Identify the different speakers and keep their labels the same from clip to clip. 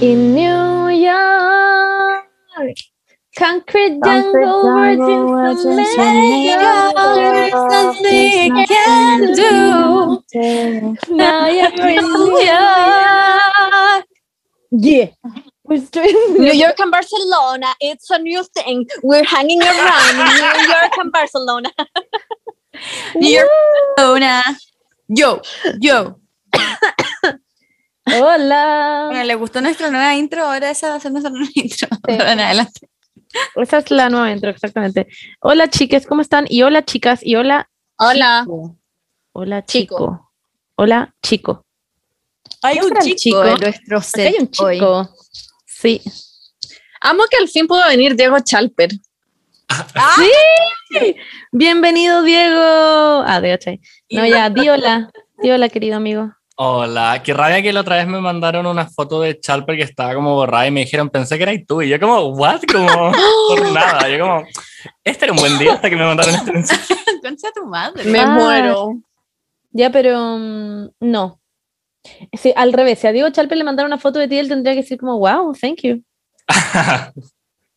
Speaker 1: in New York. Concrete jungle, words in
Speaker 2: words in
Speaker 1: Jamaica. There's nothing you can do. Now you're in New York.
Speaker 3: Yeah. Pues estoy en
Speaker 2: New York and Barcelona, it's a new thing. We're hanging around New York and Barcelona. New York, Barcelona.
Speaker 4: Yo, yo.
Speaker 1: Hola.
Speaker 4: Bueno, le gustó nuestra nueva intro, ahora esa va a ser nuestra nueva intro. Ahora en adelante.
Speaker 1: Esa es la nueva intro, exactamente. Hola, chicas, ¿cómo están? Y hola, chicas. Y hola,
Speaker 2: Hola.
Speaker 1: hola, chico.
Speaker 2: Chico.
Speaker 1: Hola, chico.
Speaker 4: Hay
Speaker 1: ¿No
Speaker 4: un
Speaker 1: será el
Speaker 4: chico,
Speaker 1: chico?
Speaker 4: en nuestro
Speaker 1: Acá
Speaker 4: set
Speaker 1: hay un
Speaker 4: hoy.
Speaker 1: chico. Sí.
Speaker 2: Amo que al fin pudo venir Diego Chalper.
Speaker 1: Bienvenido, Diego. Ah, de otra. No, ya, di hola. Di hola, querido amigo.
Speaker 5: Hola, qué rabia que la otra vez me mandaron una foto de Chalper que estaba como borrada y me dijeron, pensé que eras tú. Y yo como, ¿what? Como, por nada. Yo como, este era un buen día hasta que me mandaron este mensaje.
Speaker 4: Concha tu madre.
Speaker 2: Me
Speaker 1: Ah.
Speaker 2: muero.
Speaker 1: Ya, pero mm, no. Sí, al revés, si a Diego Chalper le mandara una foto de ti, él tendría que decir como, wow, thank you.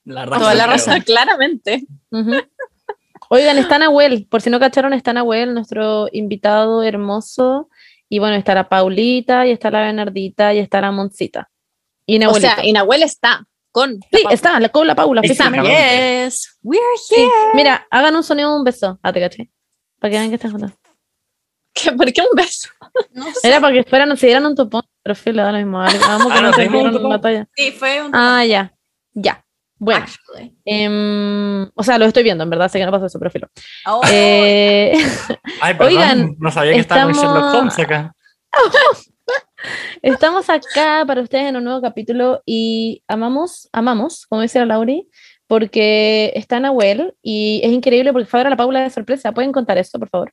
Speaker 5: La
Speaker 4: Toda la
Speaker 5: creo.
Speaker 4: razón.
Speaker 2: Claramente.
Speaker 1: Ujú. Oigan, está Nahuel, por si no cacharon, está Nahuel, nuestro invitado hermoso. Y bueno, está la Paulita, y está la Bernardita, y está la Moncita. Y
Speaker 2: O
Speaker 1: Nahuelito.
Speaker 2: sea, Inahuel está con.
Speaker 1: sí, está, la, con la Paula.
Speaker 5: Está
Speaker 1: oficial.
Speaker 4: Yes, we're
Speaker 1: Sí.
Speaker 4: here.
Speaker 1: Mira, hagan un sonido de un beso. Ah, te caché. Para que vean que están juntos.
Speaker 2: ¿Qué? ¿Por qué un beso?
Speaker 4: No sé.
Speaker 1: Era para que fueran, se dieran un topón, pero fue da lo mismo. algo- Vamos
Speaker 5: Ah,
Speaker 1: que no
Speaker 5: no,
Speaker 1: se
Speaker 5: tengo un
Speaker 1: dieron
Speaker 5: topón.
Speaker 1: batalla.
Speaker 4: Sí, fue un
Speaker 1: Ah, ya. Ya. Bueno.
Speaker 4: actually.
Speaker 1: em, o sea, lo estoy viendo, en verdad, sé que no pasó eso, pero filo.
Speaker 4: Oh,
Speaker 1: Eh,
Speaker 5: Ay, perdón,
Speaker 1: Oigan,
Speaker 5: no sabía que estaba con
Speaker 1: estamos-
Speaker 5: Sherlock Holmes acá.
Speaker 1: estamos acá para ustedes en un nuevo capítulo y amamos, amamos, como dice la Lauri, porque está Nahuel y es increíble porque fue ahora la Paula de sorpresa. ¿Pueden contar eso, por favor?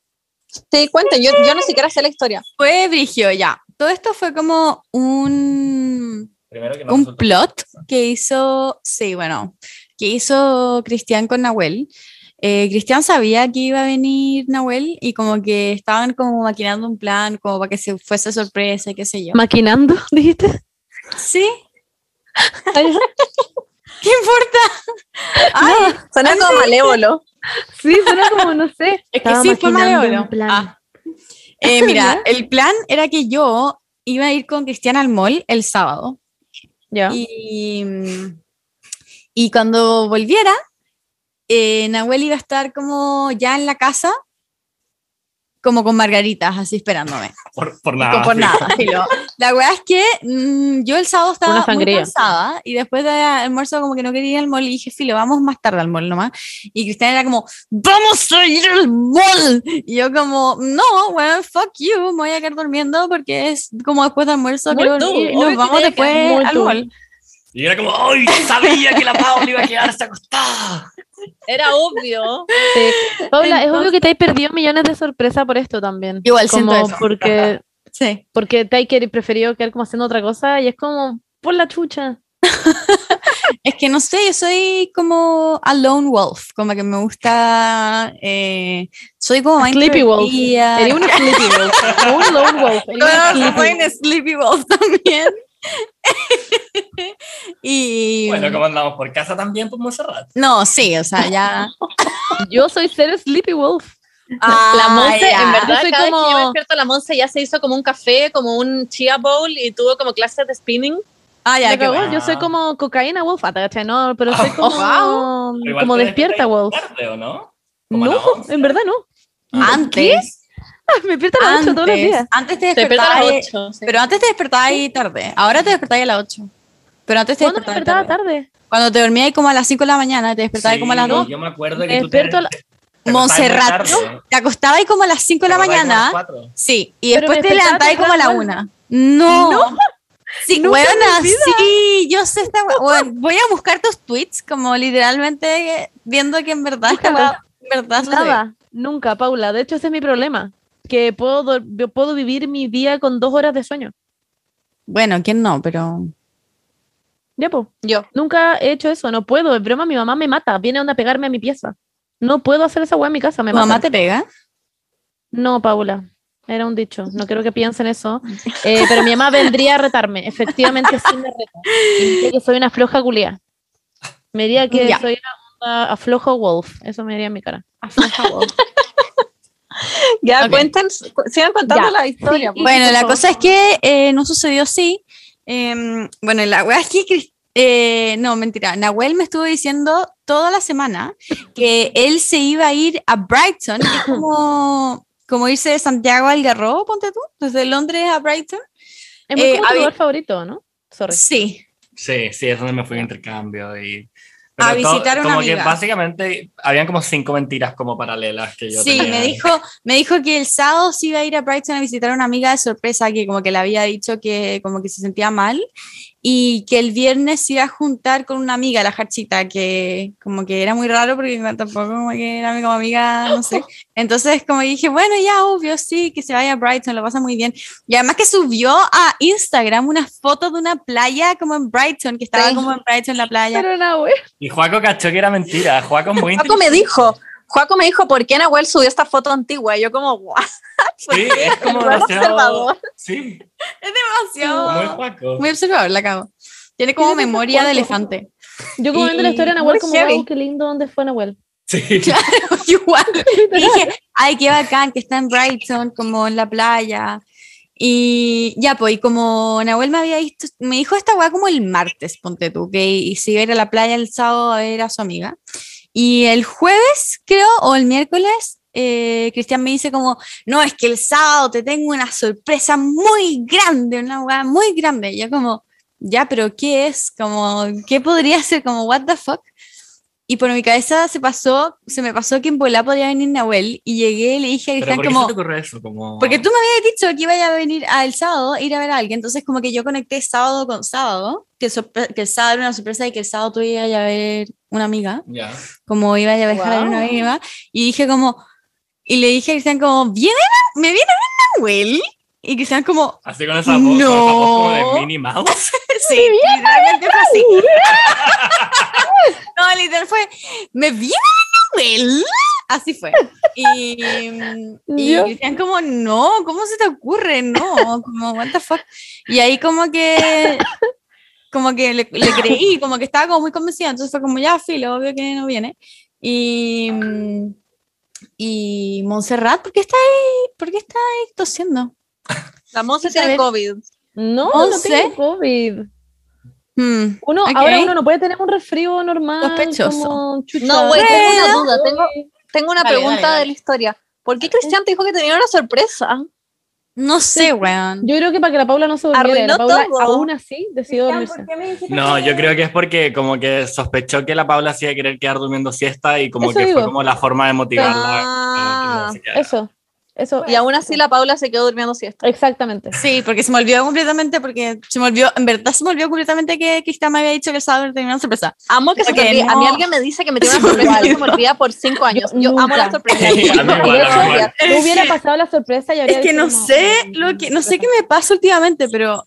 Speaker 2: Sí, cuente, yo, yo no siquiera sé la historia.
Speaker 4: fue brigio ya. Todo esto fue como un
Speaker 5: Primero que
Speaker 4: un plot que hizo, sí, bueno, que hizo Cristian con Nahuel. Eh, Cristian sabía que iba a venir Nahuel y como que estaban como maquinando un plan, como para que se fuese sorpresa y qué sé yo.
Speaker 1: Maquinando, dijiste.
Speaker 4: Sí,
Speaker 1: Ay,
Speaker 4: ¿qué importa? Ay,
Speaker 2: Suena como malévolo.
Speaker 1: sí, suena como, no sé.
Speaker 4: es que
Speaker 1: Estaba
Speaker 4: sí, fue
Speaker 1: maquinando
Speaker 4: malo.
Speaker 1: un plan.
Speaker 4: Ah. Eh, mira, el plan era que yo iba a ir con Cristian al mall el sábado.
Speaker 1: Ya.
Speaker 4: Y, y cuando volviera, eh, Nahuel iba a estar como ya en la casa, como con margaritas, así esperándome.
Speaker 5: Por, por
Speaker 4: Como
Speaker 5: nada.
Speaker 4: por
Speaker 5: Ah, sí.
Speaker 4: nada, filo. La verdad es que mm, yo el sábado
Speaker 1: Una
Speaker 4: estaba muy
Speaker 1: sangría.
Speaker 4: cansada y después de almuerzo como que no quería ir al mall y dije, filo, vamos más tarde al mall nomás. Y Cristian era como, vamos a ir al mall. Y yo como, no, bueno, fuck you, me voy a quedar durmiendo porque es como después de almuerzo,
Speaker 2: Muy
Speaker 4: quiero
Speaker 2: tú,
Speaker 4: dormir y
Speaker 2: obvio
Speaker 4: nos
Speaker 2: que
Speaker 4: vamos
Speaker 2: te
Speaker 4: después
Speaker 1: quedas muy
Speaker 4: al
Speaker 1: tú.
Speaker 4: mall.
Speaker 5: Y era como, ¡ay! Sabía que la Paula iba a quedarse acostada.
Speaker 2: Era obvio.
Speaker 1: Sí. Paula, es obvio
Speaker 4: Entonces-
Speaker 1: que te has perdido millones de sorpresas por esto también.
Speaker 4: Igual
Speaker 1: como
Speaker 4: siento eso.
Speaker 1: Porque,
Speaker 4: Sí.
Speaker 1: porque te hay que preferido quedar como haciendo otra cosa y es como por la chucha.
Speaker 4: Es que no sé, yo soy como a lone wolf, como que me gusta, eh, soy como más
Speaker 1: Sleepy wolf.
Speaker 4: introvertida.
Speaker 1: Sería un sleepy wolf. o un lone wolf. sería
Speaker 4: Bueno,
Speaker 1: un
Speaker 4: soy
Speaker 1: sleepy wolf.
Speaker 4: una sleepy wolf también. y
Speaker 5: Bueno, como andamos por casa también, pues, por Monserrat.
Speaker 4: no, sí, o sea, ya
Speaker 1: Yo soy ser sleepy wolf.
Speaker 2: La Monse,
Speaker 4: Ah, ya.
Speaker 2: en verdad,
Speaker 1: Yo soy
Speaker 2: cada vez que yo me
Speaker 1: como-
Speaker 2: despierto, la Monse ya se hizo como un café, como un chia bowl y tuvo como clases de spinning.
Speaker 4: Ah, ya,
Speaker 1: Me
Speaker 4: qué
Speaker 1: cagó,
Speaker 4: bueno.
Speaker 1: Yo soy como cocaína wolf. Ah, te caché, No, pero soy como,
Speaker 5: Oh, Pero igual
Speaker 1: como
Speaker 5: te
Speaker 1: despierta
Speaker 5: despiertas
Speaker 1: wolf.
Speaker 5: tarde, ¿o no? Como a
Speaker 1: No,
Speaker 5: las 11.
Speaker 1: en verdad no.
Speaker 4: Antes,
Speaker 1: Me despierta a las ocho todos los días.
Speaker 4: antes, antes te
Speaker 2: Se despierta a
Speaker 4: despertaba,
Speaker 2: las 8.
Speaker 4: pero antes te despertaba ahí tarde. Ahora te despertaba ahí a las 8. Pero antes te
Speaker 1: ¿Cuándo me
Speaker 4: despertaba, ahí
Speaker 1: despertaba
Speaker 4: tarde.
Speaker 1: tarde?
Speaker 4: Cuando te dormía ahí como a las 5 de la mañana, te despertaba ahí como a las
Speaker 5: Sí,
Speaker 4: 2.
Speaker 5: Yo me acuerdo
Speaker 1: Me
Speaker 5: que tú te,
Speaker 1: despierto a la-
Speaker 5: te acostabas muy
Speaker 4: Monserrat,
Speaker 5: tarde.
Speaker 4: te acostabas ahí como a las 5 de la
Speaker 5: Te acostabas como a las
Speaker 4: mañana.
Speaker 5: cuatro.
Speaker 4: Sí, y
Speaker 1: Pero
Speaker 4: después
Speaker 1: me
Speaker 4: te levantabas
Speaker 1: despertaba
Speaker 4: ahí como a la
Speaker 1: temprano.
Speaker 4: una. No. Sí,
Speaker 1: Nunca
Speaker 4: weona,
Speaker 1: en mi vida.
Speaker 4: sí, yo sé esta we- weón, Voy a buscar tus tweets, como literalmente eh, viendo que en verdad esta
Speaker 1: Búscalo.
Speaker 4: weá- en verdad sucedió.
Speaker 1: Nada, nunca, Paula. De hecho, ese es mi problema. Que puedo, dor- yo puedo vivir mi día con dos horas de sueño.
Speaker 4: Bueno, ¿quién no? Pero.
Speaker 1: Ya, po.
Speaker 2: Yo.
Speaker 1: Nunca he hecho eso. No puedo. Es broma, mi mamá me mata. Viene onda a pegarme a mi pieza. No puedo hacer esa weá en mi casa. Me
Speaker 4: ¿Tu mamá
Speaker 1: mata.
Speaker 4: te pega?
Speaker 1: No, Paula. Era un dicho, no quiero que piensen eso. Eh, pero mi mamá vendría a retarme, efectivamente sí me reta. Y me diría que soy una floja culia. Me diría que
Speaker 4: Ya.
Speaker 1: soy una onda aflojo wolf, eso me diría en mi cara. Afloja wolf.
Speaker 2: Ya,
Speaker 4: Ok.
Speaker 2: cuenten, cu- sigan contando
Speaker 1: Ya.
Speaker 2: la historia. pues.
Speaker 4: Bueno, la cosa es que eh, no sucedió así. Em, bueno, la weá es que. Cris- eh, no, mentira. Nahuel me estuvo diciendo toda la semana que él se iba a ir a Brighton, que es como, como irse de Santiago al Garrobo, ponte tú, desde Londres a Brighton.
Speaker 1: Es muy
Speaker 4: Eh,
Speaker 1: como
Speaker 4: a
Speaker 1: tu
Speaker 4: ver-
Speaker 1: lugar favorito, ¿no? Sorry.
Speaker 4: Sí,
Speaker 5: Sí, sí, es donde me fui a intercambio y...
Speaker 4: A
Speaker 5: pero to-
Speaker 4: visitar a una
Speaker 5: Como
Speaker 4: amiga.
Speaker 5: que básicamente habían como cinco mentiras como paralelas que yo
Speaker 4: Sí,
Speaker 5: tenía.
Speaker 4: me dijo, me dijo que el sábado se iba a ir a Brighton a visitar a una amiga de sorpresa que como que le había dicho que como que se sentía mal y que el viernes se iba a juntar con una amiga, la Jarchita, que como que era muy raro porque tampoco como que era mi- como amiga, no sé. Entonces como dije, bueno, ya obvio, sí, que se vaya a Brighton, lo pasa muy bien. Y además que subió a Instagram una foto de una playa como en Brighton, que estaba
Speaker 2: Sí.
Speaker 4: como en Brighton la playa.
Speaker 1: Pero no, güey.
Speaker 5: Y Juaco cachó que era mentira. Juaco es muy
Speaker 2: Juaco me dijo, Juaco me dijo, ¿por qué Nahuel subió esta foto antigua? Y yo como, guau,
Speaker 5: Sí, es como
Speaker 2: Buen
Speaker 5: demasiado-
Speaker 2: observador.
Speaker 5: Sí,
Speaker 4: es
Speaker 5: muy
Speaker 4: demasiado...
Speaker 5: Juaco.
Speaker 4: Muy observador, la cago. Tiene como memoria de elefante.
Speaker 1: Yo como viendo la
Speaker 4: Y-
Speaker 1: historia de Nahuel,
Speaker 4: muy
Speaker 1: como,
Speaker 4: heavy.
Speaker 1: wow, qué lindo, ¿dónde fue Nahuel?
Speaker 5: Sí.
Speaker 4: Igual. Y dije, ay, qué bacán, que está en Brighton, como en la playa. Y ya, pues, y como Nahuel me había visto, me dijo esta weá como el martes, ponte tú, que y si iba a ir a la playa el sábado a ver a su amiga. Y el jueves, creo, o el miércoles, eh, Cristian me dice como, no, es que el sábado te tengo una sorpresa muy grande, una weá muy grande. Y yo como, ya, pero ¿qué es? Como, ¿qué podría ser? Como, what the fuck? Y por mi cabeza se pasó, se me pasó que en volá podía venir Nahuel y llegué y le dije a
Speaker 5: Pero
Speaker 4: Cristian
Speaker 5: ¿por qué
Speaker 4: como...
Speaker 5: se te ocurre eso? Como...
Speaker 4: Porque tú me habías dicho que iba a venir al sábado, ir a ver a alguien. Entonces, como que yo conecté sábado con sábado, que, sorpre- que el sábado era una sorpresa y que el sábado tú ibas a ir a ver una amiga,
Speaker 5: Ya.
Speaker 4: como iba a ir a dejar a una amiga. Y dije, como, y le dije a Cristian, como, ¿viene? Eva? ¿Me viene a ver Nahuel? Y Cristian, como,
Speaker 5: Así con esa voz, con esa voz como de
Speaker 4: No.
Speaker 5: Minnie Mouse.
Speaker 4: sí, literalmente fue así. no, literal fue, ¿me viene a ver Nahuel? Así fue. Y, y
Speaker 1: Dios.
Speaker 4: Cristian como, no, ¿cómo se te ocurre? No, como, what the fuck. Y ahí como que, como que le, le creí, como que estaba como muy convencida, entonces fue como, ya, filo, obvio que no viene. Y, mm, y Montserrat, ¿por qué está ahí, por qué está ahí tosiendo?
Speaker 2: la Monse
Speaker 1: Sí, a
Speaker 2: tiene
Speaker 1: ver.
Speaker 2: COVID.
Speaker 1: No, no
Speaker 4: Once.
Speaker 1: tengo COVID.
Speaker 4: Hmm,
Speaker 1: Uno,
Speaker 4: Ok.
Speaker 1: ahora uno no puede tener un resfrío normal.
Speaker 4: Sospechoso.
Speaker 1: como, chucha.
Speaker 2: No, güey, tengo una
Speaker 4: Bueno.
Speaker 2: duda, tengo, tengo una
Speaker 4: Dale,
Speaker 2: pregunta
Speaker 4: dale, dale.
Speaker 2: de la historia. ¿Por qué Cristian te dijo que tenía una sorpresa?
Speaker 4: No sé, weón.
Speaker 1: Yo creo que para que la Paula no se durmiera. y La
Speaker 2: Arruinó
Speaker 1: Paula
Speaker 2: todo.
Speaker 1: aún así decidió dormirse.
Speaker 3: ¿Por qué me dijiste
Speaker 5: No,
Speaker 3: que-
Speaker 5: yo creo que es porque como que sospechó que la Paula se iba a querer quedar durmiendo siesta y como
Speaker 1: Eso
Speaker 5: que
Speaker 1: digo.
Speaker 5: fue como la forma de motivarla.
Speaker 4: Ah,
Speaker 5: a- a que no se quedara.
Speaker 1: Eso, eso.
Speaker 2: Y aún así la Paula se quedó durmiendo siesta.
Speaker 1: Exactamente.
Speaker 4: Sí, porque se me olvidó completamente, porque se me olvidó, en verdad se me olvidó completamente que Cristian me había dicho que el sábado tenía una sorpresa.
Speaker 2: Amo que se te
Speaker 4: Porque
Speaker 2: olvide. A mí
Speaker 4: no.
Speaker 2: alguien me dice que me tiene
Speaker 4: Se
Speaker 2: una
Speaker 4: me
Speaker 2: sorpresa y
Speaker 4: olvidó.
Speaker 2: se me olvida por cinco años. Yo, amo
Speaker 1: nunca.
Speaker 2: la sorpresa.
Speaker 5: Sí, a mí
Speaker 1: Y de
Speaker 5: igual, a mí
Speaker 1: hecho,
Speaker 5: igual.
Speaker 1: no hubiera pasado la sorpresa y habría
Speaker 4: Es que no
Speaker 1: dicho,
Speaker 4: sé
Speaker 1: no,
Speaker 4: lo que, no sé qué me pasa últimamente, pero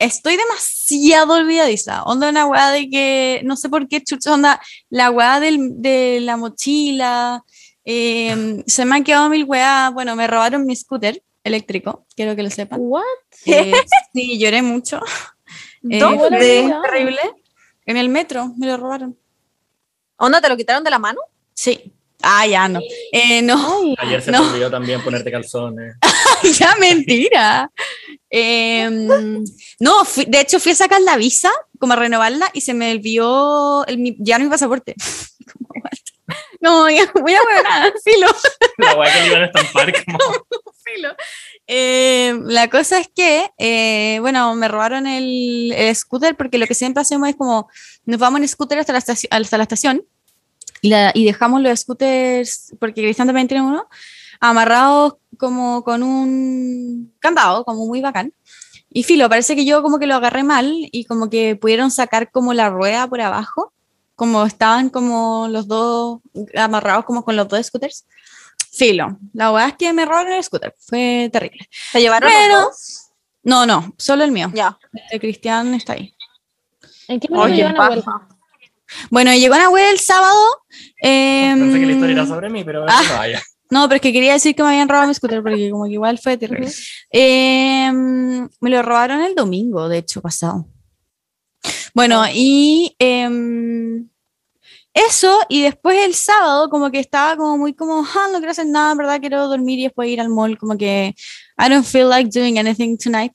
Speaker 4: estoy demasiado olvidadiza. Onda una weá de que, no sé por qué, chucha, onda, la weá del- de la mochila, eh, se me han quedado mil weá, bueno, me robaron mi scooter eléctrico, quiero que lo sepan.
Speaker 1: What?
Speaker 4: Eh, sí, lloré mucho. Eh,
Speaker 2: ¿Dónde?
Speaker 4: fue
Speaker 1: Mira.
Speaker 4: terrible. En el metro, me lo robaron.
Speaker 2: ¿Onda te lo quitaron de la mano?
Speaker 4: Sí. Ah, ya no. Eh, no,
Speaker 1: Ay,
Speaker 5: Ayer se
Speaker 4: No.
Speaker 5: te olvidó también ponerte calzones.
Speaker 4: ya mentira. Em, no, fui- de hecho fui a sacar la visa, como a renovarla, y se me olvidó el, mi, ya no mi pasaporte. Como, what? No, ya voy a ver, filo.
Speaker 5: La weá que le iban a estampar como...
Speaker 4: filo. Eh, la cosa es que, eh, bueno, me robaron el, el scooter porque lo que siempre hacemos es como nos vamos en scooter hasta la estación, hasta la estación y, la- y dejamos los scooters, porque Cristian también tiene uno, amarrados como con un candado, como muy bacán. Y filo, parece que yo como que lo agarré mal y como que pudieron sacar como la rueda por abajo, como estaban como los dos amarrados como con los dos scooters. Filo, la verdad es que me robaron el scooter, fue terrible.
Speaker 2: ¿Te llevaron los
Speaker 4: Pero-
Speaker 2: dos?
Speaker 4: No, no, solo el mío.
Speaker 2: Ya.
Speaker 4: El de Cristian está ahí.
Speaker 1: ¿En qué momento
Speaker 2: Oye,
Speaker 1: llevan a
Speaker 2: paja.
Speaker 4: Bueno, llegó Nahuel el sábado. em,
Speaker 5: Pensé que la historia era sobre mí, pero
Speaker 4: Ah.
Speaker 5: no, ya.
Speaker 4: No, pero es que quería decir que me habían robado mi scooter porque como que igual fue terrible. Em, me lo robaron el domingo, de hecho, pasado. Bueno, y em, eso, y después el sábado como que estaba como muy como, ah, no quiero hacer nada, en ¿verdad? Quiero dormir y después ir al mall, como que I don't feel like doing anything tonight.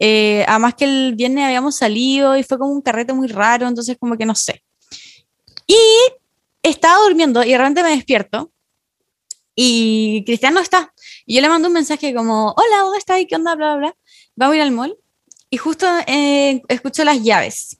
Speaker 4: Eh, además que el viernes habíamos salido y fue como un carrete muy raro, entonces como que no sé. Y estaba durmiendo y de repente me despierto y Cristian no está. Y yo le mando un mensaje como, hola, ¿dónde estás? ¿Qué onda? Bla, bla, bla. Vamos a ir al mall. Y justo eh, escucho las llaves.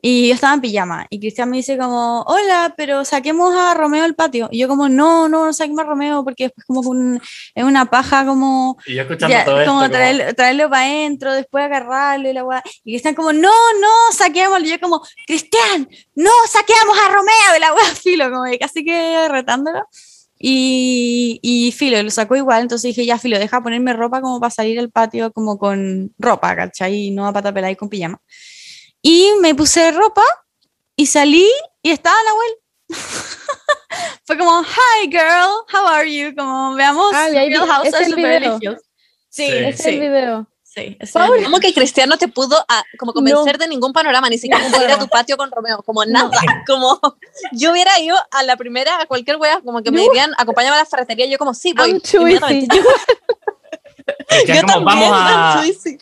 Speaker 4: Y yo estaba en pijama. Y Cristian me dice como, hola, pero saquemos a Romeo del patio. Y yo como, no, no, no saquemos a Romeo porque después como que un- es una paja como
Speaker 5: Y yo escuchando
Speaker 4: ya,
Speaker 5: todo esto.
Speaker 4: como
Speaker 5: como-
Speaker 4: traerlo, traerlo para adentro, después agarrarlo y la weá. Y Cristian como, no, no, saquémoslo. Y yo como, Cristian, no, saqueamos a Romeo y la weá, filo, como que casi que retándolo. Y, y filo, lo sacó igual, entonces dije, ya filo, deja ponerme ropa como para salir al patio como con ropa, ¿cachai? Y no a pata pelada y con pijama. Y me puse ropa y salí y estaba Nahuel. Fue como, hi girl, how are you? Como veamos
Speaker 1: Ah, y ahí
Speaker 4: Real
Speaker 1: vi-
Speaker 4: House
Speaker 1: es
Speaker 4: of
Speaker 1: el
Speaker 4: Beverly
Speaker 1: video.
Speaker 4: Hills.
Speaker 5: Sí.
Speaker 4: Sí,
Speaker 1: Es el
Speaker 4: sí,
Speaker 1: video.
Speaker 4: sí. es el
Speaker 2: Paula.
Speaker 4: video.
Speaker 2: Como que Cristian no te pudo ah, como convencer de ningún panorama, ni siquiera como ir a tu patio con Romeo, como nada. Como yo hubiera ido a la primera, a cualquier wea, como que me dirían, acompáñame a la ferretería, y yo como, sí, voy.
Speaker 1: I'm too
Speaker 2: inmediatamente.
Speaker 1: easy.
Speaker 5: Cristian,
Speaker 2: Yo
Speaker 5: como,
Speaker 2: también,
Speaker 5: vamos a,
Speaker 2: I'm too easy.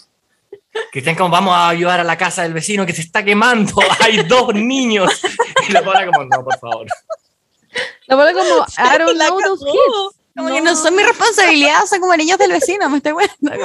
Speaker 5: Cristian, como vamos a ayudar a la casa del vecino que se está quemando. Hay dos niños. Y la Paula como, no, por favor.
Speaker 1: La verdad como, I don't
Speaker 2: La
Speaker 1: know those
Speaker 2: cagó.
Speaker 1: kids.
Speaker 4: Como que no son mi responsabilidad, son como niños del vecino, me estoy weando.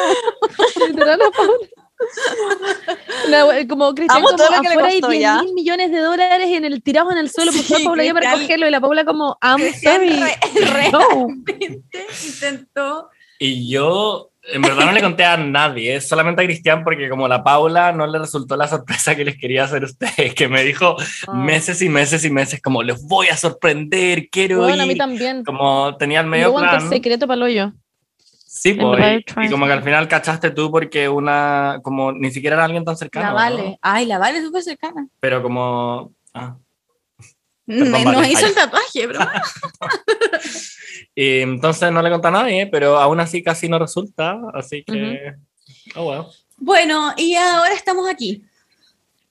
Speaker 1: Literal, la Paula. La we- como Cristian,
Speaker 2: Amo
Speaker 1: como
Speaker 2: todo lo que le
Speaker 1: afuera hay
Speaker 2: costó,
Speaker 1: 10
Speaker 2: ya.
Speaker 1: mil millones de dólares en el tirados en el suelo, por favor,
Speaker 4: Sí,
Speaker 1: Paula, ya para
Speaker 4: Cristian.
Speaker 1: recogerlo. Y la Paula como, I'm sorry.
Speaker 4: Re- re-
Speaker 1: No.
Speaker 4: Realmente intentó.
Speaker 5: Y yo, en verdad, no le conté a nadie, solamente a Cristian, porque como la Paula no le resultó la sorpresa que les quería hacer a ustedes, que me dijo meses y meses y meses, como les voy a sorprender, quiero
Speaker 1: Bueno, a mí
Speaker 5: ir.
Speaker 1: también.
Speaker 5: Como tenía el medio
Speaker 1: Yo el
Speaker 5: plan.
Speaker 1: secreto para el hoyo.
Speaker 5: Sí, po,
Speaker 1: verdad,
Speaker 5: y,
Speaker 1: trying
Speaker 5: y como que al final cachaste tú porque una, como ni siquiera era alguien tan cercano.
Speaker 4: La
Speaker 5: ¿no?
Speaker 4: vale. Ay, la vale es súper cercana.
Speaker 5: Pero como. ah. Perdón,
Speaker 4: Me-
Speaker 5: vale,
Speaker 4: Nos hizo
Speaker 5: ay.
Speaker 4: el tatuaje, bro.
Speaker 5: Y entonces no le conté a nadie, pero aún así casi no resulta, así que. Oh, well.
Speaker 4: Bueno, y ahora estamos aquí.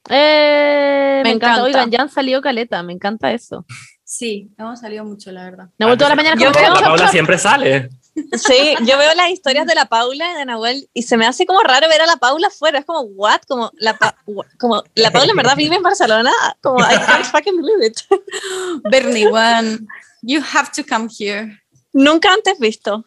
Speaker 1: Eh, me,
Speaker 2: Me
Speaker 1: encanta.
Speaker 2: encanta.
Speaker 1: Oigan, ya han salido caleta, me encanta eso.
Speaker 4: Sí, hemos salido mucho, la verdad.
Speaker 1: Me ha vuelto a la mañana
Speaker 5: Yo
Speaker 1: como
Speaker 5: veo- La
Speaker 1: chop,
Speaker 5: Paula
Speaker 1: chop.
Speaker 5: siempre sale.
Speaker 2: Sí, yo veo las historias de la Paula y de Nahuel y se me hace como raro ver a la Paula afuera. Es como, what? Como la, Pa- wha- como, la Paula en verdad vive en Barcelona. Como, I can't fucking believe it.
Speaker 4: Bernie, one, you have to come here.
Speaker 2: Nunca antes visto.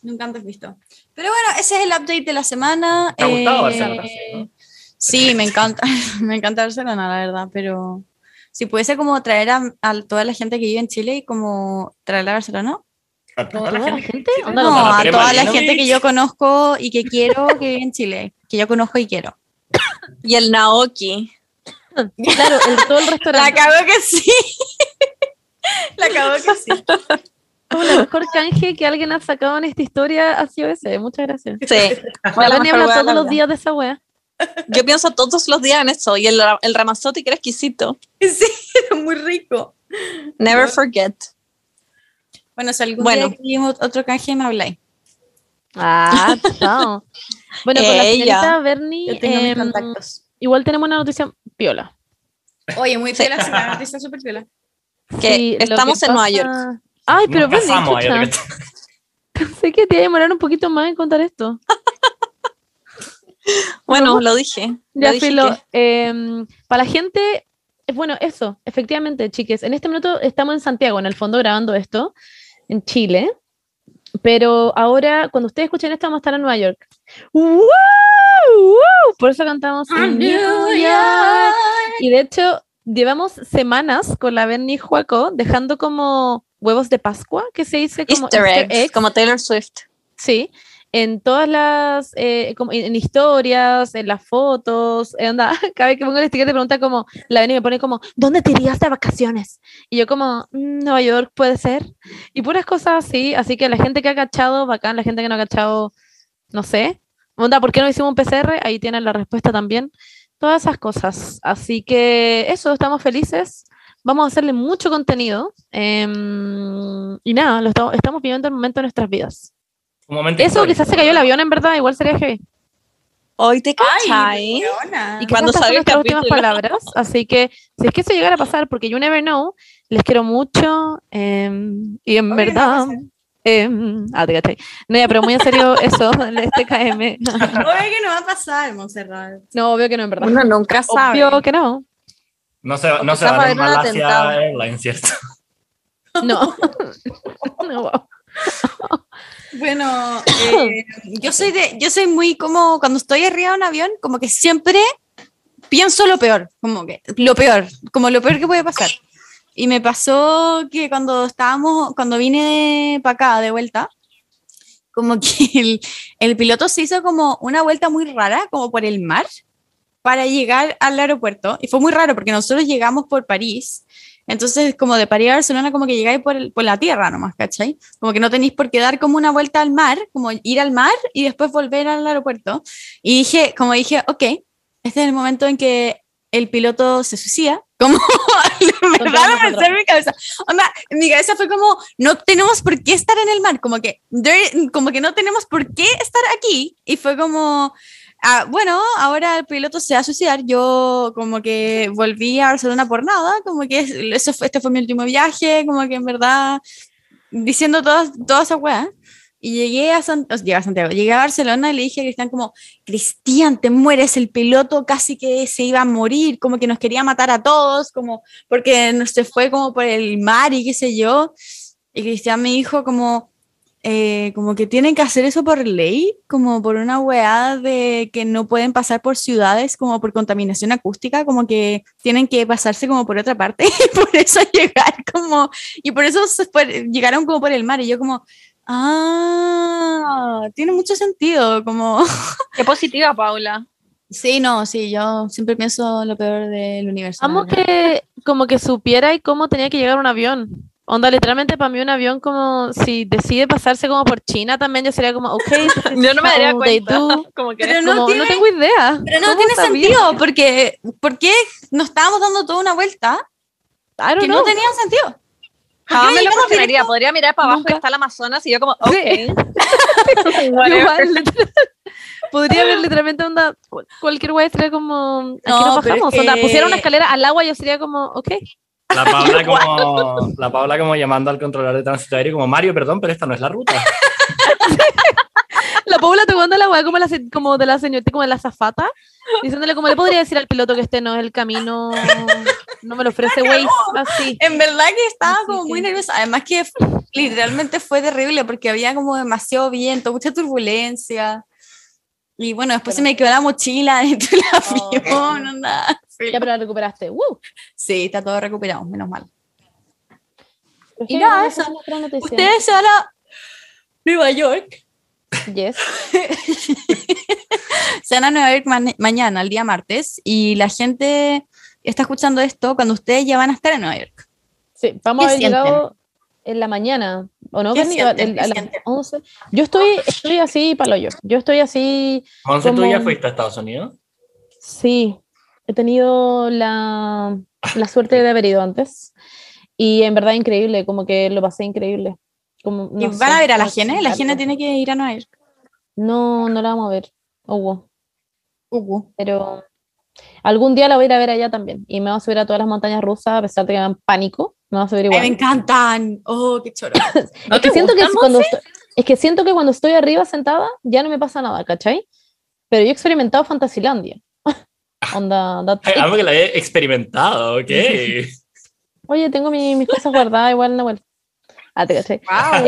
Speaker 4: Nunca antes visto. Pero bueno, ese es el update de la semana. Eh,
Speaker 5: ¿Te ha gustado Barcelona? Sí, ¿no?
Speaker 4: Sí, me encanta, me encanta Barcelona, la verdad, pero si pudiese como traer a, a toda la gente que vive en Chile y como traerla a Barcelona.
Speaker 5: A toda la gente.
Speaker 1: Onda,
Speaker 4: No,
Speaker 5: Barcelona,
Speaker 4: a
Speaker 5: Tere
Speaker 4: toda la
Speaker 5: Malinovich.
Speaker 4: gente que yo conozco y que quiero que vive en Chile, que yo conozco y quiero.
Speaker 2: Y el Naoki.
Speaker 1: Claro, el, todo el
Speaker 4: La
Speaker 1: restaurante.
Speaker 4: cago que sí. La cago que sí.
Speaker 1: El mejor canje que alguien ha sacado en esta historia ha sido ese. Muchas gracias.
Speaker 2: Sí.
Speaker 1: La
Speaker 2: la mejor
Speaker 1: Vani habla
Speaker 2: wea de la
Speaker 1: todos los
Speaker 2: vida.
Speaker 1: días de esa wea.
Speaker 2: Yo pienso todos los días en eso. Y el, el ramazotti que era exquisito.
Speaker 4: Sí, era muy rico.
Speaker 2: Never forget.
Speaker 4: Bueno, si algún
Speaker 2: Bueno.
Speaker 4: día escribimos otro canje me habláis.
Speaker 1: Ah, chao. Bueno, con la
Speaker 2: Ella.
Speaker 1: señorita Bernie,
Speaker 4: Yo tengo mis
Speaker 1: em,
Speaker 4: contactos.
Speaker 1: igual tenemos una noticia piola.
Speaker 4: Oye, muy
Speaker 2: Sí.
Speaker 4: piola, sí, la noticia súper piola.
Speaker 2: Que
Speaker 1: Sí, lo
Speaker 2: estamos en Nueva York.
Speaker 1: pasa- Ay, pero
Speaker 5: Nos
Speaker 1: Bernie,
Speaker 5: casamos
Speaker 1: chucha,
Speaker 5: ayer.
Speaker 1: pensé que te iba a demorar un poquito más en contar esto.
Speaker 2: Bueno, lo dije.
Speaker 1: Ya,
Speaker 2: Lo dije
Speaker 1: Filo,
Speaker 2: que-
Speaker 1: em, para la gente, eh, bueno, eso, efectivamente, chiques, en este minuto estamos en Santiago, en el fondo, grabando esto, en Chile, pero ahora, cuando ustedes escuchen esto, vamos a estar en Nueva York. ¡Woo! ¡Woo! Por eso cantamos en New York. Y de hecho, llevamos semanas con la Berni Juaco dejando como huevos de Pascua, que se dice como
Speaker 2: Easter eggs,
Speaker 1: eggs.
Speaker 2: como Taylor Swift.
Speaker 1: Sí, en todas las, eh, como en, en historias, en las fotos, eh, anda, cada vez que pongo el sticker te pregunta como, la ven y me pone como, ¿dónde te irías de vacaciones? Y yo como, "Mm, Nueva York puede ser, y puras cosas así, así que la gente que ha cachado, bacán, la gente que no ha cachado, no sé, onda, ¿por qué no hicimos un PCR? Ahí tienen la respuesta también, todas esas cosas, así que eso, estamos felices, Vamos a hacerle mucho contenido. em, y nada, lo estamos, estamos viviendo el momento de nuestras vidas.
Speaker 5: Un momento
Speaker 1: Eso quizás
Speaker 5: histórico.
Speaker 1: se cayó el avión, en verdad, igual sería heavy.
Speaker 2: Hoy te
Speaker 4: Ay,
Speaker 2: cachai.
Speaker 4: weona.
Speaker 1: Y
Speaker 2: que- Cuando salga
Speaker 1: cuando salgan
Speaker 2: el
Speaker 1: nuestras últimas
Speaker 2: capítulo.
Speaker 1: palabras. Así que, si es que eso llegara a pasar, porque you never know, les quiero mucho. em, y en
Speaker 4: Obvio,
Speaker 1: verdad.
Speaker 4: no va a pasar.
Speaker 1: em, ah, te caché. No, ya, pero muy en serio, eso, este el STKM.
Speaker 4: Obvio que no va a pasar, Montserrat.
Speaker 1: No, obvio que no, en verdad.
Speaker 2: Uno nunca sabe.
Speaker 1: Obvio que no.
Speaker 5: No se, no se
Speaker 2: quizás va a
Speaker 5: va a
Speaker 2: haber un
Speaker 5: Malasia
Speaker 2: atentado.
Speaker 5: Airlines, ¿cierto?
Speaker 1: No. No, wow.
Speaker 4: Bueno, eh, yo soy de, yo soy muy como cuando estoy arriba de un avión, como que siempre pienso lo peor, como que lo peor, como lo peor que puede pasar. Y me pasó que cuando estábamos, cuando vine para acá de vuelta, como que el, el piloto se hizo como una vuelta muy rara, como por el mar, para llegar al aeropuerto. Y fue muy raro porque nosotros llegamos por París. Entonces, como de París a Barcelona, como que llegáis por, el- por la tierra nomás, ¿cachai? Como que no tenéis por qué dar como una vuelta al mar, como ir al mar y después volver al aeropuerto. Y dije, como dije, ok, este es el momento en que el piloto se suicida. Como, me
Speaker 1: Contra
Speaker 4: van a
Speaker 1: nosotros.
Speaker 4: pensar en mi cabeza. Onda, en mi cabeza fue como, no tenemos por qué estar en el mar, como que, there- como que no tenemos por qué estar aquí. Y fue como, Ah, bueno, ahora el piloto se va a suicidar. Yo como que volví a Barcelona por nada, como que es- eso fue- este fue mi último viaje, como que en verdad diciendo todas toda esa weá. Y llegué a, San- o sea, llegué a Santiago, llegué a Barcelona y le dije a Cristian como, Cristian, te mueres, el piloto casi que se iba a morir, como que nos quería matar a todos, como porque nos- se fue como por el mar y qué sé yo. Y Cristian me dijo como, eh, como que tienen que hacer eso por ley, como por una weá de que no pueden pasar por ciudades, como por contaminación acústica, como que tienen que pasarse como por otra parte, y por eso llegar como, y por eso se fue- llegaron como por el mar, y yo como, ah, tiene mucho sentido, como...
Speaker 2: Qué positiva, Paula.
Speaker 4: Sí, no, sí, yo siempre pienso lo peor del universo. la
Speaker 1: Amo
Speaker 4: verdad.
Speaker 1: que como que supiera y cómo tenía que llegar un avión. Onda, literalmente para mí un avión como si decide pasarse como por China también yo sería como, ok, this is
Speaker 2: Yo no me daría
Speaker 1: how they
Speaker 2: cuenta.
Speaker 1: do.
Speaker 2: Como que
Speaker 4: Pero no
Speaker 1: Como, no,
Speaker 4: tiene-
Speaker 1: tengo idea.
Speaker 4: Pero no
Speaker 1: ¿Cómo
Speaker 4: tiene
Speaker 1: sabía?
Speaker 4: sentido, porque, porque nos estábamos dando toda una vuelta
Speaker 1: I don't
Speaker 4: que no
Speaker 1: know.
Speaker 4: tenía sentido.
Speaker 2: jamás me lo
Speaker 4: llegamos
Speaker 2: cuestionaría. Podría mirar para abajo
Speaker 1: Nunca.
Speaker 2: y está el Amazonas y yo como, ok.
Speaker 1: Sí.
Speaker 2: Whatever.
Speaker 1: Igual, literal- podría haber literalmente onda, cual- cualquier guay sería como, aquí
Speaker 4: No,
Speaker 1: no,
Speaker 4: pero es
Speaker 1: bajamos. Onda,
Speaker 4: que-
Speaker 1: pusiera una escalera al agua yo sería como, ok.
Speaker 5: La Paula, como, la Paula como llamando al controlador de tránsito aéreo como Mario, perdón, pero esta no es la ruta.
Speaker 1: La Paula tocando la guay como, la, se- como de la señorita, como de la zafata, diciéndole como le podría decir al piloto que este no es el camino, no me lo ofrece Waze, así.
Speaker 4: En verdad que estaba
Speaker 1: Así
Speaker 4: como muy
Speaker 1: que-
Speaker 4: nerviosa. Además que f- literalmente fue terrible porque había como demasiado viento, mucha turbulencia. Y bueno, después se me quedó la mochila dentro del avión. onda.
Speaker 1: Ya, pero la recuperaste. ¡Woo!
Speaker 4: Sí, está todo recuperado, menos mal.
Speaker 1: Y
Speaker 4: nada,
Speaker 1: nada,
Speaker 4: eso.
Speaker 1: eso es otra noticia.
Speaker 4: Ustedes se van a Nueva York.
Speaker 1: Yes.
Speaker 4: Se van a Nueva York ma- mañana, el día martes. Y la gente está escuchando esto cuando ustedes ya van a estar en Nueva York.
Speaker 1: Sí, vamos a
Speaker 4: ¿Qué
Speaker 1: haber
Speaker 4: sienten?
Speaker 1: llegado en la mañana, ¿o no?
Speaker 4: ¿Qué
Speaker 1: Connie?
Speaker 4: sienten?
Speaker 1: El-
Speaker 4: ¿Qué
Speaker 1: a las
Speaker 4: sienten?
Speaker 1: 11. Yo estoy, estoy así, palo yo. Yo estoy así,
Speaker 5: Monse, ¿tú
Speaker 1: Como-
Speaker 5: ya fuiste a Estados Unidos?
Speaker 1: Sí, he tenido la, la suerte de haber ido antes. Y en verdad increíble, como que lo pasé increíble. Como,
Speaker 4: y
Speaker 1: no
Speaker 4: van a
Speaker 1: sé,
Speaker 4: ver a la
Speaker 1: como
Speaker 4: Jena. La Jena
Speaker 1: algo.
Speaker 4: tiene que ir a Nueva York.
Speaker 1: No, no la vamos a ver, Hugo,
Speaker 4: Ujú.
Speaker 1: pero algún día la voy a ir a ver allá también. Y me va a subir a todas las montañas rusas, a pesar de que me dan pánico, me va a subir
Speaker 4: Ay,
Speaker 1: igual.
Speaker 4: me encantan. Oh, qué choro.
Speaker 1: es, que siento que es cuando estoy, es que siento que cuando estoy arriba sentada ya no me pasa nada, ¿cachai? Pero yo he experimentado Fantasilandia. Onda, that's
Speaker 5: Ay, ah.
Speaker 1: it.
Speaker 5: algo que la he experimentado, ok.
Speaker 1: Oye, tengo mi- mis cosas guardadas igual, Nahuel. Ah, te caché.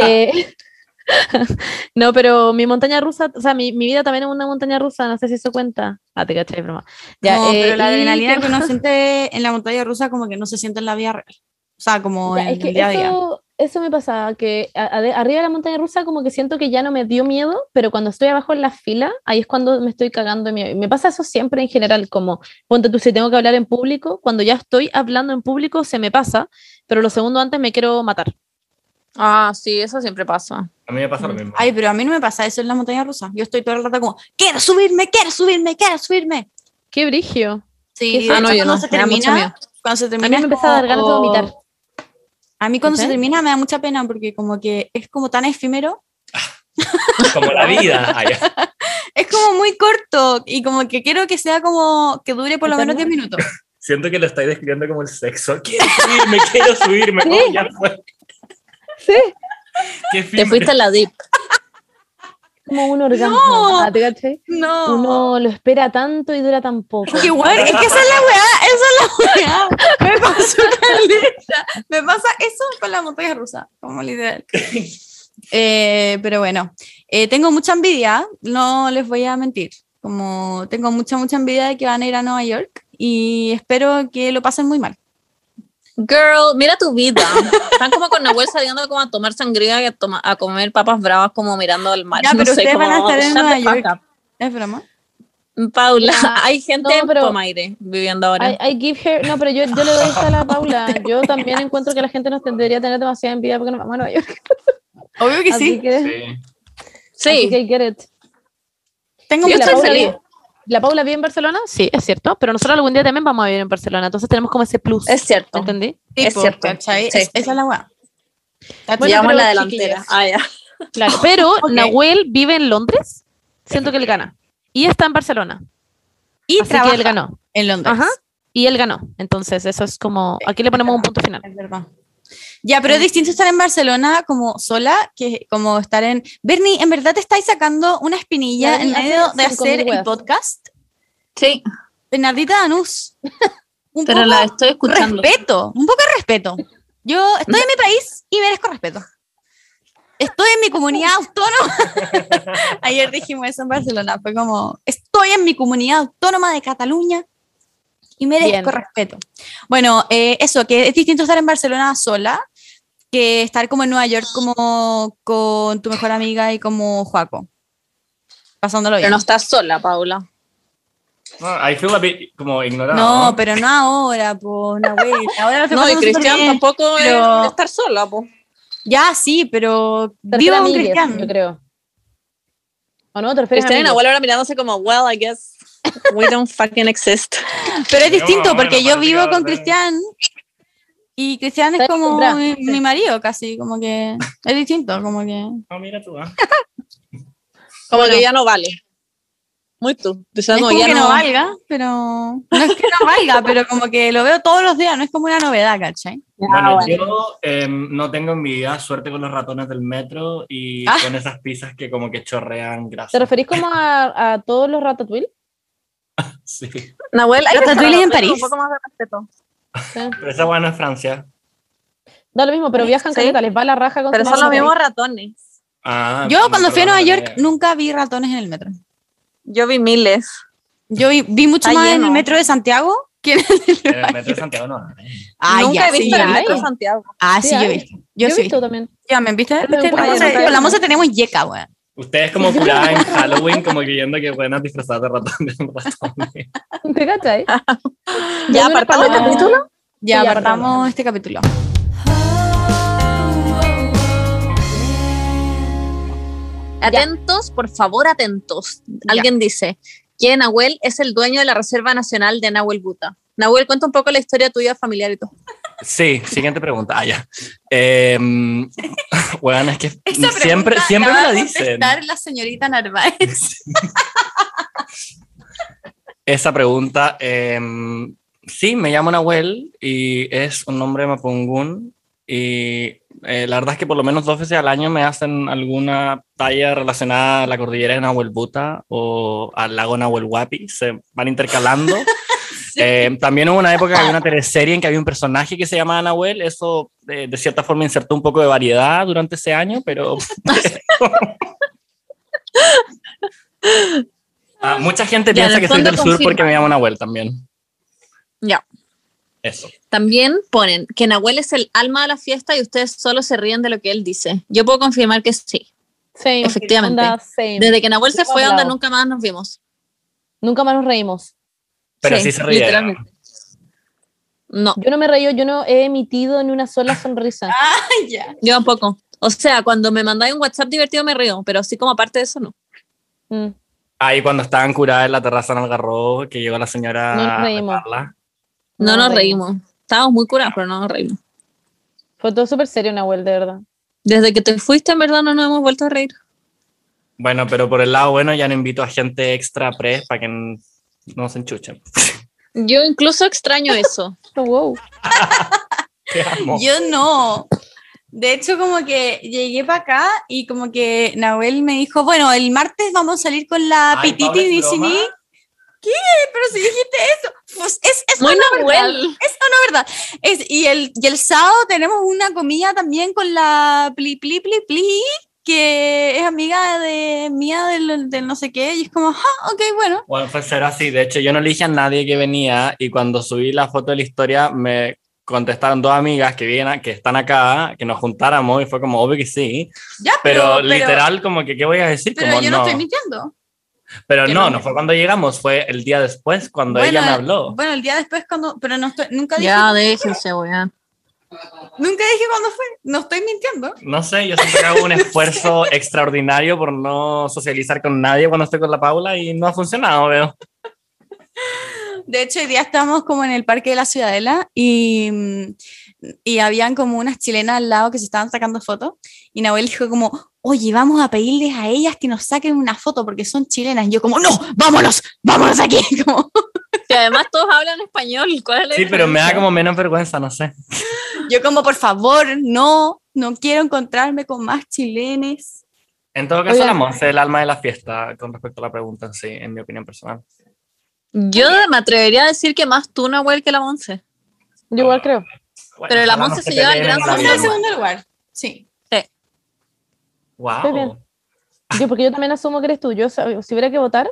Speaker 1: Eh, no, pero mi montaña rusa, o sea, mi, mi vida también es una montaña rusa, no sé si eso cuenta. Ah, te caché, broma. Ya,
Speaker 4: no,
Speaker 1: eh,
Speaker 4: pero la
Speaker 1: y
Speaker 4: adrenalina
Speaker 1: que-
Speaker 4: que uno siente en la montaña rusa como que no se siente en la vida real. O sea, como
Speaker 1: ya,
Speaker 4: en
Speaker 1: es que
Speaker 4: el día a día.
Speaker 1: eso, eso me pasaba, que a- a- arriba de la montaña rusa como que siento que ya no me dio miedo, pero cuando estoy abajo en la fila, ahí es cuando me estoy cagando de miedo. Y me pasa eso siempre en general, como, ponte tú, si tengo que hablar en público, cuando ya estoy hablando en público se me pasa, pero lo segundo antes me quiero matar.
Speaker 2: Ah, sí, eso siempre pasa.
Speaker 5: A mí me pasa lo mismo.
Speaker 4: Ay, pero a mí no me pasa eso en la montaña rusa. Yo estoy todo el rato como, quiero subirme, quiero subirme, quiero subirme.
Speaker 1: ¡Qué brigio! ¿Qué Ah,
Speaker 4: Sí, de
Speaker 1: es eso?
Speaker 4: hecho,
Speaker 2: no, yo
Speaker 4: cuando
Speaker 2: no,
Speaker 4: se
Speaker 2: me da mucho
Speaker 4: termina,
Speaker 2: miedo.
Speaker 4: cuando se
Speaker 1: A
Speaker 4: termina
Speaker 1: mí me
Speaker 4: es
Speaker 1: empezó a dar ganas de
Speaker 4: como-
Speaker 1: vomitar.
Speaker 4: A mí cuando se
Speaker 1: ¿Cachai?
Speaker 4: termina me da mucha pena porque como que es como tan efímero,
Speaker 5: Como la vida. Ah, ya.
Speaker 4: es como muy corto y como que quiero que sea como que dure por lo menos 10 minutos.
Speaker 5: Siento que lo estáis describiendo como el sexo. Quiero subirme, quiero subirme. Oh, ya fue.
Speaker 1: Sí,
Speaker 5: Qué
Speaker 2: Te fuiste a la deep.
Speaker 1: como un orgasmo.
Speaker 4: No.
Speaker 1: Ah, ¿te cachai?
Speaker 4: No.
Speaker 1: Uno lo espera tanto y dura tan poco.
Speaker 4: Que weón, es que esa es la weá, esa es la weá. Me pasó caleta. Me pasa eso con la montaña rusa, como literal. Eh, pero bueno, eh, tengo mucha envidia, no les voy a mentir. Como tengo mucha, mucha envidia de que van a ir a Nueva York y espero que lo pasen muy mal.
Speaker 2: Girl, mira tu vida. Están como con Nahuel saliendo como a tomar sangría y a, toma- a comer papas bravas como mirando al mar.
Speaker 4: Ya,
Speaker 2: No
Speaker 4: pero
Speaker 2: sé,
Speaker 4: ustedes
Speaker 2: como,
Speaker 4: van a estar en
Speaker 2: shut
Speaker 4: Nueva
Speaker 2: the fuck
Speaker 4: York. ¿Es broma?
Speaker 2: up. Paula,
Speaker 1: Ya,
Speaker 2: hay gente
Speaker 1: no, pero-
Speaker 2: en Pomaire viviendo ahora.
Speaker 4: ¿eh?
Speaker 1: I, I give her, no, pero yo, yo le doy esta a la Paula. Yo también encuentro que la gente nos tendría a tener demasiada envidia porque nos vamos a Nueva York.
Speaker 4: Obvio que
Speaker 1: Así
Speaker 4: sí.
Speaker 1: que,
Speaker 5: Sí.
Speaker 1: así
Speaker 2: sí,
Speaker 1: que I get it.
Speaker 4: Tengo
Speaker 2: Yo
Speaker 1: Sí,
Speaker 4: mucha
Speaker 2: estoy
Speaker 1: la, Paula
Speaker 2: feliz.
Speaker 1: vive- ¿La Paula vive en Barcelona? Sí, es cierto. Pero nosotros algún día también vamos a vivir en Barcelona. Entonces tenemos como ese plus.
Speaker 2: es cierto.
Speaker 1: ¿Entendí?
Speaker 2: es cierto.
Speaker 4: ¿cachai?
Speaker 2: Sí.
Speaker 4: Es- esa es la weá.
Speaker 1: Bueno,
Speaker 2: Llevamos
Speaker 1: pero
Speaker 2: la delantera.
Speaker 1: chiquillos.
Speaker 2: Ah, ya.
Speaker 1: Claro. Pero
Speaker 4: Ok.
Speaker 1: Nahuel vive en Londres. Siento que él gana. Y está en Barcelona.
Speaker 4: Y
Speaker 1: Así
Speaker 4: trabaja
Speaker 1: que él ganó.
Speaker 4: en Londres.
Speaker 1: Ajá. Y él ganó. Entonces, eso es como. Aquí le ponemos un punto final.
Speaker 4: Es verdad. Ya, pero es distinto estar en Barcelona como sola que como estar en... Bernie, ¿en verdad te estáis sacando una espinilla
Speaker 1: Ya,
Speaker 4: en
Speaker 1: hace
Speaker 4: medio de
Speaker 1: cinco mil
Speaker 4: hacer el
Speaker 1: weas.
Speaker 4: podcast?
Speaker 2: Sí,
Speaker 4: Bernardita Danús, un
Speaker 2: pero
Speaker 4: poco
Speaker 2: la estoy escuchando.
Speaker 4: respeto, un poco de respeto. Yo estoy en mi país y merezco respeto. Estoy en mi comunidad autónoma. Ayer dijimos eso en Barcelona, fue como, estoy en mi comunidad autónoma de Cataluña y merezco
Speaker 1: Bien.
Speaker 4: respeto. Bueno, eh, eso, que es distinto estar en Barcelona sola que estar como en Nueva York como con tu mejor amiga y como Juaco. Pasándolo
Speaker 2: Pero
Speaker 4: bien.
Speaker 2: no estás sola, Paula.
Speaker 5: No, I feel a bit como ignorado.
Speaker 4: No, pero no ahora, pues, Nahuel. Ahora lo estoy
Speaker 2: No, y
Speaker 4: pasando súper
Speaker 2: Cristian
Speaker 4: bien.
Speaker 2: tampoco es
Speaker 4: pero-
Speaker 2: de estar sola, po.
Speaker 4: Ya, sí, pero
Speaker 1: Te
Speaker 4: viva con
Speaker 1: refieres a amigues,
Speaker 4: Cristian.
Speaker 1: Yo creo. ¿O no? ¿Te refieres a
Speaker 2: Cristian y
Speaker 1: amigues?
Speaker 2: Nahuel ahora mirándose como, well, I guess we don't fucking exist.
Speaker 4: Pero es
Speaker 5: No,
Speaker 4: distinto
Speaker 5: bueno,
Speaker 4: porque yo
Speaker 5: parece que
Speaker 4: vivo
Speaker 5: va a
Speaker 4: con
Speaker 5: ser-
Speaker 4: Cristian y Cristian es
Speaker 1: Está
Speaker 4: como
Speaker 1: acostumbrado,
Speaker 4: mi,
Speaker 1: sí.
Speaker 4: mi marido casi, como que es distinto, como que...
Speaker 5: No, mira tú. ah.
Speaker 2: Como
Speaker 4: Bueno.
Speaker 2: que ya no vale. Muy tú.
Speaker 4: No
Speaker 2: Diciendo,
Speaker 4: es como
Speaker 2: ya
Speaker 4: que no
Speaker 2: no
Speaker 4: valga, pero... No es que no valga, pero como que lo veo todos los días, no es como una novedad, ¿cachai?
Speaker 1: Ah,
Speaker 5: Bueno, yo em, no tengo envidia, suerte con los ratones del metro y
Speaker 4: Ah.
Speaker 5: con esas pizzas que como que chorrean
Speaker 1: ¿Te
Speaker 5: grasa.
Speaker 1: referís como a, a todos los ratatouille?
Speaker 5: Sí.
Speaker 2: Nahuel, hay
Speaker 4: Los
Speaker 2: que
Speaker 4: tatuajes en
Speaker 2: tratarlo
Speaker 4: París.
Speaker 2: Un poco más de respeto.
Speaker 5: Pero esa buena es Francia.
Speaker 1: Da lo mismo, pero viajan
Speaker 2: Sí.
Speaker 1: caleta, les va la raja con
Speaker 2: Pero
Speaker 1: su
Speaker 2: son los
Speaker 1: madre.
Speaker 2: mismos ratones.
Speaker 5: Ah,
Speaker 4: Yo
Speaker 5: no,
Speaker 4: cuando fui a
Speaker 5: perdón,
Speaker 4: Nueva
Speaker 5: no
Speaker 4: York
Speaker 5: tenía-
Speaker 4: nunca vi ratones en el metro.
Speaker 2: Yo vi miles.
Speaker 4: Yo vi, vi mucho
Speaker 2: Está
Speaker 4: más en el
Speaker 2: lleno.
Speaker 4: metro de Santiago que en el de
Speaker 5: en
Speaker 4: Nueva
Speaker 5: el metro de
Speaker 4: York.
Speaker 5: Santiago no ¿eh? hay.
Speaker 4: Ah,
Speaker 2: Nunca
Speaker 4: ya,
Speaker 2: he visto
Speaker 4: sí, ya.
Speaker 2: el metro de Santiago.
Speaker 4: Ah, sí,
Speaker 1: Sí,
Speaker 4: yo he
Speaker 1: hay.
Speaker 4: visto. Yo,
Speaker 1: Yo he
Speaker 4: sí.
Speaker 1: visto también.
Speaker 4: Ya, ¿me viste?
Speaker 1: Pero
Speaker 4: ¿Viste?
Speaker 1: en
Speaker 4: La
Speaker 1: Puerto
Speaker 4: Monse-
Speaker 1: Rico.
Speaker 4: Con la moza tenemos yeca, weón.
Speaker 5: Ustedes como curadas en Halloween, como creyendo que pueden disfrazadas de ratones. ratones.
Speaker 1: ¿Te cachai? este
Speaker 2: Ya,
Speaker 1: Yo vi una
Speaker 2: apartamos el
Speaker 1: paloma.
Speaker 2: capítulo.
Speaker 4: Ya,
Speaker 1: Sí,
Speaker 4: apartamos
Speaker 1: apartamos.
Speaker 4: este capítulo.
Speaker 2: Atentos, por favor, atentos. Alguien dice que Nahuel es el dueño de la Reserva Nacional de Nahuel Buta. Nahuel, cuenta un poco la historia tuya familiar y todo.
Speaker 5: Sí, siguiente pregunta. Ah, ya. Eh, bueno, es que
Speaker 4: Esa
Speaker 5: siempre,
Speaker 4: pregunta
Speaker 5: siempre me
Speaker 4: acaba
Speaker 5: la
Speaker 4: de
Speaker 5: dicen.
Speaker 4: contestar la señorita Narváez.
Speaker 5: Esa pregunta, eh, sí, me llamo Nahuel y es un nombre mapungún y eh, la verdad es que por lo menos dos veces al año me hacen alguna talla relacionada a la cordillera de Nahuel Buta o al lago Nahuel Huapi, se van intercalando. Eh, también hubo una época que había una teleserie en que había un personaje que se llamaba Nahuel, eso eh, de cierta forma insertó un poco de variedad durante ese año, pero... Ah, mucha gente
Speaker 2: Ya, en
Speaker 5: piensa
Speaker 2: el
Speaker 5: que soy
Speaker 2: fondo
Speaker 5: del sur
Speaker 2: confirma.
Speaker 5: porque me llamo Nahuel también.
Speaker 2: Ya.
Speaker 5: Eso.
Speaker 2: También ponen que Nahuel es el alma de la fiesta y ustedes solo se ríen de lo que él dice. Yo puedo confirmar que sí.
Speaker 1: Same.
Speaker 2: Efectivamente.
Speaker 1: Onda same.
Speaker 2: Desde que Nahuel se
Speaker 1: Estamos
Speaker 2: fue, onda,
Speaker 1: bravos.
Speaker 2: nunca más nos vimos.
Speaker 1: Nunca más nos reímos.
Speaker 5: Pero sí, se ríe.
Speaker 2: literalmente. No,
Speaker 1: Yo no me reí, yo no he emitido ni una sola sonrisa.
Speaker 2: yo tampoco. O sea, cuando me mandáis un WhatsApp divertido me río, pero así como aparte de eso, no.
Speaker 1: Mm.
Speaker 5: Ahí cuando estaban curadas en la terraza en Algarrobo, que llegó la señora
Speaker 1: Nos
Speaker 5: a
Speaker 1: reímos.
Speaker 5: retarla.
Speaker 2: No nos
Speaker 1: no,
Speaker 2: reímos. Estábamos muy curados, pero no nos reímos.
Speaker 1: Fue todo súper serio, Nahuel, de verdad.
Speaker 2: Desde que te fuiste, en verdad, no nos hemos vuelto a reír.
Speaker 5: Bueno, pero por el lado bueno ya no invito a gente extra pre para que n- no se enchuchen.
Speaker 2: Yo incluso extraño eso.
Speaker 1: Oh, wow.
Speaker 5: Te amo.
Speaker 4: Yo no. De hecho, como que llegué para acá y como que Nahuel me dijo, bueno, el martes vamos a salir con la
Speaker 5: Ay,
Speaker 4: pititi
Speaker 5: Paula, ¿es broma?
Speaker 4: Nicini. ¿Qué? Pero si dijiste eso. Pues es, es
Speaker 2: Muy
Speaker 4: una verdad.
Speaker 2: Nahuel.
Speaker 4: Eso no es verdad. Es, y, el, y el sábado tenemos una comida también con la Pli Pli Pli Pli, que es amiga de mía del, del no sé qué. Y es como, ah, ok, bueno.
Speaker 5: Bueno, fue ser así. De hecho, yo no le dije a nadie que venía y cuando subí la foto de la historia me contestaron dos amigas que vienen, que están acá, que nos juntáramos y fue como obvio que sí.
Speaker 4: Ya,
Speaker 5: Pero, literal, como que, ¿qué voy a decir?
Speaker 4: Pero
Speaker 5: como
Speaker 4: yo no,
Speaker 5: no.
Speaker 4: estoy mintiendo.
Speaker 5: pero
Speaker 4: que
Speaker 5: no,
Speaker 4: no.
Speaker 5: no fue cuando llegamos, fue el día después cuando ella me habló.
Speaker 4: Bueno, el día después cuando, pero no estoy, nunca dije,
Speaker 2: Ya, Ah, déjense, weón.
Speaker 4: nunca dije cuándo fue. No estoy mintiendo.
Speaker 5: No sé, yo siempre hago un esfuerzo extraordinario por no socializar con nadie cuando estoy con la Paula y no ha funcionado, veo.
Speaker 4: De hecho, hoy día estábamos como en el Parque de la Ciudadela y, mm, y habían como unas chilenas al lado que se estaban sacando fotos y Nahuel dijo como, oye, vamos a pedirles a ellas que nos saquen una foto porque son chilenas. Y yo como, no, vámonos, vámonos aquí. Como,
Speaker 2: Que además todos hablan español. ¿Cuál es la
Speaker 5: Sí, pero me da
Speaker 2: diferencia?
Speaker 5: como menos vergüenza, no sé.
Speaker 4: yo como, por favor, no, no quiero encontrarme con más chilenes.
Speaker 5: En todo caso,
Speaker 1: Oigan.
Speaker 5: la Monse es el alma de la fiesta con respecto a la pregunta, en sí, en mi opinión personal.
Speaker 2: Yo me atrevería a decir que más tú, Nahuel, que la Monse.
Speaker 1: Yo igual creo.
Speaker 5: Bueno,
Speaker 2: Pero la
Speaker 5: ojalá
Speaker 2: Monse
Speaker 5: no
Speaker 2: se lleva el
Speaker 5: peleen
Speaker 2: gran
Speaker 5: en la
Speaker 4: Está
Speaker 2: Está bien.
Speaker 4: en
Speaker 5: vida.
Speaker 4: segundo lugar, sí.
Speaker 1: Estoy bien.
Speaker 5: Wow.
Speaker 1: Yo, porque yo también asumo que eres tú. Yo, sab- si hubiera que votar,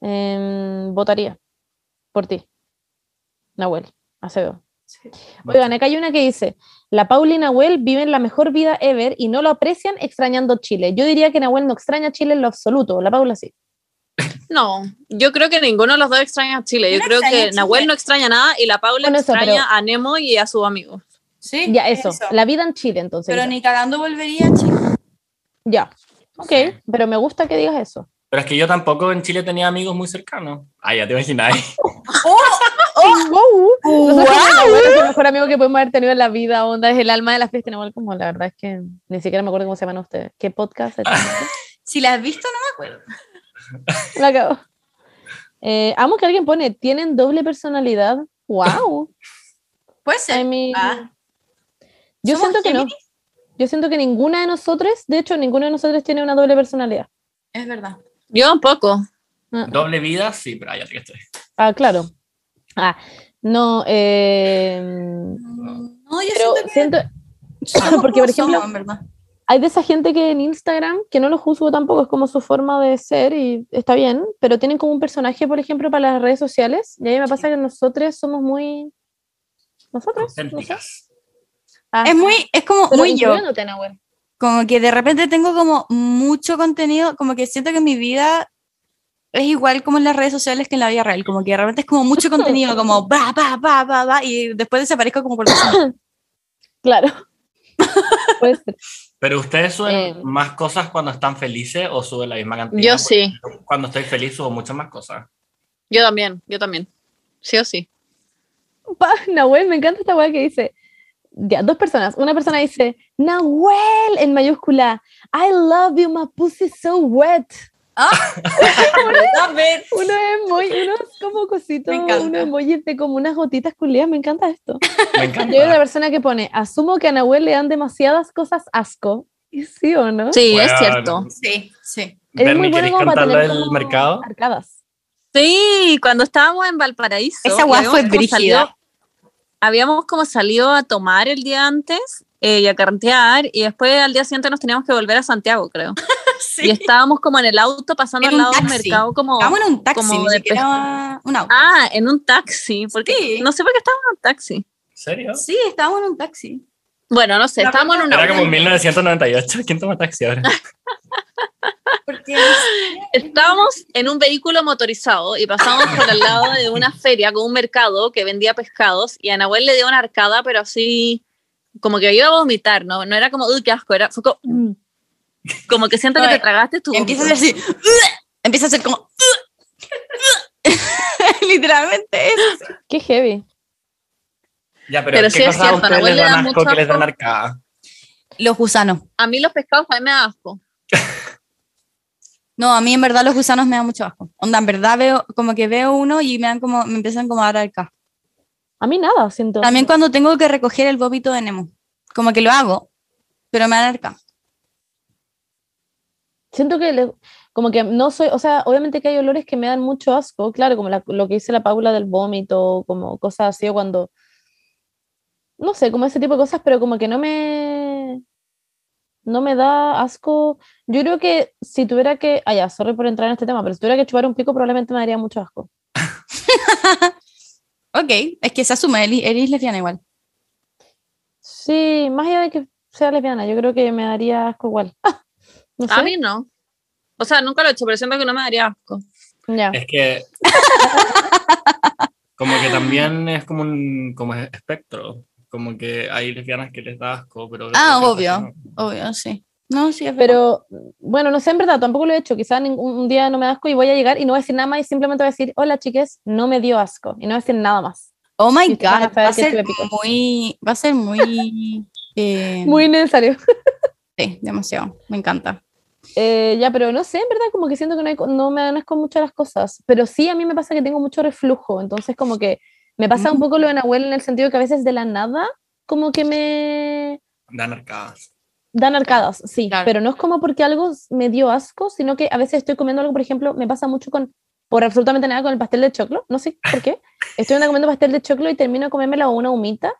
Speaker 1: em, votaría por ti. Nahuel, Acevedo.
Speaker 2: eh.
Speaker 1: Oigan, acá hay una que dice, la Paula y Nahuel viven la mejor vida ever y no lo aprecian extrañando Chile. Yo diría que Nahuel no extraña Chile en lo absoluto, la Paula sí.
Speaker 2: No, yo creo que ninguno de los dos extraña a Chile. Yo
Speaker 4: Yo no
Speaker 2: creo que
Speaker 4: extraño a Chile.
Speaker 2: Nahuel no extraña nada y la Paula
Speaker 1: Bueno, eso,
Speaker 2: extraña
Speaker 1: pero-
Speaker 2: a Nemo y a su amigo.
Speaker 4: Sí,
Speaker 1: Ya, eso, la vida en Chile entonces.
Speaker 4: Pero
Speaker 1: ya.
Speaker 4: ni cagando volvería, chicos.
Speaker 1: Ya. Ok, pero me gusta que digas eso.
Speaker 5: Pero es que yo tampoco en Chile tenía amigos muy cercanos. Ah, ya te imagináis.
Speaker 4: ¡Ah!
Speaker 1: ¡Wow! Nosotros con Nahuel es el mejor amigo que podemos haber tenido en la vida, onda, es el alma de la fiesta. y Nahuel, como la verdad es que ni siquiera me acuerdo cómo se llaman ustedes. ¿Qué podcast? es?
Speaker 4: Si la has visto,
Speaker 1: La cagó. Eh, amo que alguien pone, tienen doble personalidad. ¡Wow!
Speaker 4: no puede ser.
Speaker 1: I mean,
Speaker 4: Ah.
Speaker 1: yo
Speaker 4: ¿Somos
Speaker 1: siento que no. Yo siento que ninguna de nosotros, de hecho, ninguna de nosotros tiene una doble personalidad.
Speaker 4: Es verdad.
Speaker 2: Yo tampoco.
Speaker 5: Doble vida, sí, pero ah, ya te estoy.
Speaker 1: Ah, claro. Ah, no, eh,
Speaker 4: No, yo
Speaker 1: pero
Speaker 4: siento que
Speaker 1: siento,
Speaker 4: somos
Speaker 1: porque,
Speaker 4: como
Speaker 1: por ejemplo,
Speaker 4: somos, en verdad.
Speaker 1: hay de esa gente que en Instagram, que no lo juzgo tampoco, es como su forma de ser y está bien, pero tienen como un personaje, por ejemplo, para las redes sociales. Y a mí me pasa que nosotros somos muy...
Speaker 2: Pues,
Speaker 1: Nosotros. no sé.
Speaker 5: Auténticas.
Speaker 1: Ah,
Speaker 4: Es muy, es como
Speaker 1: pero
Speaker 4: muy yo.
Speaker 1: incluyéndote, Nahuel.
Speaker 4: Como que de repente tengo como mucho contenido, como que siento que mi vida es igual como en las redes sociales que en la vida real. Como que de repente es como mucho contenido, como va, va, va, va, va, y después desaparezco como por dos semanas.
Speaker 1: Claro. Puede ser.
Speaker 5: Pero ustedes suben
Speaker 1: Eh.
Speaker 5: más cosas cuando están felices o suben la misma cantidad.
Speaker 2: Yo sí.
Speaker 5: Cuando estoy feliz subo muchas más cosas.
Speaker 2: Yo también. Yo también. Sí o sí.
Speaker 1: Pa- Nahuel, me encanta esta weá que dice. Ya, dos personas. Una persona dice, Nahuel, en mayúscula. I love you, my pussy so wet.
Speaker 4: A ver,
Speaker 1: Uno emoji, unos como cositos,
Speaker 4: Me encanta.
Speaker 1: unos emojis de como unas gotitas culiadas. Me encanta esto.
Speaker 5: Me
Speaker 1: Yo veo la
Speaker 5: encanta.
Speaker 1: persona que pone, asumo que a Nahuel le dan demasiadas cosas asco. ¿Y sí o no?
Speaker 2: Sí,
Speaker 5: Bueno,
Speaker 2: es cierto.
Speaker 4: sí, sí.
Speaker 1: Es muy
Speaker 5: Bernie,
Speaker 1: bueno
Speaker 5: ¿querés
Speaker 1: como para
Speaker 5: cantarla
Speaker 1: tener
Speaker 5: del
Speaker 1: como
Speaker 5: mercado?
Speaker 1: Arcadas.
Speaker 2: Sí, cuando estábamos en Valparaíso.
Speaker 4: Esa guá
Speaker 2: y habíamos
Speaker 4: fue
Speaker 2: como
Speaker 4: brígida.
Speaker 2: salido- Habíamos como salido a tomar el día antes eh, y a carretear y después al día siguiente nos teníamos que volver a Santiago, creo. Y estábamos como en el auto pasando
Speaker 4: En
Speaker 2: al
Speaker 4: un
Speaker 2: lado del
Speaker 4: taxi. Ah,
Speaker 2: mercado como...
Speaker 4: Estábamos en un taxi,
Speaker 2: como
Speaker 4: ni
Speaker 2: de
Speaker 4: siquiera un auto.
Speaker 2: Ah, en un taxi. Porque
Speaker 4: Sí.
Speaker 2: No sé por qué estábamos en un taxi.
Speaker 5: ¿En serio?
Speaker 4: Sí, estábamos en un taxi.
Speaker 2: Bueno, no sé,
Speaker 4: La
Speaker 2: estábamos en un
Speaker 5: Era
Speaker 2: auto.
Speaker 5: como 1998. ¿Quién toma taxi ahora?
Speaker 4: Porque
Speaker 2: Estábamos en un vehículo motorizado y pasamos por al lado de una feria con un mercado que vendía pescados y a Nahuel le dio una arcada, pero así como que iba a vomitar, ¿no? No era como, uy, qué asco, era fue como, "Mm". como que siento
Speaker 4: No,
Speaker 2: que te
Speaker 4: eh,
Speaker 2: tragaste tu
Speaker 4: empiezas a
Speaker 2: vómito.
Speaker 4: decir, empieza a hacer como... Literalmente eso.
Speaker 1: Qué heavy.
Speaker 5: Ya, pero,
Speaker 2: Pero
Speaker 5: ¿qué
Speaker 2: sí es
Speaker 5: cosas a
Speaker 2: cierto,
Speaker 5: ustedes
Speaker 2: Nahuel
Speaker 5: les
Speaker 2: le da
Speaker 5: dan asco
Speaker 2: mucho
Speaker 5: que les dan
Speaker 2: asco.
Speaker 5: arcada?
Speaker 4: Los gusanos.
Speaker 2: A mí los pescados también me da asco.
Speaker 4: No, a mí en verdad los gusanos me dan mucho asco. Onda, en verdad veo, como que veo uno y me dan como, me empiezan como a dar arcas.
Speaker 1: A mí nada, siento.
Speaker 4: También cuando tengo que recoger el vómito de Nemo. Como que lo hago, pero me dan arcas.
Speaker 1: Siento que le- como que no soy, o sea, obviamente que hay olores que me dan mucho asco, claro, como la- lo que dice la Paula del vómito, como cosas así, o cuando, no sé, como ese tipo de cosas, pero como que no me, no me da asco. Yo creo que si tuviera que, ah, ya, sorry por entrar en este tema, pero si tuviera que chupar un pico probablemente me daría mucho asco.
Speaker 4: Ok, es que se asume, Eli- eres lesbiana igual.
Speaker 1: Sí, más allá de que sea lesbiana, yo creo que me daría asco igual. No
Speaker 2: A
Speaker 4: ¿Ah,
Speaker 1: sé,
Speaker 2: mí no. O sea, nunca lo he hecho, pero siento que no me daría asco.
Speaker 1: ya.
Speaker 5: Es que. como que también es como un como es espectro. Como que hay lesbianas que les da asco, pero.
Speaker 4: Ah,
Speaker 5: otras
Speaker 4: obvio.
Speaker 5: personas-
Speaker 4: Obvio, sí. No, sí, es verdad.
Speaker 1: Pero bueno, no sé, en verdad, tampoco lo he hecho. Quizá ningún un día no me da asco y voy a llegar y no voy a decir nada más y simplemente voy a decir, hola chiques, no me dio asco y no voy a decir nada más.
Speaker 4: Oh my
Speaker 1: Y ustedes van a
Speaker 4: god, va a
Speaker 1: saber que
Speaker 4: ser
Speaker 1: estuve pico.
Speaker 4: muy, va a ser muy, eh,
Speaker 1: Muy necesario.
Speaker 4: sí, demasiado, me encanta.
Speaker 1: Eh, ya, pero no sé, en verdad, como que siento que no, hay co- no me dan asco mucho las cosas. Pero sí, a mí me pasa que tengo mucho reflujo. Entonces, como que me pasa un poco lo de Nahuel en el sentido que a veces de la nada, como que me
Speaker 5: Dan arcadas.
Speaker 1: dan arcadas, sí.
Speaker 4: Claro.
Speaker 1: Pero no es como porque algo s- me dio asco, sino que a veces estoy comiendo algo, por ejemplo, me pasa mucho con, por absolutamente nada, con el pastel de choclo. No sé por qué. Estoy andando comiendo pastel de choclo y termino de comérmela o una humita.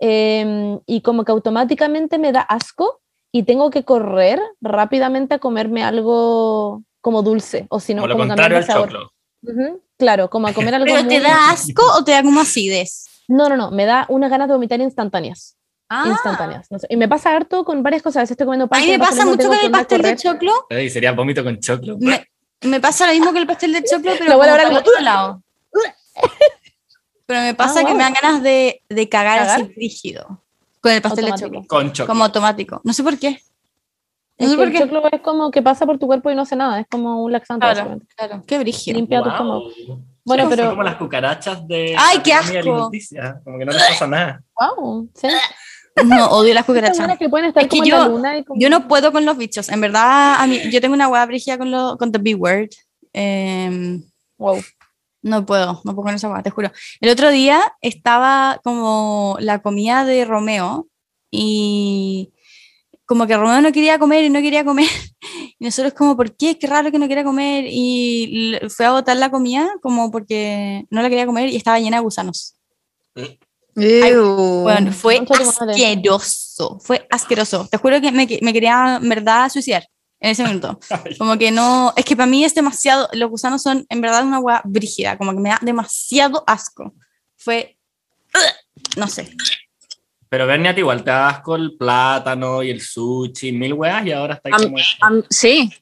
Speaker 1: em, y como que automáticamente me da asco y tengo que correr rápidamente a comerme algo como dulce o si no
Speaker 5: Como lo
Speaker 1: como
Speaker 5: contrario
Speaker 1: cambiar
Speaker 5: al
Speaker 1: de sabor.
Speaker 5: choclo.
Speaker 1: Ujú, claro, como a comer algo
Speaker 4: ¿Pero te
Speaker 1: muy-
Speaker 4: da asco o te da como acidez?
Speaker 1: No, no, no, me da unas ganas de vomitar instantáneas, instantáneas. no sé, Y me pasa harto con varias cosas, a veces estoy comiendo
Speaker 4: a
Speaker 1: pastel,
Speaker 4: mí Ah, me
Speaker 1: pasa
Speaker 4: pasa
Speaker 1: lo mismo,
Speaker 4: mucho
Speaker 1: tengo
Speaker 4: con el
Speaker 1: que andar a
Speaker 4: pastel de
Speaker 1: correr.
Speaker 4: choclo,
Speaker 5: Ey, sería vómito con choclo.
Speaker 4: me, me pasa lo mismo que el pastel de choclo, pero
Speaker 1: La abuela
Speaker 4: como
Speaker 1: ahora
Speaker 4: para
Speaker 1: como,
Speaker 4: otro lado. Pero me pasa
Speaker 1: Ah,
Speaker 4: que
Speaker 1: wow.
Speaker 4: me dan ganas de, de cagar,
Speaker 1: ¿Cagar?
Speaker 4: así rígido con el pastel de
Speaker 1: Automático.
Speaker 4: choclo,
Speaker 5: Con choclo.
Speaker 4: como automático. No sé por qué. No sé
Speaker 1: Es que
Speaker 4: por
Speaker 1: el
Speaker 4: qué.
Speaker 1: choclo es como que pasa por tu cuerpo y no hace nada, es como un laxante.
Speaker 4: Claro,
Speaker 1: básicamente.
Speaker 4: claro, qué brígido.
Speaker 1: Limpia tu
Speaker 5: Guau.
Speaker 1: estómago. Bueno,
Speaker 5: Sí, son
Speaker 1: pero-
Speaker 5: como las cucarachas de.
Speaker 4: Ay, qué
Speaker 5: Anatomía de la
Speaker 4: asco.
Speaker 5: Injusticia, Como que no les pasa nada.
Speaker 1: Wow, sí.
Speaker 4: No, odio las
Speaker 1: Estas
Speaker 4: cucarachas.
Speaker 1: buenas que pueden estar
Speaker 4: Es que
Speaker 1: como en la
Speaker 4: yo-
Speaker 1: luna y como-
Speaker 4: Yo no puedo con los bichos. En verdad, a mí, yo tengo una hueá brígida con, lo, con The Big Word. Em,
Speaker 1: Wow.
Speaker 4: no puedo, no puedo con esa hueá, te juro. El otro día estaba como la comida de Romeo y como que Romeo no quería comer y no quería comer. Y nosotros como, ¿por qué? Qué raro que no quiera comer. Y l- fue a botar la comida como porque no la quería comer y estaba llena de gusanos. Bueno, fue
Speaker 1: Concha tu madre.
Speaker 4: asqueroso, fue asqueroso. Te juro que me, que- me quería, en verdad, suicidar en ese minuto. Como que no, es que para mí es demasiado, los gusanos son en verdad una hueá brígida, como que me da demasiado asco. Fue, no sé.
Speaker 5: Pero Bernie, a ti igual te da asco el plátano y el sushi, mil weas, y ahora está ahí
Speaker 2: Am-
Speaker 5: como.
Speaker 2: Am- sí.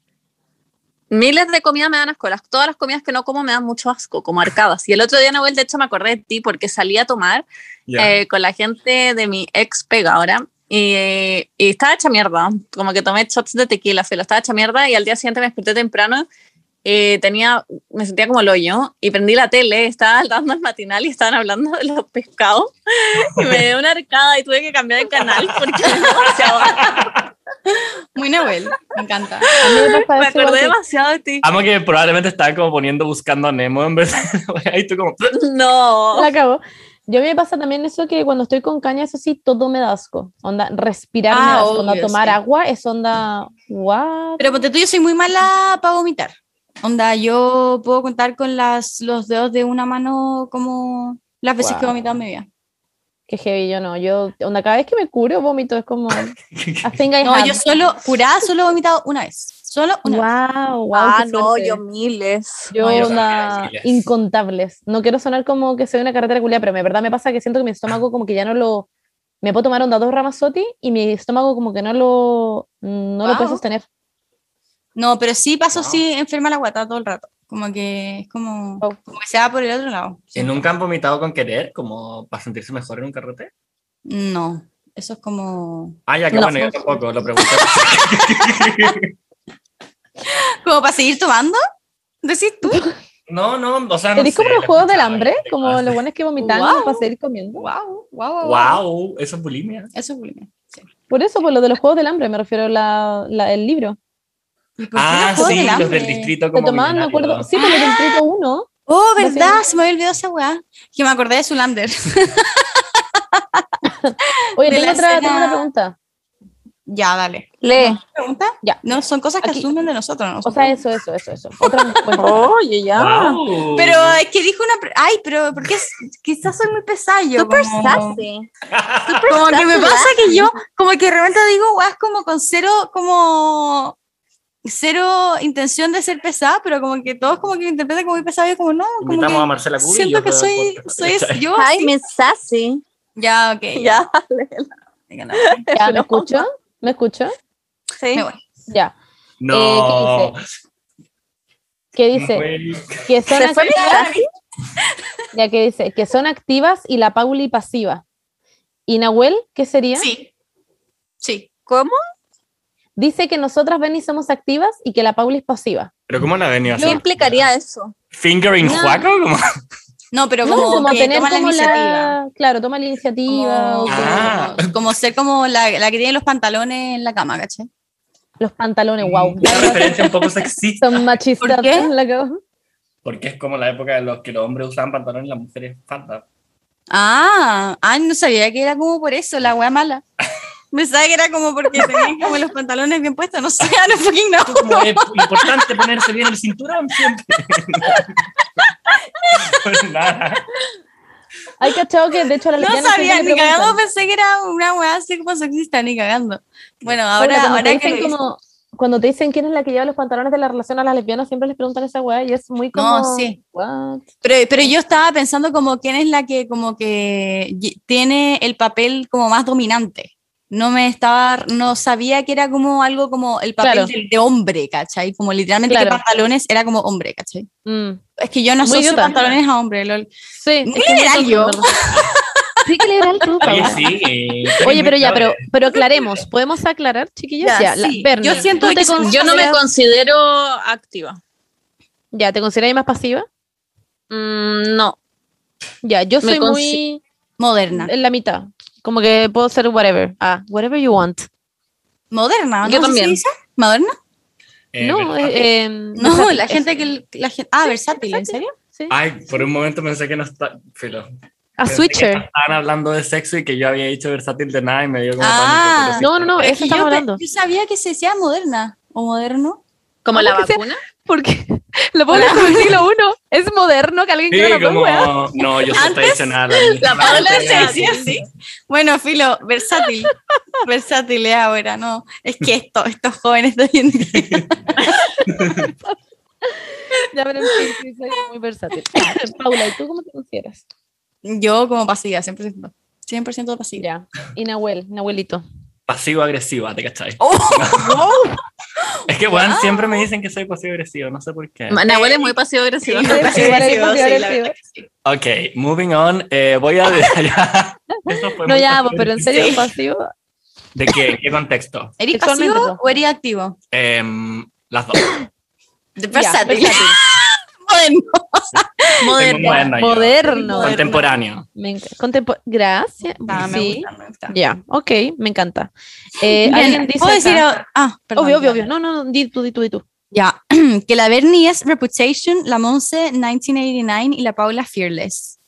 Speaker 2: Miles de comidas me dan asco. Las, todas las comidas que no como me dan mucho asco, como arcadas. Y el otro día, Nahuel, de hecho, me acordé de ti porque salí a tomar
Speaker 5: Ya.
Speaker 2: eh, con la gente de mi ex pega ahora. Y, eh, y estaba hecha mierda, como que tomé shots de tequila, filo, estaba hecha mierda y al día siguiente me desperté temprano, eh, tenía, me sentía como el hoyo y prendí la tele, estaba dando el matinal y estaban hablando de los pescados y me dio una arcada y tuve que cambiar de canal porque me dio demasiado asco.
Speaker 4: Muy Nahuel, me encanta.
Speaker 1: A mí me pasa
Speaker 2: me
Speaker 1: eso igual
Speaker 2: acordé
Speaker 1: que-
Speaker 2: demasiado de ti.
Speaker 5: Amo que probablemente estaba como poniendo buscando a Nemo en vez de. Ahí tú como.
Speaker 2: No.
Speaker 1: la acabo. Yo a mí me pasa también eso que cuando estoy con caña, eso sí, todo me da asco. Onda, respirar me
Speaker 4: Ah,
Speaker 1: da asco, onda,
Speaker 4: obvio,
Speaker 1: tomar
Speaker 4: sí.
Speaker 1: agua es onda, what?
Speaker 4: Pero ponte tú, yo soy muy mala para vomitar. Onda, yo puedo contar con las, los dedos de una mano como las veces que he
Speaker 1: Guau.
Speaker 4: vomitado en mi vida.
Speaker 1: Qué heavy, yo no, yo, onda, cada vez que me curo, vómito, es como, I think I
Speaker 4: No,
Speaker 1: have.
Speaker 4: yo solo, curada, solo he vomitado una vez. Solo una vez.
Speaker 1: Wow, wow,
Speaker 2: ah,
Speaker 1: qué
Speaker 2: no,
Speaker 1: suerte.
Speaker 2: yo miles.
Speaker 1: Yo,
Speaker 4: No, yo
Speaker 1: onda,
Speaker 5: también, sí, yes.
Speaker 1: incontables. No quiero sonar como que soy una carretera culia, pero de verdad me pasa que siento que mi estómago como que ya no lo... Me puedo tomar onda dos ramazotti y mi estómago como que no lo... No lo puede
Speaker 4: Wow.
Speaker 1: sostener.
Speaker 4: No, pero sí paso
Speaker 5: Wow.
Speaker 4: sí enferma la guata todo el rato. Como que es como,
Speaker 1: Wow.
Speaker 4: como que se va por el otro lado.
Speaker 5: ¿Y nunca han vomitado con querer? Como para sentirse mejor en un carrete.
Speaker 4: No, eso es como...
Speaker 5: Ah, ya que
Speaker 2: No.
Speaker 5: bueno, yo tampoco lo pregunté.
Speaker 4: ¿Como para seguir tomando? Decís tú.
Speaker 5: No, no, o sea, no
Speaker 1: ¿Eres
Speaker 5: sé,
Speaker 1: como
Speaker 5: la ah,
Speaker 1: los juegos del
Speaker 5: escuchaba,
Speaker 1: hambre?
Speaker 5: ¿qué
Speaker 1: Como
Speaker 5: pasa?
Speaker 1: los buenos que vomitan
Speaker 4: Wow.
Speaker 1: para seguir comiendo.
Speaker 4: Wow, wow, wow.
Speaker 5: Wow, eso es bulimia.
Speaker 4: Eso es bulimia.
Speaker 1: Por eso, por lo de los juegos del hambre, me refiero a la, la- el libro.
Speaker 5: Ah,
Speaker 4: juegos
Speaker 5: sí,
Speaker 4: del
Speaker 5: los
Speaker 4: hambre?
Speaker 5: del distrito
Speaker 1: Te
Speaker 5: como
Speaker 1: tomaban, me
Speaker 5: millonario.
Speaker 1: acuerdo. Sí, por el distrito 1.
Speaker 4: Oh,
Speaker 1: Lo
Speaker 4: ¿verdad?
Speaker 1: siento.
Speaker 4: Se me había olvidado esa weá. Que me acordé de Zulander.
Speaker 1: Oye,
Speaker 4: de
Speaker 1: tengo
Speaker 4: la
Speaker 1: otra, tengo
Speaker 4: escena-
Speaker 1: una pregunta.
Speaker 4: ya, dale.
Speaker 2: Lee.
Speaker 4: ¿Pregunta?
Speaker 1: Ya.
Speaker 4: No, son cosas que
Speaker 1: Aquí.
Speaker 4: asumen de nosotros. ¿no?
Speaker 1: O sea, eso, eso, eso, eso. Otra pues, respuesta.
Speaker 2: Oye, ya.
Speaker 1: ah.
Speaker 5: Wow.
Speaker 4: Pero es que dijo una. pre- Ay, pero porque quizás soy muy pesallo.
Speaker 2: Súper
Speaker 4: como-
Speaker 2: sassy.
Speaker 4: Como que me pasa que yo, como que realmente digo, guau, es como con cero, como cero intención de ser pesada, pero como que todos como que me interpretan como muy pesado, yo como no, como
Speaker 5: Invitamos a
Speaker 4: que
Speaker 5: Marcela Cubillos.
Speaker 4: siento que
Speaker 5: del
Speaker 4: soy,
Speaker 5: podcast,
Speaker 4: soy
Speaker 5: ¿cachai?
Speaker 4: yo.
Speaker 2: Ay,
Speaker 4: así.
Speaker 2: me sassy.
Speaker 4: Ya, ok.
Speaker 2: Ya.
Speaker 4: Venga, no.
Speaker 1: Ya, ¿me escucho? ¿Me escucho?
Speaker 2: Sí.
Speaker 4: Me voy.
Speaker 1: Ya.
Speaker 5: No.
Speaker 1: ¿Qué Eh, dice?
Speaker 5: Güey.
Speaker 1: Que son
Speaker 2: Se fue mi
Speaker 1: activas-
Speaker 2: sassy.
Speaker 1: ya que dice, que son activas y la Pauli pasiva. ¿Y Nahuel qué sería?
Speaker 4: Sí. Sí.
Speaker 2: ¿Cómo?
Speaker 1: Dice que nosotras, Benny, somos activas y que la Pauli es pasiva.
Speaker 5: Pero ¿cómo la venía a
Speaker 2: ¿Qué
Speaker 5: hacer?
Speaker 2: implicaría eso?
Speaker 5: ¿Fingering
Speaker 1: No.
Speaker 5: Juaco? ¿Cómo?
Speaker 4: No, pero
Speaker 1: No,
Speaker 4: como,
Speaker 1: como
Speaker 4: que
Speaker 1: tener
Speaker 4: toma
Speaker 1: como
Speaker 4: la iniciativa.
Speaker 1: la... Claro, toma la iniciativa.
Speaker 4: Como,
Speaker 1: o como
Speaker 5: Ah.
Speaker 4: como- como ser como la, la que tiene los pantalones en la cama, ¿caché?
Speaker 1: Los pantalones, wow.
Speaker 5: Una referencia un poco sexista.
Speaker 1: Son machistas.
Speaker 4: ¿Por qué?
Speaker 1: la cago.
Speaker 5: Porque es como la época de los que los hombres usaban pantalones y las mujeres faldas.
Speaker 4: Ah, ay, no sabía que era como por eso, la wea mala. Pensaba que era como porque tenían como los pantalones bien puestos, no sé, no fucking no.
Speaker 5: Como es importante ponerse bien el cinturón siempre. Pues nada.
Speaker 1: Hay cachado que, de hecho, la
Speaker 4: No sabía, ni cagando pensé que era una wea así como sexista, ni cagando. Bueno, ahora,
Speaker 1: Ahora,
Speaker 4: ahora
Speaker 1: te
Speaker 4: que.
Speaker 1: dicen
Speaker 4: lo
Speaker 1: como- cuando te dicen quién es la que lleva los pantalones de la relación a las lesbianas, siempre les preguntan esa weá y es muy como...
Speaker 4: No, sí.
Speaker 1: what?
Speaker 4: hice- Pero, pero yo estaba pensando como quién es la que como que y- tiene el papel como más dominante. No me estaba, no sabía que era como algo como el papel
Speaker 1: Claro.
Speaker 4: del- de hombre, ¿cachai? Como literalmente que
Speaker 1: Claro.
Speaker 4: pantalones era como hombre, ¿cachai?
Speaker 1: Mm.
Speaker 4: Es que yo no
Speaker 1: Muy
Speaker 4: asocio
Speaker 1: idiota.
Speaker 4: pantalones a hombre, lol.
Speaker 1: Sí.
Speaker 4: Muy
Speaker 1: es que
Speaker 4: liberal
Speaker 1: muy
Speaker 4: yo.
Speaker 1: tonto, Sí que liberal tú,
Speaker 5: Oye,
Speaker 1: Paula.
Speaker 5: sí. eh,
Speaker 1: Oye, pero ya, pero,
Speaker 5: inevitable.
Speaker 1: pero aclaremos. ¿Podemos aclarar, chiquillos?
Speaker 4: Ya,
Speaker 1: Ya, la-
Speaker 4: sí.
Speaker 1: Berna,
Speaker 4: Yo siento
Speaker 1: ¿tú te
Speaker 4: que-
Speaker 1: con-
Speaker 2: Yo no me considero activa.
Speaker 1: ¿Ya te consideras más pasiva?
Speaker 2: Mm, no.
Speaker 1: Ya, yo
Speaker 2: Me
Speaker 1: soy muy
Speaker 4: Moderna.
Speaker 1: en la mitad. Como que puedo ser whatever. Ah, whatever you want.
Speaker 4: Moderna, ¿no?
Speaker 2: Yo
Speaker 4: ¿Cómo se
Speaker 2: también.
Speaker 4: dice? ¿Moderna?
Speaker 5: Eh,
Speaker 1: no,
Speaker 5: ¿verdad?
Speaker 1: eh, eh,
Speaker 4: No,
Speaker 1: versátil,
Speaker 4: la
Speaker 1: eso.
Speaker 4: gente que. La gente, ah, versátil, ¿en serio?
Speaker 1: Sí.
Speaker 5: Ay, por un momento pensé que no está. Filo.
Speaker 1: A
Speaker 5: Pensé que
Speaker 1: switcher.
Speaker 5: Estaban hablando de sexo y que yo había dicho versátil de nada y me dio como.
Speaker 4: Ah.
Speaker 5: pánico, pero sí.
Speaker 1: No, no, no,
Speaker 4: Es
Speaker 1: eso
Speaker 4: que yo,
Speaker 1: estamos
Speaker 4: pe-
Speaker 1: hablando.
Speaker 4: yo sabía que se decía moderna o moderno.
Speaker 2: ¿Como la
Speaker 1: ¿Cómo que sea?
Speaker 2: vacuna?
Speaker 1: Porque lo puedo leer como el siglo uno. Es moderno que alguien
Speaker 5: Sí,
Speaker 1: quiera la
Speaker 5: como.
Speaker 1: weá.
Speaker 5: No, yo soy
Speaker 4: Antes,
Speaker 5: tradicional.
Speaker 2: la Paola
Speaker 5: Antes,
Speaker 2: se
Speaker 5: ya.
Speaker 2: decía así.
Speaker 4: Bueno, Filo, versátil. versátil es ahora, ¿no? Es que esto, estos jóvenes de hoy en día.
Speaker 1: Ya, pero en fin, sí, soy muy versátil. Paula, ¿y tú cómo te consideras?
Speaker 4: Yo como pasiva, 100%. 100% pasiva.
Speaker 1: Ya. Y Nahuel, Nahuelito.
Speaker 5: Pasivo-agresiva, ¿te cachai?
Speaker 4: ¡Oh!
Speaker 5: Es que, weón, siempre me dicen que soy pasivo-agresivo, no sé por qué.
Speaker 2: Nahuel es muy pasivo agresivo.
Speaker 4: Eh. Sí, pasivo, agresivo,
Speaker 1: pasivo,
Speaker 4: sí, la
Speaker 1: agresivo.
Speaker 4: verdad que sí.
Speaker 5: Ok, moving on. eh, voy a detallar. Eso fue
Speaker 1: No,
Speaker 5: muy
Speaker 1: ya,
Speaker 5: pasivo-
Speaker 1: pero en serio,
Speaker 4: Sí.
Speaker 1: pasivo.
Speaker 5: ¿De qué? ¿Qué contexto?
Speaker 4: ¿Eres
Speaker 1: Sexualmente,
Speaker 4: pasivo
Speaker 1: po.
Speaker 4: o eres activo?
Speaker 5: Em, las dos.
Speaker 4: Versátil.
Speaker 1: Ya,
Speaker 4: Moderno.
Speaker 5: Soy muy moderno
Speaker 1: Moderno.
Speaker 5: yo.
Speaker 4: Moderno.
Speaker 5: Contemporáneo.
Speaker 1: Me enca- contempo- Gracias.
Speaker 4: Ah, me
Speaker 1: sí.
Speaker 4: gusta, me gusta.
Speaker 1: Ya, ok, me encanta. Eh,
Speaker 4: Bien,
Speaker 1: alguien dice
Speaker 4: ¿Puedo decir
Speaker 1: acá-
Speaker 4: ahora? Ah, perdón.
Speaker 1: obvio, obvio,
Speaker 4: ya.
Speaker 1: obvio. No, no, no, di tú, di tú, di tú.
Speaker 4: Ya, que la Bernie es Reputation, la Monse 1989 y la Paula Fearless.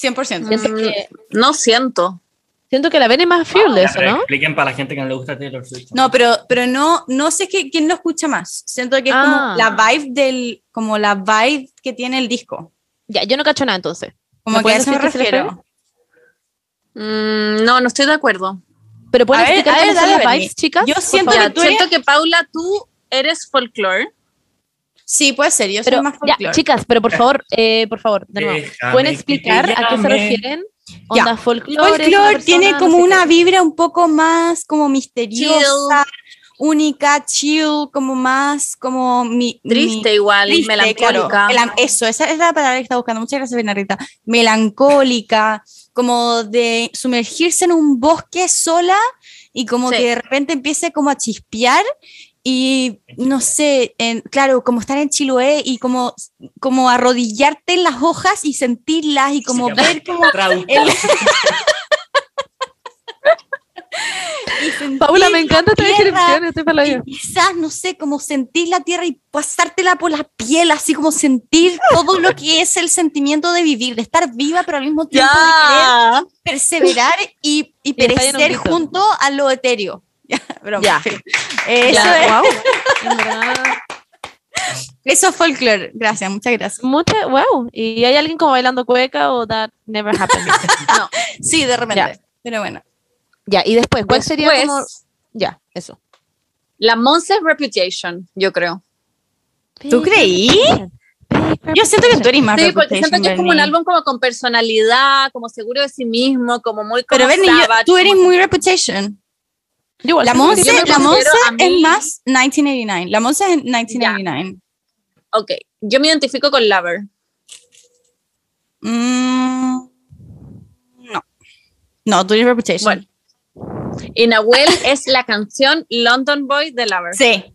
Speaker 4: 100%.
Speaker 1: Siento que,
Speaker 2: No siento.
Speaker 1: siento que la ven es más
Speaker 5: Ah, Ya,
Speaker 1: fearless, ¿o
Speaker 5: pero
Speaker 1: ¿no?
Speaker 5: Expliquen para la gente que no le gusta Taylor Swift.
Speaker 4: No, pero, pero no, no sé qué, quién lo escucha más. Siento que es
Speaker 1: Ah.
Speaker 4: como la vibe del, como la vibe que tiene el disco.
Speaker 1: Ya, yo no cacho nada entonces.
Speaker 4: Como
Speaker 1: ¿Me
Speaker 4: que a
Speaker 1: puedes
Speaker 4: eso me
Speaker 1: decir que se les
Speaker 4: refiero.
Speaker 2: Mm, no, no estoy de acuerdo.
Speaker 1: Pero pueden
Speaker 4: A ver,
Speaker 1: explicar
Speaker 4: a ver,
Speaker 1: cuáles son
Speaker 4: dale,
Speaker 1: las
Speaker 4: Berni.
Speaker 1: vibes, chicas.
Speaker 4: Yo
Speaker 1: por
Speaker 4: siento
Speaker 1: favor?
Speaker 2: Ya,
Speaker 4: que tú
Speaker 2: siento que Paula, tú eres folclore.
Speaker 4: Sí, puede ser, yo soy
Speaker 1: pero,
Speaker 4: más
Speaker 1: ya,
Speaker 4: folclore.
Speaker 1: chicas, pero por favor, eh, por favor, de nuevo.
Speaker 5: Déjame
Speaker 1: ¿Pueden
Speaker 5: que
Speaker 1: explicar
Speaker 5: te
Speaker 1: a qué se
Speaker 5: llame.
Speaker 1: refieren? Onda folclore. es una
Speaker 4: Folklore tiene
Speaker 1: persona, no
Speaker 4: como
Speaker 1: sé
Speaker 4: una
Speaker 1: qué.
Speaker 4: vibra un poco más como misteriosa, única, chill, como más como mi, mi-
Speaker 2: Triste igual,
Speaker 4: Triste,
Speaker 2: melancólica.
Speaker 4: claro. Melan- eso, esa es la palabra que estaba buscando. Muchas gracias, Bernardita. Melancólica, como de sumergirse en un bosque sola y como
Speaker 2: Sí.
Speaker 4: que de repente empiece como a chispear y no sé, en- claro, como estar en Chiloé y como, como arrodillarte en las hojas y sentirlas y como
Speaker 5: Sí,
Speaker 4: ver como
Speaker 5: Traductor.
Speaker 4: el- y sentir
Speaker 1: Paula, me encanta tu
Speaker 4: la tierra,
Speaker 1: descripción, estoy para la
Speaker 4: y quizás, no sé, como sentir la tierra y pasártela por la piel, así como sentir todo lo que es el sentimiento de vivir, de estar viva, pero al mismo tiempo de querer
Speaker 2: Ya.
Speaker 4: perseverar y, y
Speaker 1: Y estar en un
Speaker 4: perecer
Speaker 1: grito.
Speaker 4: junto a lo etéreo. Ya, broma.
Speaker 2: Ya.
Speaker 4: Eso,
Speaker 2: Ya,
Speaker 4: es-
Speaker 1: Wow, en verdad.
Speaker 4: eso es folclore. Gracias, muchas gracias.
Speaker 1: Mucha, wow. Y hay alguien como bailando cueca o that never happened.
Speaker 4: Sí, de repente.
Speaker 1: Ya.
Speaker 4: Pero bueno.
Speaker 1: ya, y después, ¿cuál sería
Speaker 2: Después,
Speaker 1: como- Ya, eso.
Speaker 2: Pues, La Monster Reputation, yo creo.
Speaker 4: ¿Tú creí? Yo siento que tú eres más
Speaker 2: Sí, porque
Speaker 4: Reputation,
Speaker 2: siento que es como un
Speaker 4: Bernie.
Speaker 2: álbum como con personalidad, como seguro de sí mismo, como muy como
Speaker 4: Pero Bernie, yo-
Speaker 2: Savage,
Speaker 4: tú eres
Speaker 2: como-
Speaker 4: muy reputation.
Speaker 1: Yo igual
Speaker 4: La
Speaker 1: siento que
Speaker 4: Monse,
Speaker 1: yo me
Speaker 4: la
Speaker 1: considero-
Speaker 4: Monse
Speaker 2: a
Speaker 4: es
Speaker 2: mí-
Speaker 4: más 1989. La Monse es 1989.
Speaker 2: Ok, yo me identifico con Lover.
Speaker 4: Mm, no. No, tú eres reputation.
Speaker 2: Bueno. Y Nahuel es la canción London Boy de Lover.
Speaker 4: Sí,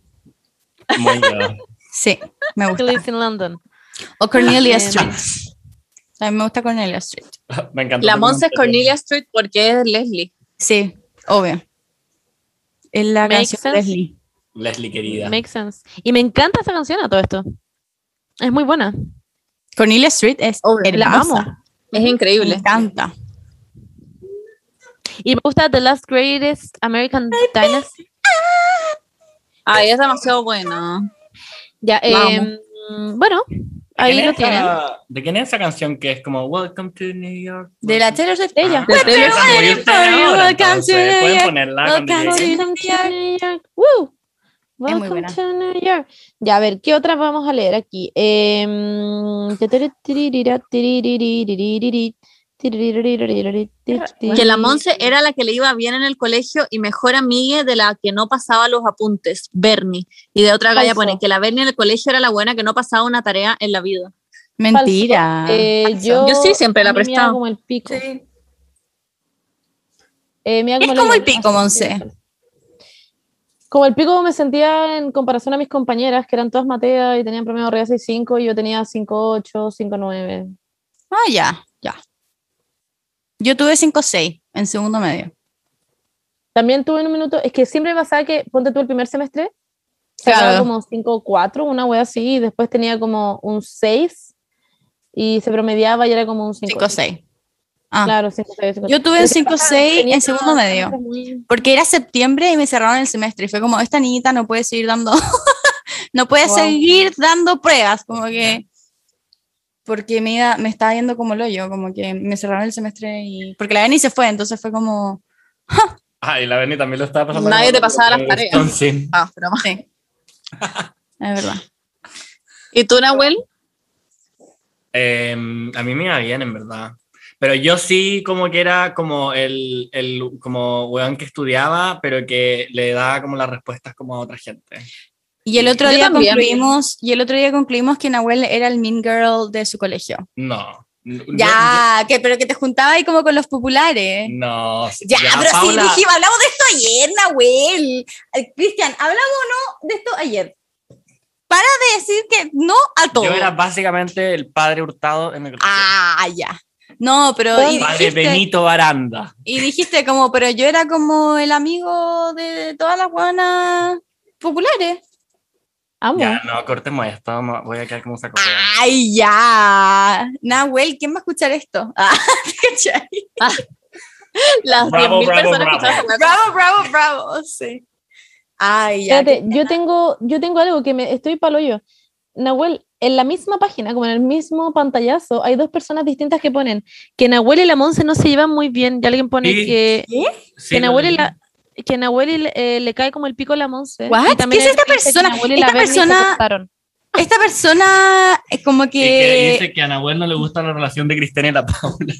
Speaker 5: Muy bien.
Speaker 4: sí, me gusta.
Speaker 1: Who lives in London.
Speaker 4: O Cornelia
Speaker 1: Eh,
Speaker 4: Street. A mí me gusta Cornelia Street.
Speaker 5: Me encantó.
Speaker 2: La
Speaker 5: tu
Speaker 2: Monse es
Speaker 5: comentario.
Speaker 2: Cornelia Street porque es Leslie.
Speaker 4: Sí, obvio. Es la
Speaker 1: Make
Speaker 4: canción de
Speaker 1: sense.
Speaker 4: Leslie.
Speaker 5: Leslie, querida.
Speaker 1: Makes sense. Y me encanta esa canción a todo esto. Es muy buena.
Speaker 4: Cornelia Street es
Speaker 2: Obvio,
Speaker 4: hermosa.
Speaker 1: La amo.
Speaker 2: Es
Speaker 4: Me
Speaker 2: increíble.
Speaker 4: encanta.
Speaker 1: Y me gusta The Last Greatest American Dynasty.
Speaker 2: Ay, es demasiado bueno.
Speaker 1: Ya,
Speaker 2: La
Speaker 1: em, bueno, ahí
Speaker 5: ¿Quién
Speaker 1: lo
Speaker 5: es esa-
Speaker 1: tienen.
Speaker 5: ¿De quién es esa canción que es como Welcome to New York?
Speaker 4: De la Taylor Swift.
Speaker 1: Ella.
Speaker 5: Ah,
Speaker 2: Taylor
Speaker 5: esa muy
Speaker 4: Swift.
Speaker 5: usted ahora,
Speaker 4: Welcome to
Speaker 5: entonces.
Speaker 4: New
Speaker 5: Pueden
Speaker 4: York.
Speaker 5: ponerla Ah, cuando
Speaker 4: Welcome
Speaker 5: lleguen.
Speaker 1: Welcome
Speaker 4: New
Speaker 1: to
Speaker 4: York.
Speaker 1: New York. Woo.
Speaker 4: muy
Speaker 1: Welcome
Speaker 4: buena.
Speaker 1: to New York. Ya, a ver, ¿qué otras vamos a leer aquí? Em, tiriririra, tiriririririririri, tiriririririririri,
Speaker 2: Que la Monse era la que le iba bien en el colegio y mejor amiga de la que no pasaba los apuntes, Bernie. Y de otra galla
Speaker 1: Falso.
Speaker 2: pone que la Bernie en el colegio era la buena que no pasaba una tarea en la vida.
Speaker 4: Mentira.
Speaker 1: Eh,
Speaker 4: Falso.
Speaker 1: yo,
Speaker 2: Ah, Yo sí siempre la
Speaker 1: a mí me da
Speaker 2: prestaba.
Speaker 1: como el pico. Eh, me da
Speaker 4: Es como
Speaker 1: la-
Speaker 4: el pico, Monse.
Speaker 1: Como el pico me sentía en comparación a mis compañeras, que eran todas Matea y tenían promedio arriba de 6.5 y yo tenía 5.8, 5.9.
Speaker 4: Ah, ya, ya. Yo tuve 5-6 en segundo medio.
Speaker 1: También tuve en un minuto, es que siempre me pasaba que, ponte tú el primer semestre, sacaba
Speaker 4: Claro.
Speaker 1: como 5.4, una wea así, y después tenía como un 6 y se promediaba y era como un 5.
Speaker 4: 5-6. Ah.
Speaker 1: Claro, 5.6. 5.8.
Speaker 4: Yo tuve un
Speaker 1: Pero siempre
Speaker 4: 5-6
Speaker 1: tenía
Speaker 4: en segundo medio.
Speaker 1: muy-
Speaker 4: Porque era septiembre y me cerraron el semestre. Y fue como, esta niñita no puede seguir dando, no puede
Speaker 1: Wow.
Speaker 4: seguir dando pruebas. Como que, porque me, iba- me estaba yendo como lo yo, como que me cerraron el semestre y, porque la Beni se fue, entonces fue como,
Speaker 5: Ah, y la Benny también lo estaba pasando.
Speaker 2: Nadie
Speaker 5: como-
Speaker 2: te pasaba las tareas.
Speaker 5: Wisconsin.
Speaker 2: Ah, broma.
Speaker 4: sí. es verdad.
Speaker 2: ¿Y tú, Nahuel?
Speaker 5: Eh, a mí me iba bien, en verdad. Pero yo sí como que era como el, el como weón que estudiaba, pero que le daba como las respuestas como a otra gente.
Speaker 4: Y el otro
Speaker 2: Yo
Speaker 4: día
Speaker 2: también.
Speaker 4: concluimos, y el otro día concluimos que Nahuel era el mean girl de su colegio.
Speaker 5: No. N-
Speaker 4: Ya, que, pero que te juntaba ahí como con los populares.
Speaker 5: yo- No. sí,
Speaker 4: Ya, pero
Speaker 5: Paula,
Speaker 4: sí, dijimos, hablamos de esto ayer, Nahuel. Eh, Cristian, hablamos o no de esto ayer. Para de decir que no a todo.
Speaker 5: Yo era básicamente el padre hurtado en el colegio.
Speaker 4: Ah, ya. No, pero y
Speaker 5: Padre
Speaker 4: dijiste,
Speaker 5: Benito Baranda.
Speaker 4: y dijiste como, pero yo era como el amigo de todas las buenas populares.
Speaker 1: Amo.
Speaker 5: Ya, no, cortemos esto. no, voy a quedar como un
Speaker 4: Ah,
Speaker 5: saco. de hueá.
Speaker 4: Ay, ya. Nahuel, ¿quién va a escuchar esto? Ah, ¿cachai?
Speaker 2: Las
Speaker 5: Bravo,
Speaker 2: 10.000
Speaker 5: bravo,
Speaker 2: personas
Speaker 5: bravo.
Speaker 2: escucharon esa
Speaker 4: bravo, bravo, bravo. Sí. Ay, ya.
Speaker 1: Espérate, yo tengo, yo tengo algo que me estoy palo yo. Nahuel, en la misma página, como en el mismo pantallazo, hay dos personas distintas que ponen que Nahuel y la Monse no se llevan muy bien. Y alguien pone
Speaker 5: Sí.
Speaker 1: que,
Speaker 5: Sí,
Speaker 1: que
Speaker 5: lo
Speaker 1: Nahuel, y
Speaker 5: leí.
Speaker 1: la- que Nahuel y le- eh, le cae como el pico a la Monse.
Speaker 4: What?
Speaker 1: Y también
Speaker 4: ¿Qué es
Speaker 1: hay
Speaker 4: esta
Speaker 1: otro que dice que
Speaker 4: persona?
Speaker 1: Nahuel y la
Speaker 4: Esta
Speaker 1: Bernie se
Speaker 4: persona-
Speaker 1: acostaron.
Speaker 4: Esta persona es como
Speaker 5: Y que
Speaker 4: que...
Speaker 5: dice que a Nahuel no le gusta la relación de Cristian y la Paula.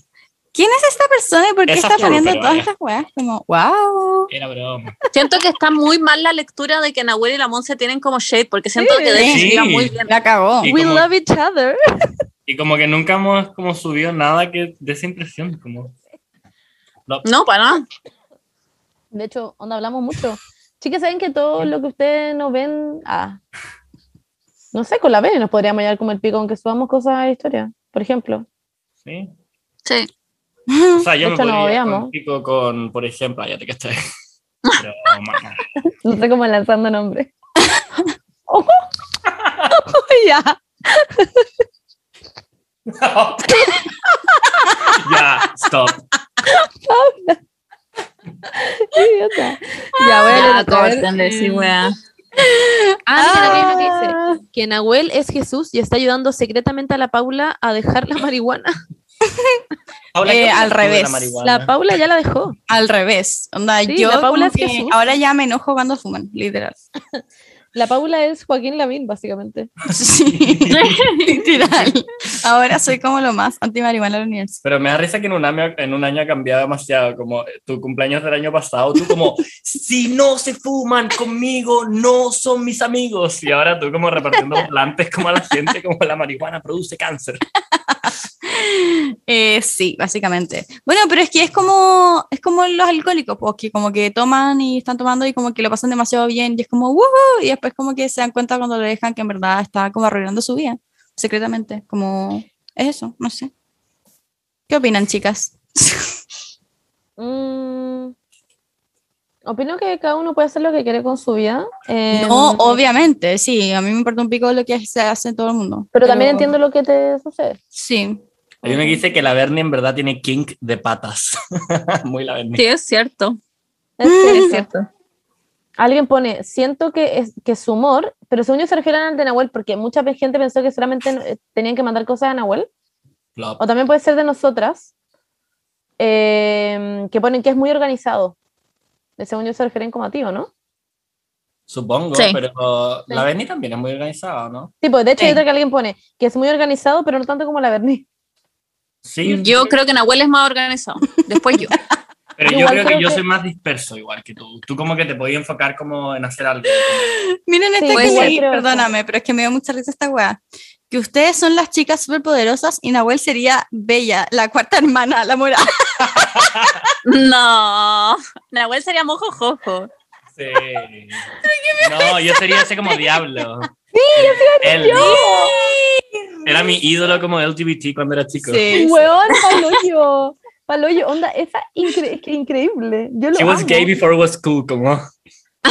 Speaker 4: ¿Quién es esta persona y por qué
Speaker 5: Esa
Speaker 4: está
Speaker 5: flor,
Speaker 4: poniendo
Speaker 5: pero
Speaker 4: todas
Speaker 5: vaya.
Speaker 4: estas weas? Como, wow.
Speaker 5: Era broma.
Speaker 2: Siento que está muy mal la lectura de que Nahuel y la Monse tienen como shade, porque siento que de hecho
Speaker 5: Sí.
Speaker 2: iba muy bien.
Speaker 4: La cagó.
Speaker 5: Y
Speaker 1: We
Speaker 5: como-
Speaker 1: love each other.
Speaker 5: Y como que nunca hemos como subido nada que dé esa impresión. Como...
Speaker 2: No, para nada.
Speaker 1: De hecho, onda hablamos mucho. Chicas, ¿saben que todo lo que ustedes no ven, ah, no sé, con la B nos podríamos hallar como el pico, aunque subamos cosas a la historia, por ejemplo.
Speaker 5: ¿sí?
Speaker 2: Sí.
Speaker 5: O sea, yo
Speaker 1: De
Speaker 5: me
Speaker 1: hecho, nos
Speaker 5: podría ir
Speaker 1: odiamos.
Speaker 5: con pico con, por ejemplo, ah, ya te que estoy. Pero, mamá.
Speaker 1: No sé cómo lanzando nombres.
Speaker 4: Oh. ya.
Speaker 5: ya, stop.
Speaker 1: Eh, Qué idiota. Ya,
Speaker 4: Ah,
Speaker 1: voy a leer
Speaker 2: Ya,
Speaker 1: otra vez.
Speaker 2: córtenle, sí, weá.
Speaker 1: Ah, mira, mira lo que dice.
Speaker 4: Ah.
Speaker 1: que Nahuel es Jesús y está ayudando secretamente a la Paula a dejar la marihuana.
Speaker 5: Paula, ¿qué
Speaker 4: Eh,
Speaker 5: opinas
Speaker 4: al
Speaker 5: tú de
Speaker 4: revés.
Speaker 5: La marihuana?
Speaker 1: La Paula ya la dejó.
Speaker 4: Al revés. Onda,
Speaker 1: Sí,
Speaker 4: yo
Speaker 1: la Paula
Speaker 4: como que
Speaker 1: es Jesús.
Speaker 4: ahora ya me enojo cuando fuman, literal.
Speaker 1: La Paula es Joaquín Lavín, básicamente.
Speaker 4: Sí, literal. Ahora soy como lo más anti-marihuana del universo.
Speaker 5: Pero me da risa que en un año, en un año ha cambiado demasiado, como eh, tu cumpleaños del año pasado, tú como, si no se fuman conmigo, no son mis amigos. Y ahora tú como repartiendo plantes como a la gente, como la marihuana produce cáncer.
Speaker 4: Eh, sí, básicamente. Bueno, pero es que es como, es como los alcohólicos, pues, que como que toman y están tomando y como que lo pasan demasiado bien y es como, "Woohoo", y después como que se dan cuenta cuando lo dejan que en verdad está como arruinando su vida, secretamente. Como, es eso, no sé. ¿Qué opinan, chicas?
Speaker 1: Mm, opino que cada uno puede hacer lo que quiere con su vida. eh,
Speaker 4: No, obviamente, sí, a mí me importa un pico lo que se hace todo el mundo.
Speaker 1: Pero también entiendo lo que te sucede.
Speaker 4: Sí,
Speaker 5: A mí me dice que la Bernie en verdad tiene kink de patas. Muy la Bernie.
Speaker 2: Sí, es cierto.
Speaker 1: Es
Speaker 2: Es
Speaker 4: Mm.
Speaker 1: cierto.
Speaker 2: cierto.
Speaker 1: Alguien pone, siento que es que su humor, pero según yo se refieren al de Nahuel, porque mucha gente pensó que solamente eh, tenían que mandar cosas a Nahuel.
Speaker 5: Flop.
Speaker 1: O también puede ser de nosotras, eh, que ponen que es muy organizado. De según yo se refieren como a ti, ¿o no?
Speaker 5: Supongo,
Speaker 2: Sí.
Speaker 5: pero la Bernie también es muy organizada, ¿no?
Speaker 1: Sí, pues de hecho
Speaker 4: Sí.
Speaker 1: hay otra que alguien pone que es muy organizado, pero no tanto como la Berni.
Speaker 5: Sí,
Speaker 2: Yo creo que Nahuel es más organizado. Después yo.
Speaker 5: pero yo
Speaker 1: igual
Speaker 5: creo que
Speaker 1: creo
Speaker 5: yo
Speaker 1: que-
Speaker 5: soy más disperso igual que tú. Tú como que te podías enfocar como en hacer algo.
Speaker 4: Miren
Speaker 1: Sí, pues
Speaker 4: esta
Speaker 2: puede
Speaker 4: que
Speaker 2: ser.
Speaker 4: leí,
Speaker 1: creo eso.
Speaker 4: perdóname, pero es que me dio mucha risa esta weá. Que ustedes son las chicas superpoderosas y Nahuel sería Bella, la cuarta hermana, la morada.
Speaker 2: No. Nahuel sería mojo jojo.
Speaker 5: Sí. No, yo sería ese como diablo. Él. Era mi ídolo como LGBT cuando era chico.
Speaker 4: Sí.
Speaker 1: Weón, paloyo. Paloyo, onda, esa incre- es que increíble. Yo lo
Speaker 5: She was
Speaker 1: amo.
Speaker 5: gay before it was cool, como.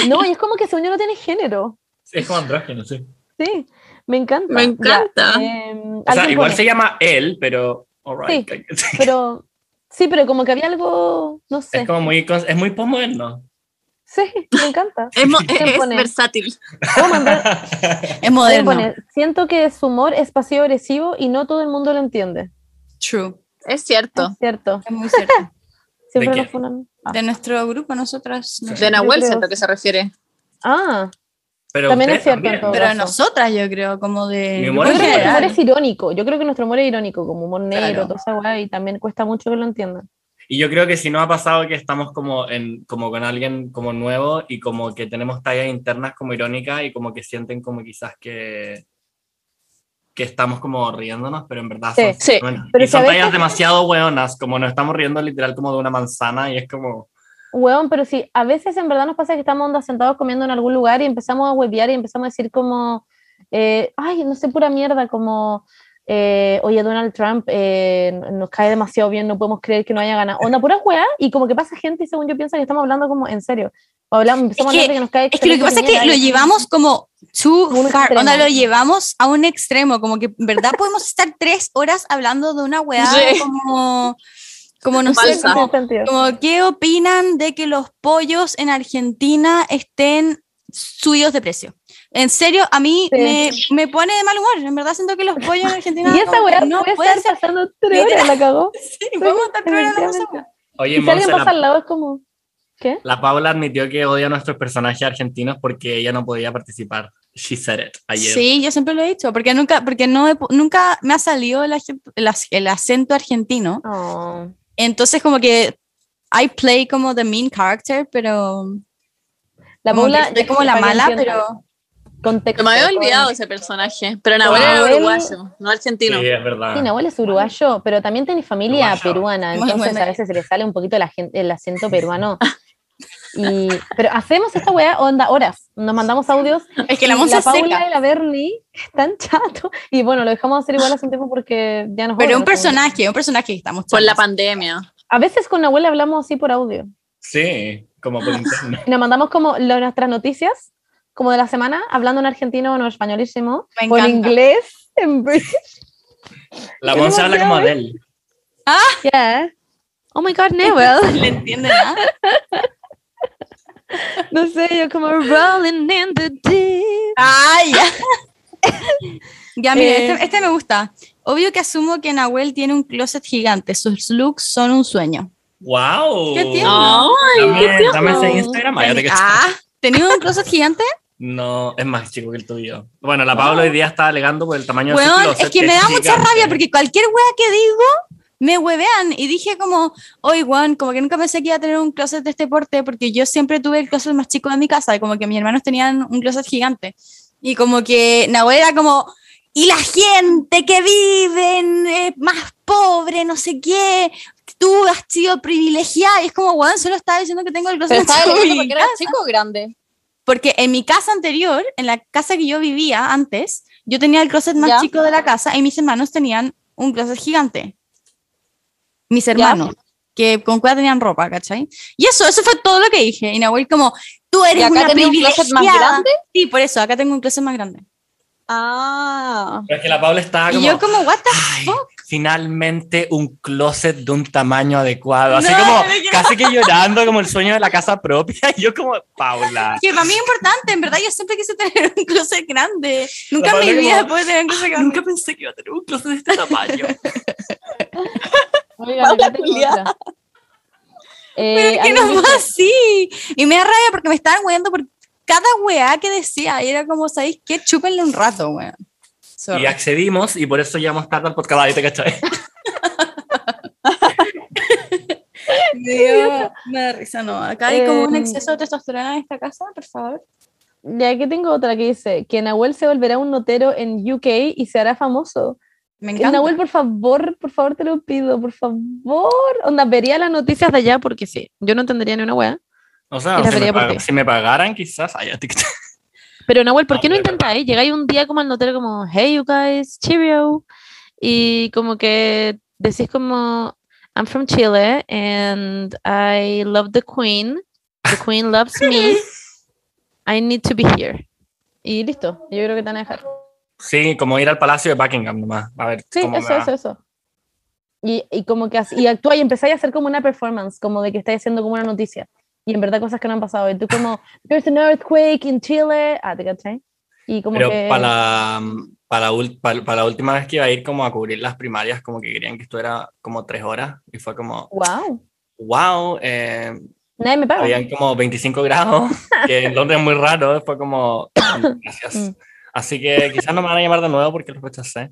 Speaker 1: No, y es como que según yo no tiene género.
Speaker 5: Es como andrógeno, sí.
Speaker 1: Sí, me encanta.
Speaker 2: Me encanta.
Speaker 1: Ya, em,
Speaker 5: O sea,
Speaker 1: alguien
Speaker 5: igual
Speaker 1: pone,
Speaker 5: se llama él, pero. alright, I guess.
Speaker 1: Pero sí, pero como que había algo, no sé.
Speaker 5: Es como muy. cons- Es muy posmoderno.
Speaker 1: Sí, me encanta.
Speaker 2: Es, mo- es- es
Speaker 1: pone?
Speaker 2: versátil.
Speaker 1: Voy a mandar-
Speaker 4: Es
Speaker 1: voy a
Speaker 4: moderno.
Speaker 1: poner, siento que su humor es pasivo agresivo y no todo el mundo lo entiende.
Speaker 4: True.
Speaker 2: Es cierto.
Speaker 1: Cierto.
Speaker 4: Es muy cierto.
Speaker 1: Siempre
Speaker 5: qué?
Speaker 1: nos funan. Ah.
Speaker 4: De nuestro grupo, nosotras. no sé.
Speaker 2: De Nahuel
Speaker 1: creo-
Speaker 2: siento que se refiere.
Speaker 1: Ah,
Speaker 5: Pero
Speaker 1: También es
Speaker 5: ustedes
Speaker 1: cierto, en todo
Speaker 4: Pero de
Speaker 1: caso.
Speaker 4: nosotras, yo creo, como de.
Speaker 5: Mi
Speaker 4: grupo
Speaker 5: humor
Speaker 1: yo
Speaker 5: es
Speaker 4: en
Speaker 1: creo que nuestro humor
Speaker 4: general.
Speaker 1: es irónico. Yo creo que nuestro humor es irónico, como humor negro,
Speaker 4: Claro.
Speaker 1: toda esa weá, y también cuesta mucho que lo entiendan.
Speaker 5: Y yo creo que si no ha pasado que estamos como, en, como con alguien como nuevo y como que tenemos tallas internas como irónicas y como que sienten como quizás que que estamos como riéndonos, pero en verdad son,
Speaker 4: Eh,
Speaker 1: Sí, sí.
Speaker 5: bueno,
Speaker 1: Pero
Speaker 5: y
Speaker 1: si
Speaker 5: son
Speaker 1: a veces-
Speaker 5: tallas demasiado hueonas, como nos estamos riendo literal como de una manzana y es como,
Speaker 1: Weón, pero sí, a veces en verdad nos pasa que estamos onda sentados comiendo en algún lugar y empezamos a huevear y empezamos a decir como, eh, ay, no sé, pura mierda, como, eh, oye, Donald Trump eh, nos cae demasiado bien, no podemos creer que no haya ganado. Onda, pura weá, y como que pasa gente y según yo piensa que estamos hablando como en serio. O hablamos, empezamos
Speaker 4: Es
Speaker 1: a
Speaker 4: que-
Speaker 1: hablar de que nos cae
Speaker 4: Es que lo que pasa es que lo llevamos como too
Speaker 1: Un
Speaker 4: far,
Speaker 1: extremo.
Speaker 4: onda, lo llevamos a un extremo, como que en verdad podemos estar tres horas hablando de una weá
Speaker 2: Sí.
Speaker 4: como, como no sé,
Speaker 2: Falsa.
Speaker 4: como,
Speaker 1: llevamos.
Speaker 4: como qué opinan de que los pollos en Argentina estén subidos de precio. En serio, a mí
Speaker 1: Sí.
Speaker 4: me, me pone de mal humor, en verdad siento que los pollos en Argentina
Speaker 1: Y esa
Speaker 4: como que
Speaker 1: weá
Speaker 4: no
Speaker 1: puede
Speaker 4: pueden
Speaker 1: estar
Speaker 4: ser
Speaker 1: pasando tres horas, la cagó.
Speaker 4: así, vamos a estar programando esa
Speaker 1: Efectivamente.
Speaker 4: weá.
Speaker 5: oye,
Speaker 1: Y si alguien
Speaker 5: Monse,
Speaker 1: pasa
Speaker 5: la,
Speaker 1: al lado es como, ¿qué?
Speaker 5: la Paula admitió que odia a nuestros personajes argentinos porque ella no podía participar. She said it ayer.
Speaker 4: Sí, yo siempre lo he dicho, porque nunca, porque no he pu- nunca me ha salido el, aje- el ac- el acento argentino.
Speaker 1: Oh.
Speaker 4: Entonces, como que I play como the mean character, pero.
Speaker 1: La
Speaker 4: como que
Speaker 1: mula,
Speaker 4: Soy como la mala, pero.
Speaker 1: Contexto,
Speaker 2: Me había olvidado
Speaker 1: obviamente.
Speaker 2: ese personaje. Pero Nahuel era
Speaker 1: Nahuel-
Speaker 2: uruguayo, no argentino.
Speaker 5: Sí, es verdad.
Speaker 1: Sí, Nahuel es uruguayo, pero también tiene familia
Speaker 5: Uruguayo.
Speaker 1: peruana,
Speaker 4: Muy
Speaker 1: entonces
Speaker 4: buena.
Speaker 1: a veces se le sale un poquito la gen- el acento peruano. Y, pero hacemos esta weá onda horas. Nos mandamos audios.
Speaker 4: Es que la
Speaker 1: y
Speaker 4: monza
Speaker 1: Paula
Speaker 4: seca.
Speaker 1: y la Bernie están chato. Y bueno, lo dejamos hacer igual hace un tiempo porque ya nos
Speaker 4: Pero
Speaker 1: joden,
Speaker 4: un personaje, un personaje que estamos
Speaker 2: Por la
Speaker 4: chatos.
Speaker 2: pandemia.
Speaker 1: A veces con Nahuel hablamos así por audio.
Speaker 5: Sí, como por interno.
Speaker 1: Y nos mandamos como lo- nuestras noticias, como de la semana, hablando en argentino o en españolísimo,
Speaker 4: Me
Speaker 1: o en
Speaker 4: encanta.
Speaker 1: inglés, en British.
Speaker 5: La
Speaker 1: Yo
Speaker 5: Monse
Speaker 1: no
Speaker 5: habla
Speaker 1: sé,
Speaker 5: como
Speaker 1: a ver.
Speaker 5: Adele.
Speaker 1: Yeah. Oh my God, Nahuel.
Speaker 4: ¿Le entiende nada?
Speaker 1: No sé, yo como rolling in the deep.
Speaker 4: ¡Ay! ya. ya, mira,
Speaker 1: Eh.
Speaker 4: este, este me gusta. Obvio que asumo que Nahuel tiene un closet gigante. Sus looks son un sueño.
Speaker 5: ¡Wow!
Speaker 4: Qué tierno.
Speaker 2: No,
Speaker 5: Dame, dame ese
Speaker 1: tierno.
Speaker 5: Instagram. ay, ahora que-
Speaker 4: Ah, ¿tenía un closet gigante?
Speaker 5: No, es más chico que el tuyo. Bueno, la Paula hoy día está alegando por el tamaño de su
Speaker 4: Ah. Weón,
Speaker 5: closet,
Speaker 4: es que me da mucha
Speaker 5: gigante.
Speaker 4: rabia porque cualquier wea que digo me huevean. Y dije como, oye, weón, como que nunca pensé que iba a tener un closet de este porte porque yo siempre tuve el closet más chico de mi casa y como que mis hermanos tenían un closet gigante. Y como que Nahuel era como, y la gente que vive en, eh, más pobre, no sé qué, tú has sido privilegiada. Y es como, weón, solo estaba diciendo que tengo el closet
Speaker 2: Pero
Speaker 4: más
Speaker 2: estaba
Speaker 4: chico de
Speaker 2: leyendo
Speaker 4: mi
Speaker 2: porque era chico o grande.
Speaker 4: porque en mi casa anterior, en la casa que yo vivía antes, yo tenía el closet más
Speaker 2: Ya.
Speaker 4: chico de la casa y mis hermanos tenían un closet gigante. Mis hermanos, que con cuál tenían ropa, ¿cachai? Y eso, eso fue todo lo que dije. Y Nahuel como, tú
Speaker 2: ¿Y
Speaker 4: eres
Speaker 2: acá
Speaker 4: una
Speaker 2: tenía un closet más
Speaker 4: privilegiada.
Speaker 2: grande?
Speaker 4: Sí, por eso, acá tengo un closet más grande.
Speaker 2: Ah.
Speaker 5: Pero es que la Paula está como.
Speaker 4: y yo como, what the
Speaker 5: "Ay,
Speaker 4: fuck?
Speaker 5: finalmente un closet de un tamaño adecuado. Así
Speaker 4: No,
Speaker 5: como
Speaker 4: no quiero.
Speaker 5: casi
Speaker 1: "Ah".
Speaker 5: que llorando, como el sueño de la casa propia. Y yo, como, Paula.
Speaker 4: Que para mí es importante, en verdad, yo siempre quise tener un closet grande. Nunca en
Speaker 5: La
Speaker 4: mi
Speaker 5: Paula
Speaker 4: vida
Speaker 5: como,
Speaker 4: pude tener un closet grande.
Speaker 5: Nunca pensé que iba a tener un closet de este tamaño.
Speaker 1: Oiga,
Speaker 2: Paula
Speaker 1: acá tengo
Speaker 2: culiada.
Speaker 1: otra. Eh,
Speaker 4: ¿Por qué
Speaker 1: alguien
Speaker 4: no
Speaker 1: dice-
Speaker 4: fue así? Y me da rabia porque me estaban weando por cada weá que decía. Y era como, ¿sabéis qué? Chúpenle un rato, weón. Sorry.
Speaker 5: Y accedimos y por eso llegamos tarde al podcast. Ahí te cachai.
Speaker 4: Dios, me da risa, no. Acá hay como un
Speaker 1: Em.
Speaker 4: exceso de testosterona en esta casa, por favor.
Speaker 1: Ya aquí tengo otra que dice que Nahuel se volverá un notero en UK y se hará famoso.
Speaker 4: Me
Speaker 1: Que
Speaker 4: encanta.
Speaker 1: Nahuel, por favor, por favor te lo pido, por favor. Onda, vería las noticias de allá porque sí, yo no entendería ni una wea.
Speaker 5: O sea,
Speaker 1: Era
Speaker 5: si me,
Speaker 1: feria por
Speaker 5: pag-
Speaker 1: ti.
Speaker 5: si me pagaran, quizás. Ay, a ti que te-
Speaker 1: Pero Nahuel, ¿por qué no
Speaker 5: No, de verdad.
Speaker 1: intentáis? Llegáis un día como al notero como, hey you guys, cheerio. Y como que decís como, I'm from Chile and I love the queen. The queen loves me. I need to be here. Y listo, yo creo que te van a dejar.
Speaker 5: Sí, como ir al palacio de Buckingham nomás. A ver.
Speaker 1: Sí,
Speaker 5: cómo me
Speaker 1: eso,
Speaker 5: va.
Speaker 1: eso, eso. Y, y como que así, y actúa y empezáis a hacer como una performance, como de que estáis haciendo como una noticia. Y en verdad cosas que no han pasado. Y tú como, there's an earthquake in Chile. Ah, ¿te cachai? Y como
Speaker 5: Pero
Speaker 1: que...
Speaker 5: para, la- para, ul- para, para la última vez que iba a ir como a cubrir las primarias, como que querían que estuviera como tres horas. Y fue como,
Speaker 1: Wow.
Speaker 5: wow, eh,
Speaker 1: Nadie me paga.
Speaker 5: habían como 25 grados, que en Londres es muy raro. Fue como, gracias.
Speaker 1: Mm.
Speaker 5: Así que quizás no me van a llamar de nuevo porque los rechacé.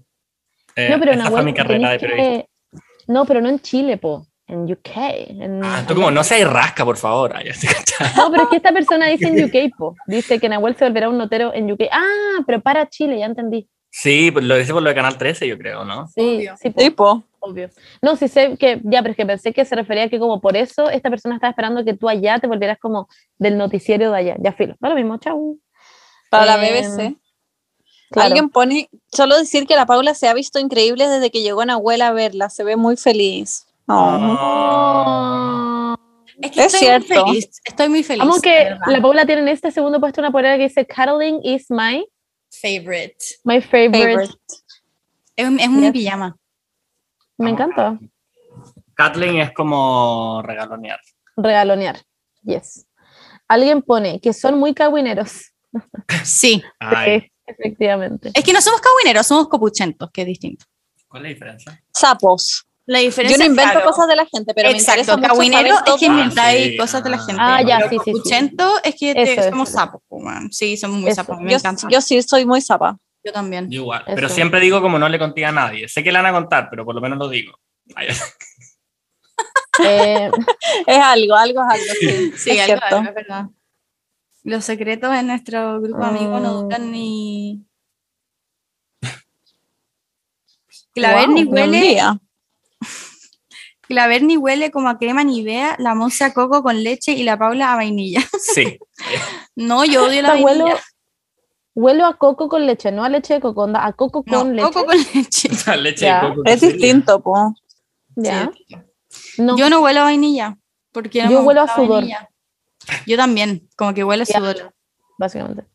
Speaker 5: Eh,
Speaker 1: No, pero
Speaker 5: esa
Speaker 1: Nahuel,
Speaker 5: fue mi carrera de
Speaker 1: tenés que-
Speaker 5: periodista.
Speaker 1: No, pero no en Chile, po. En UK. en-
Speaker 5: Ah, tú como, no seas rasca, por favor. Ay, así, ¿cachai?
Speaker 1: No, pero es que esta persona dice en UK, po. Dice que Nahuel se volverá un notero en UK. Ah, pero para Chile, ya entendí.
Speaker 5: sí, pues, lo hice por lo de Canal 13, yo creo, ¿no?
Speaker 1: Sí,
Speaker 4: Obvio.
Speaker 1: sí, po.
Speaker 2: Tipo.
Speaker 1: Obvio. No, sí sé que, ya, pero es que pensé que se refería a que como por eso esta persona estaba esperando que tú allá te volvieras como del noticiero de allá. Ya filo. No lo mismo, chau.
Speaker 2: Para la
Speaker 1: Em,
Speaker 2: BBC.
Speaker 1: Claro.
Speaker 2: Alguien pone, solo decir que la Paula se ha visto increíble desde que llegó Nahuel a verla, se ve muy feliz. Oh.
Speaker 5: Ah.
Speaker 1: Oh.
Speaker 4: Es que
Speaker 2: Es
Speaker 4: estoy
Speaker 2: cierto.
Speaker 4: muy feliz. Estoy muy feliz.
Speaker 1: Amo
Speaker 4: de
Speaker 1: que
Speaker 4: verdad.
Speaker 1: la Paula tiene en este segundo puesto una polera que dice Caroline is my,
Speaker 4: favorite.
Speaker 1: my favorite.
Speaker 2: Favorite.
Speaker 4: Es, un- es un
Speaker 1: Yes.
Speaker 4: pijama.
Speaker 1: Me encanta.
Speaker 5: Kathleen es como regalonear.
Speaker 1: Regalonear. Yes. Alguien pone que son muy cagüineros.
Speaker 4: Sí.
Speaker 5: Ay,
Speaker 1: Sí, efectivamente.
Speaker 4: Es que no somos cabineros, somos copuchentos, que es distinto.
Speaker 5: ¿Cuál es la diferencia?
Speaker 2: Sapos.
Speaker 4: La
Speaker 2: Yo
Speaker 4: diferencia
Speaker 2: no invento cosas de la gente, pero me interesa
Speaker 4: Exacto,
Speaker 2: mucho
Speaker 4: cahuinero
Speaker 2: saber todo.
Speaker 4: es que inventáis
Speaker 5: Ah, sí,
Speaker 4: cosas de la
Speaker 5: ah.
Speaker 4: gente.
Speaker 1: Ah, ya,
Speaker 4: Pero
Speaker 1: sí, sí, sí.
Speaker 4: copuchento es que te-
Speaker 1: Eso,
Speaker 4: somos
Speaker 1: eso.
Speaker 4: sapos, po, weón. Sí, somos muy
Speaker 1: Eso.
Speaker 4: sapos. Me
Speaker 2: Yo,
Speaker 4: encanta.
Speaker 2: yo sí soy muy zapa.
Speaker 4: Yo también.
Speaker 5: Yo igual.
Speaker 1: Eso.
Speaker 5: Pero siempre digo como no le conté a nadie. Sé que la van a contar, pero por lo menos lo digo. Ay,
Speaker 1: Eh,
Speaker 2: Es algo, algo es algo. Sí,
Speaker 4: Sí,
Speaker 2: es
Speaker 4: algo,
Speaker 2: cierto.
Speaker 4: algo, es verdad. Los secretos en nuestro grupo de amigos no
Speaker 1: Mm.
Speaker 4: duran ni. Que La Bernie
Speaker 2: Wow, no
Speaker 4: huele,
Speaker 2: olía.
Speaker 4: que la Bernie huele como a crema Nivea, la Monse a coco con leche y la Paula a vainilla.
Speaker 5: Sí.
Speaker 4: No, yo odio la
Speaker 1: Esta
Speaker 4: vainilla.
Speaker 1: huelo, huelo a coco con leche, no a leche de coco, onda, a coco
Speaker 4: No,
Speaker 1: con leche.
Speaker 4: coco con leche.
Speaker 5: La leche
Speaker 1: Ya.
Speaker 5: de coco.
Speaker 2: Es distinto, po.
Speaker 1: Ya. No,
Speaker 4: Yo no huelo a vainilla. Porque no
Speaker 1: Yo
Speaker 4: me
Speaker 1: huelo a
Speaker 4: gusta la
Speaker 1: sudor.
Speaker 4: vainilla. Yo también, como que huele a
Speaker 1: Ya.
Speaker 4: sudor.
Speaker 1: básicamente.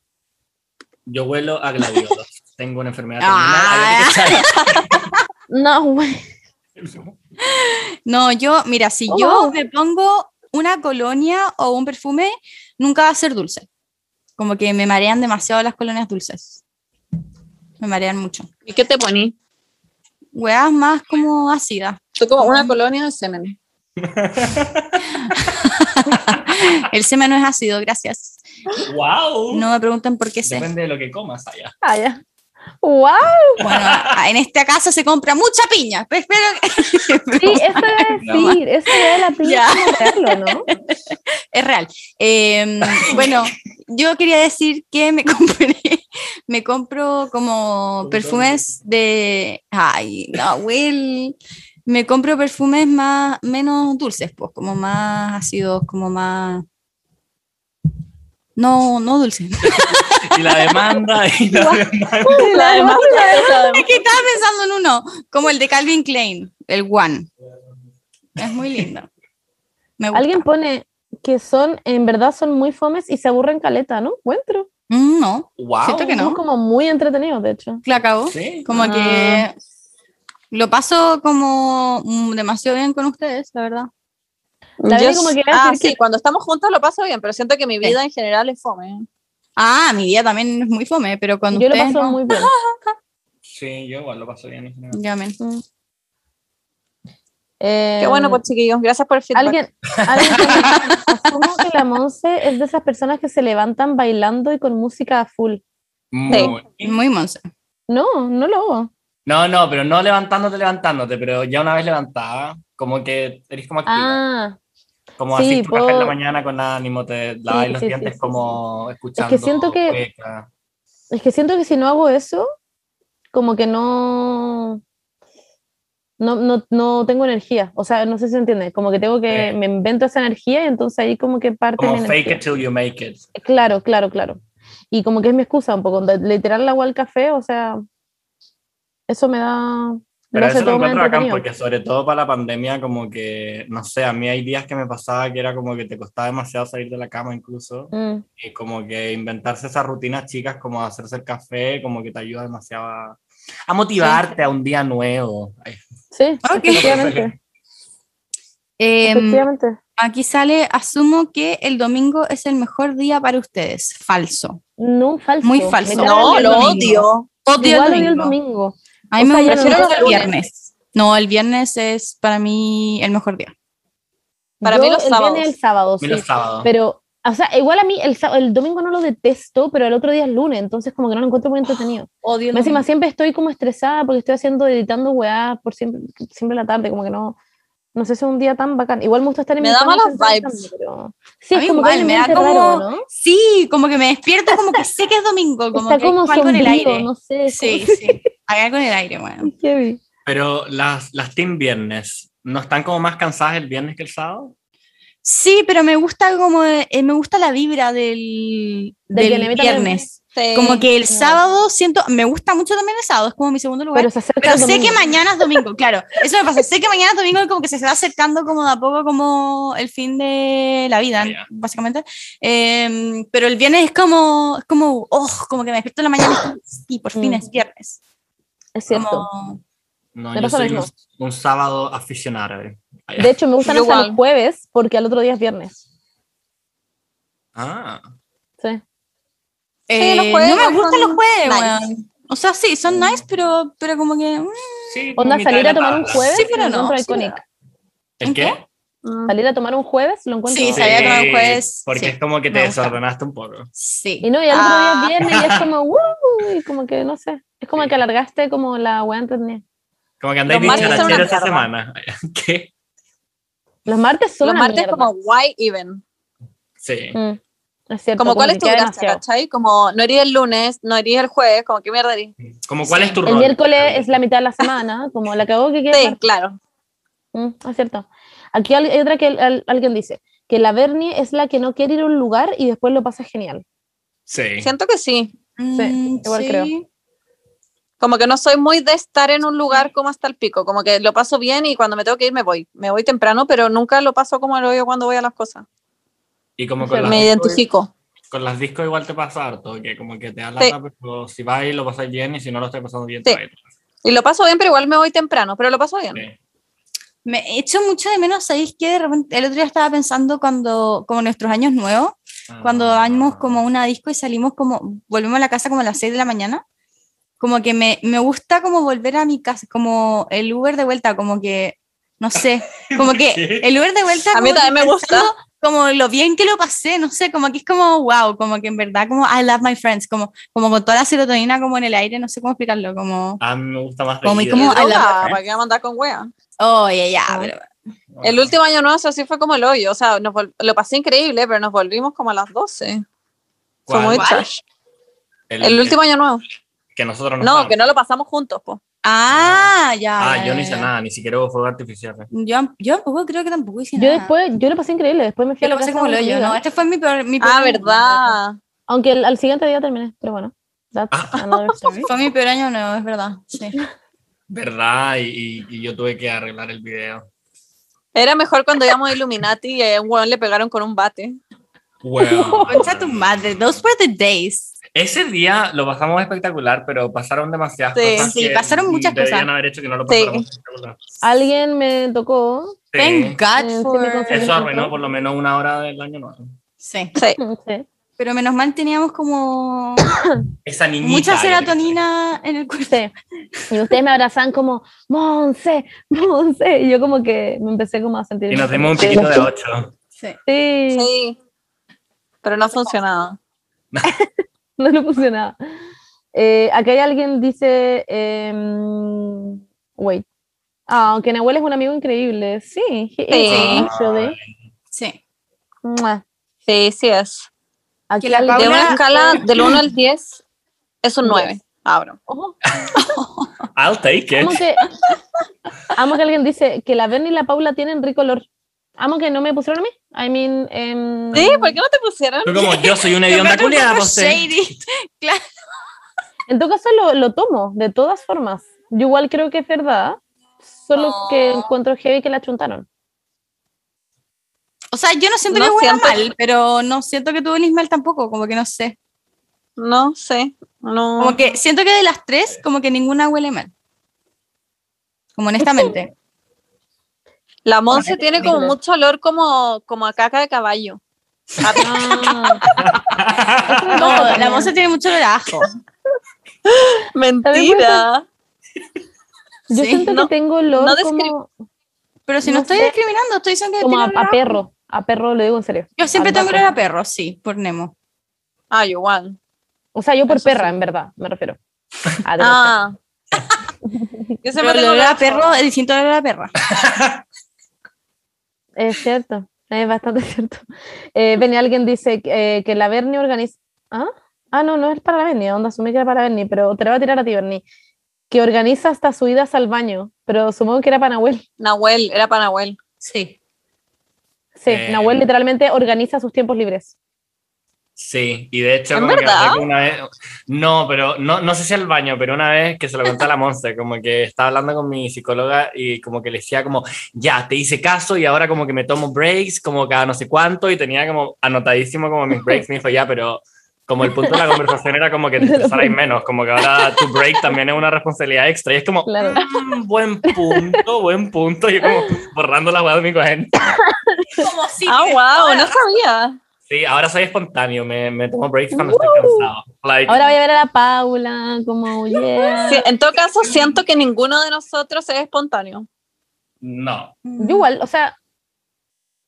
Speaker 5: Yo huelo a gladiolos. Tengo una enfermedad
Speaker 4: Ah.
Speaker 5: terminal.
Speaker 1: No, güey.
Speaker 5: A ver de qué sale.
Speaker 4: No, yo, mira, si yo me pongo una colonia o un perfume, nunca va a ser dulce. Como que me marean demasiado las colonias dulces. Me marean mucho.
Speaker 2: ¿Y qué te poní?
Speaker 4: Hueas más como ácidas.
Speaker 2: Tú como una colonia de semen.
Speaker 4: El semen no es ácido, gracias.
Speaker 5: ¡Wow!
Speaker 4: No me pregunten por qué sé.
Speaker 5: Depende de lo que comas allá.
Speaker 1: Ah, ya. ¡Wow!
Speaker 4: Bueno, a- en esta casa se compra mucha piña. Pero espero que-
Speaker 1: Sí, eso iba a
Speaker 5: No.
Speaker 1: decir. Eso era de la piña
Speaker 4: Ya.
Speaker 1: como verlo, ¿no?
Speaker 4: es real. Eh, bueno, yo quería decir que me compré, me compro como
Speaker 5: Como
Speaker 4: perfumes de, ay, no, Will, me compro perfumes más, menos dulces, pues, como más ácidos, como más, no, no dulces.
Speaker 5: Y la demanda, y la demanda.
Speaker 2: La demás,
Speaker 4: Es que estaba pensando en uno, como el de Calvin Klein, el One. Es muy lindo. Me gusta.
Speaker 1: Alguien pone que son, en verdad, son muy fomes y se aburren caleta, ¿no? Encuentro.
Speaker 4: Mm, no,
Speaker 5: ¡Wow!
Speaker 4: siento que
Speaker 1: Son
Speaker 4: no.
Speaker 1: como muy entretenidos, de hecho.
Speaker 4: La acabó.
Speaker 5: Sí.
Speaker 4: Como
Speaker 2: Ah.
Speaker 4: que lo paso como mm, demasiado bien con ustedes, la verdad.
Speaker 1: La
Speaker 2: Yo
Speaker 1: Beni como
Speaker 2: s-
Speaker 1: que va a
Speaker 2: ah,
Speaker 1: decir
Speaker 2: sí,
Speaker 1: que-
Speaker 2: cuando estamos juntos lo paso bien, pero siento que mi vida en general es fome.
Speaker 4: Ah, mi día también es muy fome, pero cuando
Speaker 1: Yo lo
Speaker 4: ustedes
Speaker 1: paso
Speaker 4: no,
Speaker 1: muy bien.
Speaker 5: Sí, yo igual lo paso bien. en general.
Speaker 4: ya, men.
Speaker 2: Qué bueno, pues chiquillos, gracias por el feedback.
Speaker 1: Eh, Alguien, alguien asumo que la Monse es de esas personas que se levantan bailando y con música a full.
Speaker 5: Muy-
Speaker 4: muy monza.
Speaker 1: No, no lo hago.
Speaker 5: No, no, pero no levantándote, levantándote, pero ya una vez levantada, como que eres como activa.
Speaker 1: Ah,
Speaker 5: como
Speaker 1: sí,
Speaker 5: así tu café en la
Speaker 1: puedo-
Speaker 5: mañana con ánimo, te lavas
Speaker 1: Sí,
Speaker 5: los
Speaker 1: sí, sí,
Speaker 5: dientes
Speaker 1: sí,
Speaker 5: como escuchando.
Speaker 1: siento que-
Speaker 5: cueca.
Speaker 1: es que siento que si no hago eso, como que no, no, no, no tengo energía. O sea, no sé si se entiende. Como que tengo que,
Speaker 5: Sí.
Speaker 1: me invento esa energía y entonces ahí como que parte
Speaker 5: Como
Speaker 1: mi
Speaker 5: fake
Speaker 1: energía.
Speaker 5: it till you make it.
Speaker 1: Claro, claro, claro. Y como que es mi excusa un poco. de- Literal, la agua al café, o sea, eso me da...
Speaker 5: Pero
Speaker 1: lo hace
Speaker 5: eso lo
Speaker 1: todo más
Speaker 5: encuentro bacán
Speaker 1: entretenido.
Speaker 5: porque sobre todo para la pandemia como que, no sé, a mí hay días que me pasaba que era como que te costaba demasiado salir de la cama incluso
Speaker 1: Mm.
Speaker 5: y como que inventarse esas rutinas chicas como hacerse el café como que te ayuda demasiado a, a motivarte a un día nuevo. Ay,
Speaker 1: Sí,
Speaker 4: Ok.
Speaker 1: efectivamente.
Speaker 4: Em,
Speaker 1: efectivamente.
Speaker 4: aquí sale, asumo que el domingo es el mejor día para ustedes. Falso.
Speaker 1: No, falso.
Speaker 4: Muy falso.
Speaker 1: Me caga
Speaker 2: No,
Speaker 1: el
Speaker 2: lo
Speaker 1: domingo.
Speaker 2: odio.
Speaker 4: Odio
Speaker 1: Igual
Speaker 4: el
Speaker 1: odio el
Speaker 4: domingo.
Speaker 1: domingo.
Speaker 4: A mí
Speaker 1: O
Speaker 4: me
Speaker 1: sea, yo
Speaker 4: gusta
Speaker 2: prefiero
Speaker 4: mucho
Speaker 2: los
Speaker 4: el
Speaker 2: lunes.
Speaker 4: viernes. No, el viernes es para mí el mejor día.
Speaker 2: Para
Speaker 1: Yo
Speaker 2: mí los
Speaker 1: el viernes
Speaker 2: sábados.
Speaker 1: y el sábado,
Speaker 5: a mí los
Speaker 1: sí.
Speaker 5: sábados.
Speaker 1: Pero, o sea, igual a mí el, sá- el domingo no lo detesto, pero el otro día es lunes, entonces como que no lo encuentro muy entretenido.
Speaker 4: Odio
Speaker 1: Más encima siempre estoy como estresada porque estoy haciendo, editando weá por siempre, siempre la tarde, como que no, no sé si es un día tan bacán. Igual me gusta estar en
Speaker 2: Me
Speaker 1: mi
Speaker 2: da
Speaker 1: cama
Speaker 2: malas
Speaker 1: sentada en
Speaker 2: vibes.
Speaker 1: cambio, pero- Sí,
Speaker 4: A
Speaker 1: es
Speaker 4: mí
Speaker 1: como que
Speaker 4: igual,
Speaker 1: hay un
Speaker 4: me da
Speaker 1: ambiente
Speaker 4: como-
Speaker 1: raro, ¿no?
Speaker 4: Sí, como que me despierto como que sé que es domingo, como
Speaker 1: Está
Speaker 4: que hay
Speaker 1: como
Speaker 4: algo en el
Speaker 1: sombrío,
Speaker 4: aire.
Speaker 1: no sé. es
Speaker 4: Sí,
Speaker 1: como-
Speaker 4: sí. Hay algo en el aire, bueno.
Speaker 1: heavy.
Speaker 5: Pero las, las team viernes, ¿no están como más cansadas el viernes que el sábado?
Speaker 4: Sí, pero me gusta como eh, me gusta la vibra del,
Speaker 1: De que
Speaker 4: del
Speaker 1: le metan el-
Speaker 4: viernes.
Speaker 2: Sí.
Speaker 4: Como que el
Speaker 1: no.
Speaker 4: sábado siento, me gusta mucho también el sábado, es como mi segundo lugar.
Speaker 1: Pero
Speaker 4: Pero,
Speaker 1: se acerca el
Speaker 4: sé que
Speaker 1: domingo.
Speaker 4: mañana es domingo, claro. Eso me pasa. Sé que mañana es domingo y como que se va acercando como de a poco como el fin de la vida,
Speaker 5: Ya.
Speaker 4: básicamente. Em, pero el viernes es como, es como, oh, como que me despierto en la mañana y estoy, sí, por fin
Speaker 1: Mm.
Speaker 4: es viernes.
Speaker 1: Es cierto.
Speaker 4: Como,
Speaker 5: No,
Speaker 1: Me
Speaker 5: yo
Speaker 1: pasa lo
Speaker 5: soy un,
Speaker 1: mismo.
Speaker 5: un sábado aficionado. eh. Ay,
Speaker 1: De hecho, me gustan
Speaker 2: Yo
Speaker 1: hasta los
Speaker 2: igual.
Speaker 1: jueves porque al otro día es viernes.
Speaker 5: Ah,
Speaker 1: Sí.
Speaker 4: eh,
Speaker 2: los jueves
Speaker 4: no me
Speaker 2: son
Speaker 4: gustan los jueves,
Speaker 2: nice.
Speaker 4: weón. O sea, sí,
Speaker 1: Mm.
Speaker 4: son nice, pero, pero como que... mm,
Speaker 5: sí. como
Speaker 1: Onda,
Speaker 5: mitad
Speaker 1: salir
Speaker 5: de
Speaker 1: a
Speaker 5: la
Speaker 1: tomar un
Speaker 5: tabla.
Speaker 1: jueves.
Speaker 4: Sí, pero
Speaker 1: lo
Speaker 4: no,
Speaker 1: encuentro
Speaker 4: sí,
Speaker 1: iconic.
Speaker 5: ¿El qué?
Speaker 2: Mm.
Speaker 1: Salir a tomar un jueves lo encuentro.
Speaker 4: Sí, sabía que no me puedes-
Speaker 5: Porque
Speaker 4: sí,
Speaker 5: es como que te
Speaker 4: me gusta.
Speaker 5: desordenaste un poco.
Speaker 4: Sí.
Speaker 1: Y no, y al otro
Speaker 4: Ah.
Speaker 1: día viene y es como, wow, y como que no sé. Es como que alargaste como la weá entretenida.
Speaker 5: Como que andáis
Speaker 2: Los martes son
Speaker 5: dicharachero
Speaker 2: una
Speaker 5: esta
Speaker 2: mierda.
Speaker 5: semana. ¿Qué?
Speaker 1: Los martes son
Speaker 2: Los
Speaker 1: una
Speaker 2: martes
Speaker 1: mierda.
Speaker 2: como why even.
Speaker 5: Sí.
Speaker 1: Mm, es cierto,
Speaker 2: Como cuál
Speaker 1: que
Speaker 2: es tu
Speaker 1: queda
Speaker 2: gracia,
Speaker 1: demasiado.
Speaker 2: ¿cachai? Como no iría el lunes, no iría el jueves, como qué mierda iría.
Speaker 5: Como cuál es tu rol.
Speaker 1: El miércoles es la mitad de la semana, como la que hago que queda.
Speaker 2: Sí,
Speaker 1: martes.
Speaker 2: claro.
Speaker 1: Mm, es cierto. Aquí hay hay otra que al- al- alguien dice, que la Bernie es la que no quiere ir a un lugar y después lo pasa genial.
Speaker 5: Sí.
Speaker 2: Siento que sí.
Speaker 4: Mm,
Speaker 1: igual creo.
Speaker 2: Como que no soy muy de estar en un lugar como hasta el pico, como que lo paso bien y cuando me tengo que ir me voy. Me voy temprano, pero nunca lo paso como lo veo cuando voy a las cosas.
Speaker 5: Y como con,
Speaker 2: me
Speaker 5: las discos,
Speaker 2: identifico.
Speaker 5: con las discos igual te pasa harto, que como que te da
Speaker 2: Sí.
Speaker 5: lata, pero si vas y lo pasas bien y si no lo estás pasando bien,
Speaker 2: Sí.
Speaker 5: te va a ir.
Speaker 2: Y lo paso bien, pero igual me voy temprano, pero lo paso bien.
Speaker 5: Sí.
Speaker 4: Me echo mucho de menos, ¿sabéis que De repente, el otro día estaba pensando cuando, como nuestros años nuevos, cuando
Speaker 5: Ah.
Speaker 4: vamos como a una disco y salimos como, volvemos a la casa como a las 6 de la mañana, como que me, me gusta como volver a mi casa, como el Uber de vuelta, como que, no sé, como
Speaker 5: ¿Por qué?
Speaker 4: que el Uber de vuelta...
Speaker 2: A mí
Speaker 4: como que
Speaker 2: también me gusta.
Speaker 4: pensando Como lo bien que lo pasé, no sé, como que es como wow, como que en verdad como I love my friends, como, como con toda la serotonina como en el aire, no sé cómo explicarlo, como...
Speaker 5: A mí Ah, me gusta más de
Speaker 4: Como y
Speaker 5: ida.
Speaker 4: como-
Speaker 2: Droga,
Speaker 4: a la-
Speaker 2: ¿Para qué vamos a andar con wea?
Speaker 4: Oh, ya, ya, pero
Speaker 2: El último año nuevo, eso sí fue como el hoyo. O sea, nos vol- lo pasé increíble, pero nos volvimos como a las 12. Fue
Speaker 5: ¿Cuál?
Speaker 2: muy
Speaker 5: ¿Cuál?
Speaker 2: trash. El último año nuevo.
Speaker 5: Que nosotros no,
Speaker 2: No,
Speaker 5: estábamos.
Speaker 2: que no lo pasamos juntos, po.
Speaker 4: Ah, ya.
Speaker 5: Ah,
Speaker 4: ya,
Speaker 5: yo
Speaker 4: ya,
Speaker 5: no hice
Speaker 4: ya.
Speaker 5: nada, ni siquiera hubo fuego artificial.
Speaker 4: Yo, yo tampoco creo que tampoco hice
Speaker 1: Yo
Speaker 4: nada.
Speaker 1: después, yo lo pasé increíble, después me fui
Speaker 4: Yo
Speaker 1: a
Speaker 4: lo
Speaker 1: la
Speaker 4: pasé
Speaker 1: casa
Speaker 4: como
Speaker 1: de
Speaker 4: lo
Speaker 1: mi
Speaker 4: yo,
Speaker 1: amiga.
Speaker 4: ¿no? Este fue mi peor. Mi peor
Speaker 2: Ah,
Speaker 4: año.
Speaker 2: ¿verdad?
Speaker 1: Aunque el- al siguiente día terminé, pero bueno. That's
Speaker 5: Ah.
Speaker 1: another story.
Speaker 4: Fue mi peor año nuevo, es verdad. Sí.
Speaker 5: ¿Verdad? Y, y- y yo tuve que arreglar el video.
Speaker 2: Era mejor cuando íbamos a Illuminati y a un weón le pegaron con un bate.
Speaker 5: Weón.
Speaker 4: Concha tu madre, those were the days.
Speaker 5: Ese día lo pasamos espectacular, pero pasaron demasiadas
Speaker 2: Sí.
Speaker 5: cosas.
Speaker 4: Sí,
Speaker 5: que
Speaker 4: pasaron muchas
Speaker 5: debían
Speaker 4: cosas.
Speaker 5: haber hecho que no lo
Speaker 2: Sí.
Speaker 5: pasáramos espectacular.
Speaker 1: Alguien me tocó.
Speaker 5: Sí.
Speaker 4: Thank God
Speaker 1: Eh,
Speaker 4: for.
Speaker 1: sí, me
Speaker 5: Eso arruinó por lo menos una hora del año nuevo.
Speaker 4: Sí.
Speaker 2: Sí.
Speaker 1: no sé.
Speaker 4: Pero menos mal teníamos como
Speaker 5: Esa niñita.
Speaker 4: mucha
Speaker 5: yo
Speaker 4: serotonina en el cuerpo.
Speaker 1: Sí. Y ustedes me abrazan como, Monse, Monse. Y yo como que me empecé como a sentir.
Speaker 5: creo. Y nos dimos un piquito de ocho.
Speaker 4: Sí.
Speaker 1: Sí,
Speaker 2: Sí. Pero no funcionaba.
Speaker 1: no, no funcionaba. Eh, acá hay alguien dice, em, wait. Ah, aunque Nahuel es un amigo increíble. Sí, he is,
Speaker 2: Sí.
Speaker 1: actually.
Speaker 4: sí.
Speaker 1: Mua.
Speaker 2: Sí, sí es.
Speaker 4: Que
Speaker 1: Aquí
Speaker 4: la
Speaker 1: alguien-
Speaker 2: De una
Speaker 4: Paula-
Speaker 2: escala del 1 al 10 es un Ah, 9. Abro.
Speaker 1: Ojo,
Speaker 5: I'll take it.
Speaker 1: Oh, Amo que, amo que alguien dice que la Bernie y la Paula tienen rico olor. Amo que no me pusieron a mí. I mean, em,
Speaker 2: Sí, ¿por qué no te pusieron?
Speaker 5: Tú como yo soy una
Speaker 4: Lo
Speaker 5: hedionda
Speaker 4: encuentro un
Speaker 5: culiada,
Speaker 4: poco
Speaker 5: pues, sí.
Speaker 4: shady.
Speaker 1: en todo caso lo, lo tomo, de todas formas. Yo igual creo que es verdad, solo
Speaker 4: No.
Speaker 1: que
Speaker 2: Oh.
Speaker 1: encuentro heavy que la chuntaron.
Speaker 4: O sea, yo no siento
Speaker 2: No
Speaker 4: que huela
Speaker 2: siento-
Speaker 4: mal, pero no siento que tuvo ni mal tampoco, como que no sé.
Speaker 2: No sé. No.
Speaker 4: Como que siento que de las tres, como que ninguna huele mal. Como honestamente.
Speaker 2: La Monse
Speaker 4: Bueno,
Speaker 2: tiene como
Speaker 1: dilo.
Speaker 2: mucho olor como, como a caca de caballo. Ah,
Speaker 4: No, la moza tiene mucho olor a ajo.
Speaker 2: Mentira.
Speaker 1: yo
Speaker 4: Sí,
Speaker 1: siento
Speaker 2: no-
Speaker 1: que tengo olor
Speaker 2: no descri-
Speaker 1: como,
Speaker 4: Pero si no,
Speaker 1: No
Speaker 4: estoy
Speaker 1: sé.
Speaker 4: discriminando, estoy diciendo que
Speaker 1: como
Speaker 4: tiene
Speaker 1: a,
Speaker 4: olor a
Speaker 1: a
Speaker 4: ajo.
Speaker 1: perro. A perro lo digo en serio.
Speaker 4: Yo siempre
Speaker 1: Al
Speaker 4: tengo
Speaker 1: gato.
Speaker 4: olor a perro, sí, por Nemo.
Speaker 2: Ah, igual.
Speaker 1: O sea, yo por
Speaker 4: Eso sí.
Speaker 1: perra, en verdad, me refiero. A tener
Speaker 2: Ah. Yo
Speaker 4: Pero
Speaker 2: siempre
Speaker 4: el
Speaker 2: tengo
Speaker 4: olor a
Speaker 2: olor-
Speaker 4: perro es distinto al olor a perra.
Speaker 1: Es cierto, es bastante cierto. Eh, Beni, alguien dice que, eh, que la Berni organiza. ¿Ah? ah, no, no es para la Berni, onda, asumí que era para la Berni, pero te la voy a tirar a ti, Berni. Que organiza hasta subidas al baño, pero supongo que era para Nahuel.
Speaker 2: Nahuel, era para Nahuel.
Speaker 4: Sí.
Speaker 1: Sí,
Speaker 5: Eh.
Speaker 1: Nahuel literalmente organiza sus tiempos libres.
Speaker 5: Sí, y de hecho,
Speaker 2: ¿En
Speaker 5: como que
Speaker 2: verdad?
Speaker 5: hablé con una vez. No, pero no, no sé si al baño, pero una vez que se lo conté a la Monse, como que estaba hablando con mi psicóloga y como que le decía, como, ya, te hice caso y ahora como que me tomo breaks, como cada no sé cuánto, y tenía como anotadísimo como mis breaks. Me dijo, ya, pero como el punto de la conversación era como que te estresarais menos, como que ahora tu break también es una responsabilidad extra. Y es como,
Speaker 1: Claro.
Speaker 5: "Mm, buen punto, buen punto. Y yo como borrando la weá de mi cuaderno.
Speaker 4: Como si.
Speaker 2: Ah, wow, no sabía.
Speaker 5: Sí, ahora soy espontáneo, me, me tomo breaks cuando estoy cansado. Like,
Speaker 1: Ahora voy a ver a la Paula, como, yeah.
Speaker 2: Sí, en todo caso, siento que ninguno de nosotros es espontáneo.
Speaker 5: no.
Speaker 4: Mm.
Speaker 1: Yo igual, o sea,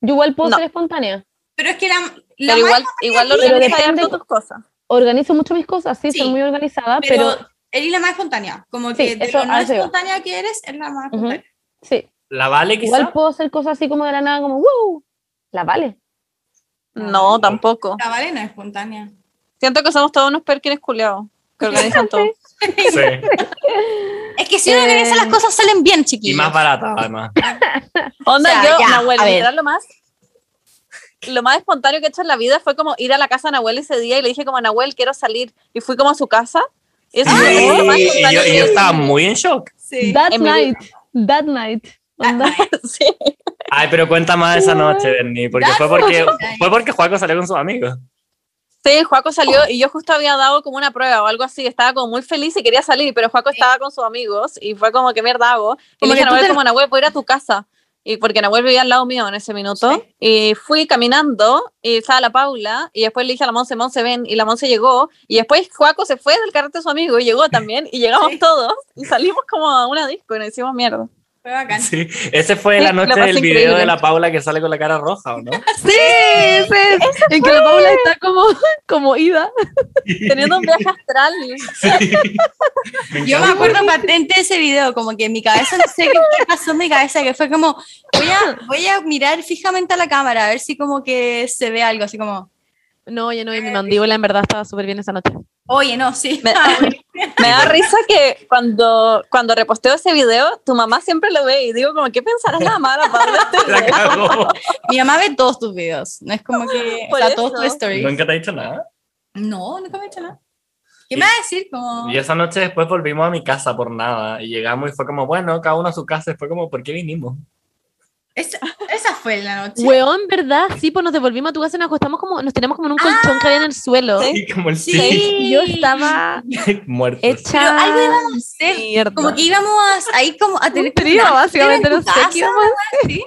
Speaker 1: yo igual puedo
Speaker 2: No.
Speaker 1: ser espontánea.
Speaker 4: Pero es que la. la
Speaker 2: Pero igual,
Speaker 4: Maya-
Speaker 2: igual lo
Speaker 1: Pero
Speaker 2: organizas
Speaker 1: depende-
Speaker 2: harto tus
Speaker 4: Ah,
Speaker 2: cosas.
Speaker 1: Organizo mucho mis cosas, sí,
Speaker 4: Sí,
Speaker 1: soy muy organizada,
Speaker 4: pero,
Speaker 1: pero,
Speaker 4: él es la más espontánea. Como que de
Speaker 1: eso
Speaker 4: lo no
Speaker 1: hace yo.
Speaker 4: espontánea que eres, es la más
Speaker 1: Ujú.
Speaker 4: espontánea.
Speaker 1: sí,
Speaker 5: La Vale quizá.
Speaker 1: igual puedo hacer cosas así como de la nada, como, wow, la vale.
Speaker 2: No, tampoco.
Speaker 4: La Vale no es espontánea.
Speaker 2: Siento que somos todos unos perkins culiados que organizan todo.
Speaker 5: Sí.
Speaker 4: Es que si uno organiza las cosas salen bien, chiquillos.
Speaker 5: Y más barata, además.
Speaker 2: Onda,
Speaker 4: O sea,
Speaker 2: yo,
Speaker 4: ya,
Speaker 2: Nahuel,
Speaker 4: a ver.
Speaker 2: literal, lo más, lo más espontáneo que he hecho en la vida fue como ir a la casa de Nahuel ese día y le dije como, Nahuel, quiero salir. Y fui como a su casa. Y eso fue como lo más
Speaker 5: Ah, Y, y yo,
Speaker 2: espontáneo
Speaker 5: y
Speaker 2: que-
Speaker 5: yo estaba muy en shock.
Speaker 4: Sí. Ah,
Speaker 1: That
Speaker 2: en mi
Speaker 1: night, that night. Onda.
Speaker 2: Sí.
Speaker 5: Ay, pero cuenta más esa noche, Berni, porque fue porque, fue porque Juaco salió con sus amigos.
Speaker 2: Sí, Juaco salió y yo justo había dado como una prueba o algo así, estaba como muy feliz y quería salir, pero Juaco estaba con sus amigos y fue como, ¿qué mierda hago? Y
Speaker 4: Como
Speaker 2: le dije
Speaker 4: que
Speaker 2: a
Speaker 4: tú
Speaker 2: Nahuel,
Speaker 4: te-
Speaker 2: como Nahuel, voy a ir a tu casa. Y porque Nahuel vivía al lado mío en ese minuto. Y fui caminando y estaba la Paula y después le dije a la Monse, Monse, ven. Y la Monse llegó y después Juaco se fue del carrete de su amigo y llegó también y llegamos todos y salimos como a una disco y nos hicimos mierda.
Speaker 4: Fue bacán.
Speaker 5: Sí, ese fue la
Speaker 2: Sí, lo
Speaker 5: noche
Speaker 2: pasé
Speaker 5: del video
Speaker 2: increíble.
Speaker 5: de la Paula que sale con la cara roja, ¿o no?
Speaker 1: Sí, ese es. En que la Paula está como, como ida.
Speaker 2: Teniendo un viaje astral.
Speaker 4: Yo me acuerdo patente de ese video, como que en mi cabeza, no sé qué, qué pasó en mi cabeza, que fue como, voy a, voy a mirar fijamente a la cámara, a ver si como que se ve algo, así como,
Speaker 1: No, ya no, y mi mandíbula en verdad estaba súper bien esa noche.
Speaker 4: oye, no, sí. Ah,
Speaker 2: Me- Me da risa que cuando, cuando reposteo ese video, tu mamá siempre lo ve y digo como, ¿qué pensarás la mamá de la Paula?
Speaker 5: La cagó.
Speaker 4: mi mamá ve todos tus videos, no es como que, o
Speaker 2: Por
Speaker 4: sea,
Speaker 2: eso.
Speaker 4: todos tus stories.
Speaker 5: Nunca te ha dicho nada.
Speaker 4: No, nunca me he hecho nada. ¿Qué
Speaker 5: Y-
Speaker 4: me va a decir? Como...
Speaker 5: Y esa noche después volvimos a mi casa por nada. Y llegamos y fue como, bueno, cada uno a su casa. Y fue como, ¿por qué vinimos?
Speaker 4: Esa, esa fue la noche.
Speaker 1: Weón, ¿verdad? Sí, pues nos devolvimos a tu casa y nos acostamos como, nos tenemos como en un colchón que había en el suelo.
Speaker 2: Sí.
Speaker 5: Y como el
Speaker 4: Sí.
Speaker 5: sí,
Speaker 1: Y yo estaba
Speaker 5: muerto.
Speaker 1: hecha.
Speaker 4: Pero algo íbamos a hacer.
Speaker 1: mierda.
Speaker 4: Como que íbamos a, ahí como a tener
Speaker 1: Un trío,
Speaker 4: una-
Speaker 1: básicamente,
Speaker 4: tener
Speaker 1: no
Speaker 4: un
Speaker 1: sé
Speaker 4: casa,
Speaker 1: qué íbamos a
Speaker 4: ¿sí?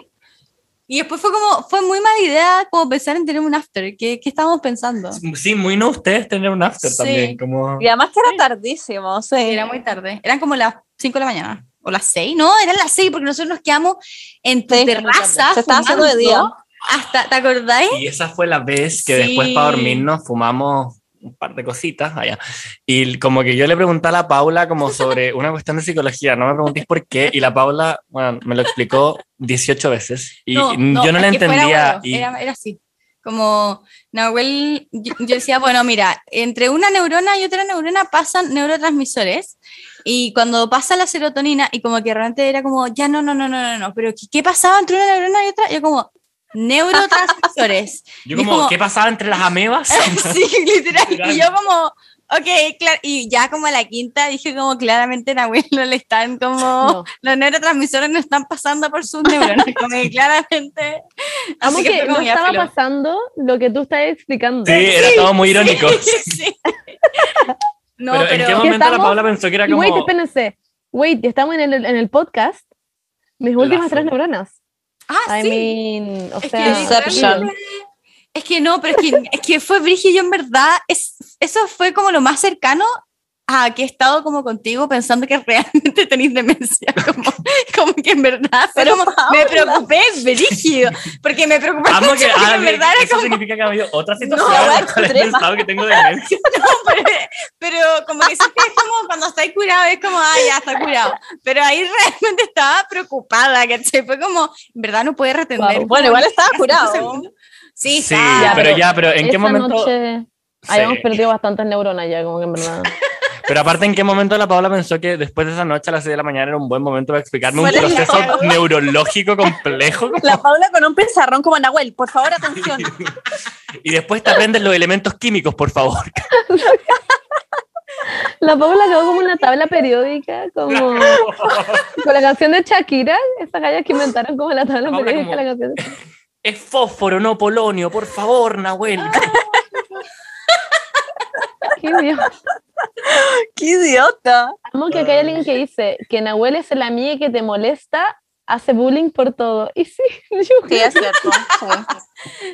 Speaker 4: Y después fue como, fue muy mala idea como pensar en tener un after. ¿Qué, qué estábamos pensando?
Speaker 5: Sí, muy no ustedes tener un after
Speaker 4: Sí.
Speaker 5: también. Como...
Speaker 2: Y además que era tardísimo, sí.
Speaker 4: Era muy tarde. Eran como las 5 de la mañana. O las 6. No, eran las 6 porque nosotros nos quedamos en tu
Speaker 2: Sí,
Speaker 4: terraza.
Speaker 2: se estaba haciendo de día.
Speaker 4: fumando Hasta, ¿Te acordáis?
Speaker 5: Y esa fue la vez que
Speaker 4: ¿Eh? Sí.
Speaker 5: después para dormirnos fumamos un par de cositas allá. Y como que yo le pregunté a la Paula como sobre una cuestión de psicología, no me preguntéis por qué, y la Paula, bueno, me lo explicó 18 veces y yo no la
Speaker 4: es que fuera
Speaker 5: entendía.
Speaker 4: huevo,
Speaker 5: y-
Speaker 4: Era, era así. Como Nahuel, yo, yo decía, bueno, mira, entre una neurona y otra neurona pasan neurotransmisores. Y cuando pasa la serotonina, y como que de repente era como, ya no, no, no, no, no, no, pero ¿qué, qué pasaba entre una neurona y otra? Yo como, neurotransmisores.
Speaker 5: yo
Speaker 4: y
Speaker 5: como,
Speaker 4: como-
Speaker 5: ¿qué pasaba entre las amebas?
Speaker 4: sí, literal.
Speaker 5: Literal.
Speaker 4: Y yo como, ok, claro. Y ya como a la quinta dije como, claramente Nahuel no le están como
Speaker 1: No.
Speaker 4: los neurotransmisores no están pasando por sus neuronas, como que claramente.
Speaker 1: Amo
Speaker 4: Así
Speaker 1: que,
Speaker 4: fue como
Speaker 1: no
Speaker 4: ya
Speaker 1: estaba
Speaker 4: filo.
Speaker 1: pasando lo que tú estás explicando.
Speaker 5: Sí, era todo muy irónico.
Speaker 4: Sí. No,
Speaker 5: pero,
Speaker 4: pero,
Speaker 5: en qué momento la
Speaker 1: estamos-
Speaker 5: Paula pensó que era
Speaker 1: Y
Speaker 5: como...
Speaker 1: wait, espérense. Wait, estamos en el, en el podcast. Mis
Speaker 5: La
Speaker 1: últimas tres
Speaker 5: forma.
Speaker 1: neuronas.
Speaker 4: Ah,
Speaker 1: I
Speaker 4: sí.
Speaker 1: mean, o
Speaker 4: Es que
Speaker 1: sea.
Speaker 2: Inception.
Speaker 1: amigo.
Speaker 4: es que no, pero es que, es que fue Brigi, yo en verdad, es, eso fue como lo más cercano a que he estado como contigo pensando que realmente tenéis demencia, como, como que en verdad, fue
Speaker 2: Pero,
Speaker 4: como, me preocupé, Brigio, porque me preocupé
Speaker 5: Amo
Speaker 4: mucho,
Speaker 5: que,
Speaker 4: porque
Speaker 5: ah,
Speaker 4: en verdad era
Speaker 5: eso
Speaker 4: como,
Speaker 5: significa que ha habido otra situación
Speaker 4: No,
Speaker 5: en la
Speaker 2: es
Speaker 5: cual he
Speaker 2: extrema.
Speaker 5: pensado que tengo demencia.
Speaker 4: pero, pero como que siempre es como cuando estáis curado, es como, ah, ya está curado. Pero ahí realmente estaba preocupada, ¿cachai? Fue como, en verdad no puede retener.
Speaker 2: Wow. Bueno, igual estaba curado.
Speaker 4: Sí,
Speaker 5: Sí,
Speaker 4: está.
Speaker 5: pero ya, pero ¿en qué
Speaker 1: Esa
Speaker 5: momento...?
Speaker 1: noche habíamos
Speaker 5: Sí.
Speaker 1: perdido bastantes neuronas ya, como que en verdad.
Speaker 5: Pero aparte, ¿en qué momento la Paula pensó que después de esa noche a las 6 de la mañana era un buen momento para explicarme un
Speaker 4: Fue la
Speaker 5: proceso
Speaker 4: cagada.
Speaker 5: neurológico complejo?
Speaker 2: La Paula con un pizarrón como Nahuel, por favor, atención.
Speaker 5: Y después te aprendes los elementos químicos, por favor.
Speaker 1: La Paula quedó como una tabla periódica, como con la canción de Shakira, esas gallas que inventaron como la tabla
Speaker 5: Paula,
Speaker 1: periódica.
Speaker 5: como-
Speaker 1: La canción de-
Speaker 5: Es fósforo, no polonio, por favor, Nahuel.
Speaker 4: Ah.
Speaker 1: Qué idiota.
Speaker 2: ¡Qué idiota!
Speaker 1: Amo que acá hay alguien que dice que Nahuel es el amigo que te molesta, hace bullying por todo. Y sí, yo
Speaker 2: Sí, es cierto.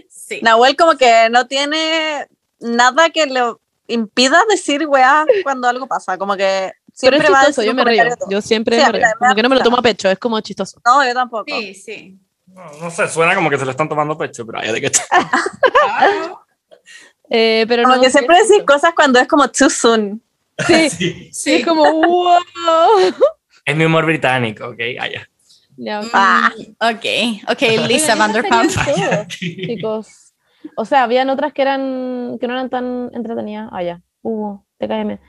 Speaker 4: Sí.
Speaker 2: Nahuel como que no tiene nada que le impida decir weá cuando algo pasa, como que siempre va a decir un comentario de todo.
Speaker 1: Yo siempre
Speaker 2: Sí, a mí me río. también me Como da que no me lo risa. tomo
Speaker 1: a pecho, es como chistoso.
Speaker 2: No, yo tampoco.
Speaker 4: Sí, sí.
Speaker 5: No, no sé, suena como que se lo están tomando pecho, pero ya de que
Speaker 1: pero
Speaker 2: Como
Speaker 1: no,
Speaker 2: que
Speaker 1: sí,
Speaker 2: siempre decís cosas cuando es como too soon.
Speaker 1: Sí,
Speaker 5: Sí.
Speaker 1: sí, es como wow.
Speaker 5: Es mi humor británico, ¿ok? Allá.
Speaker 1: Ya, ok.
Speaker 4: Ah, ok, ok, Lisa
Speaker 1: Oigan, esas
Speaker 4: Vanderpump.
Speaker 1: serían todas, Chicos. O sea, habían otras que eran que no eran tan entretenidas. Ah, ya. Hubo, TKM.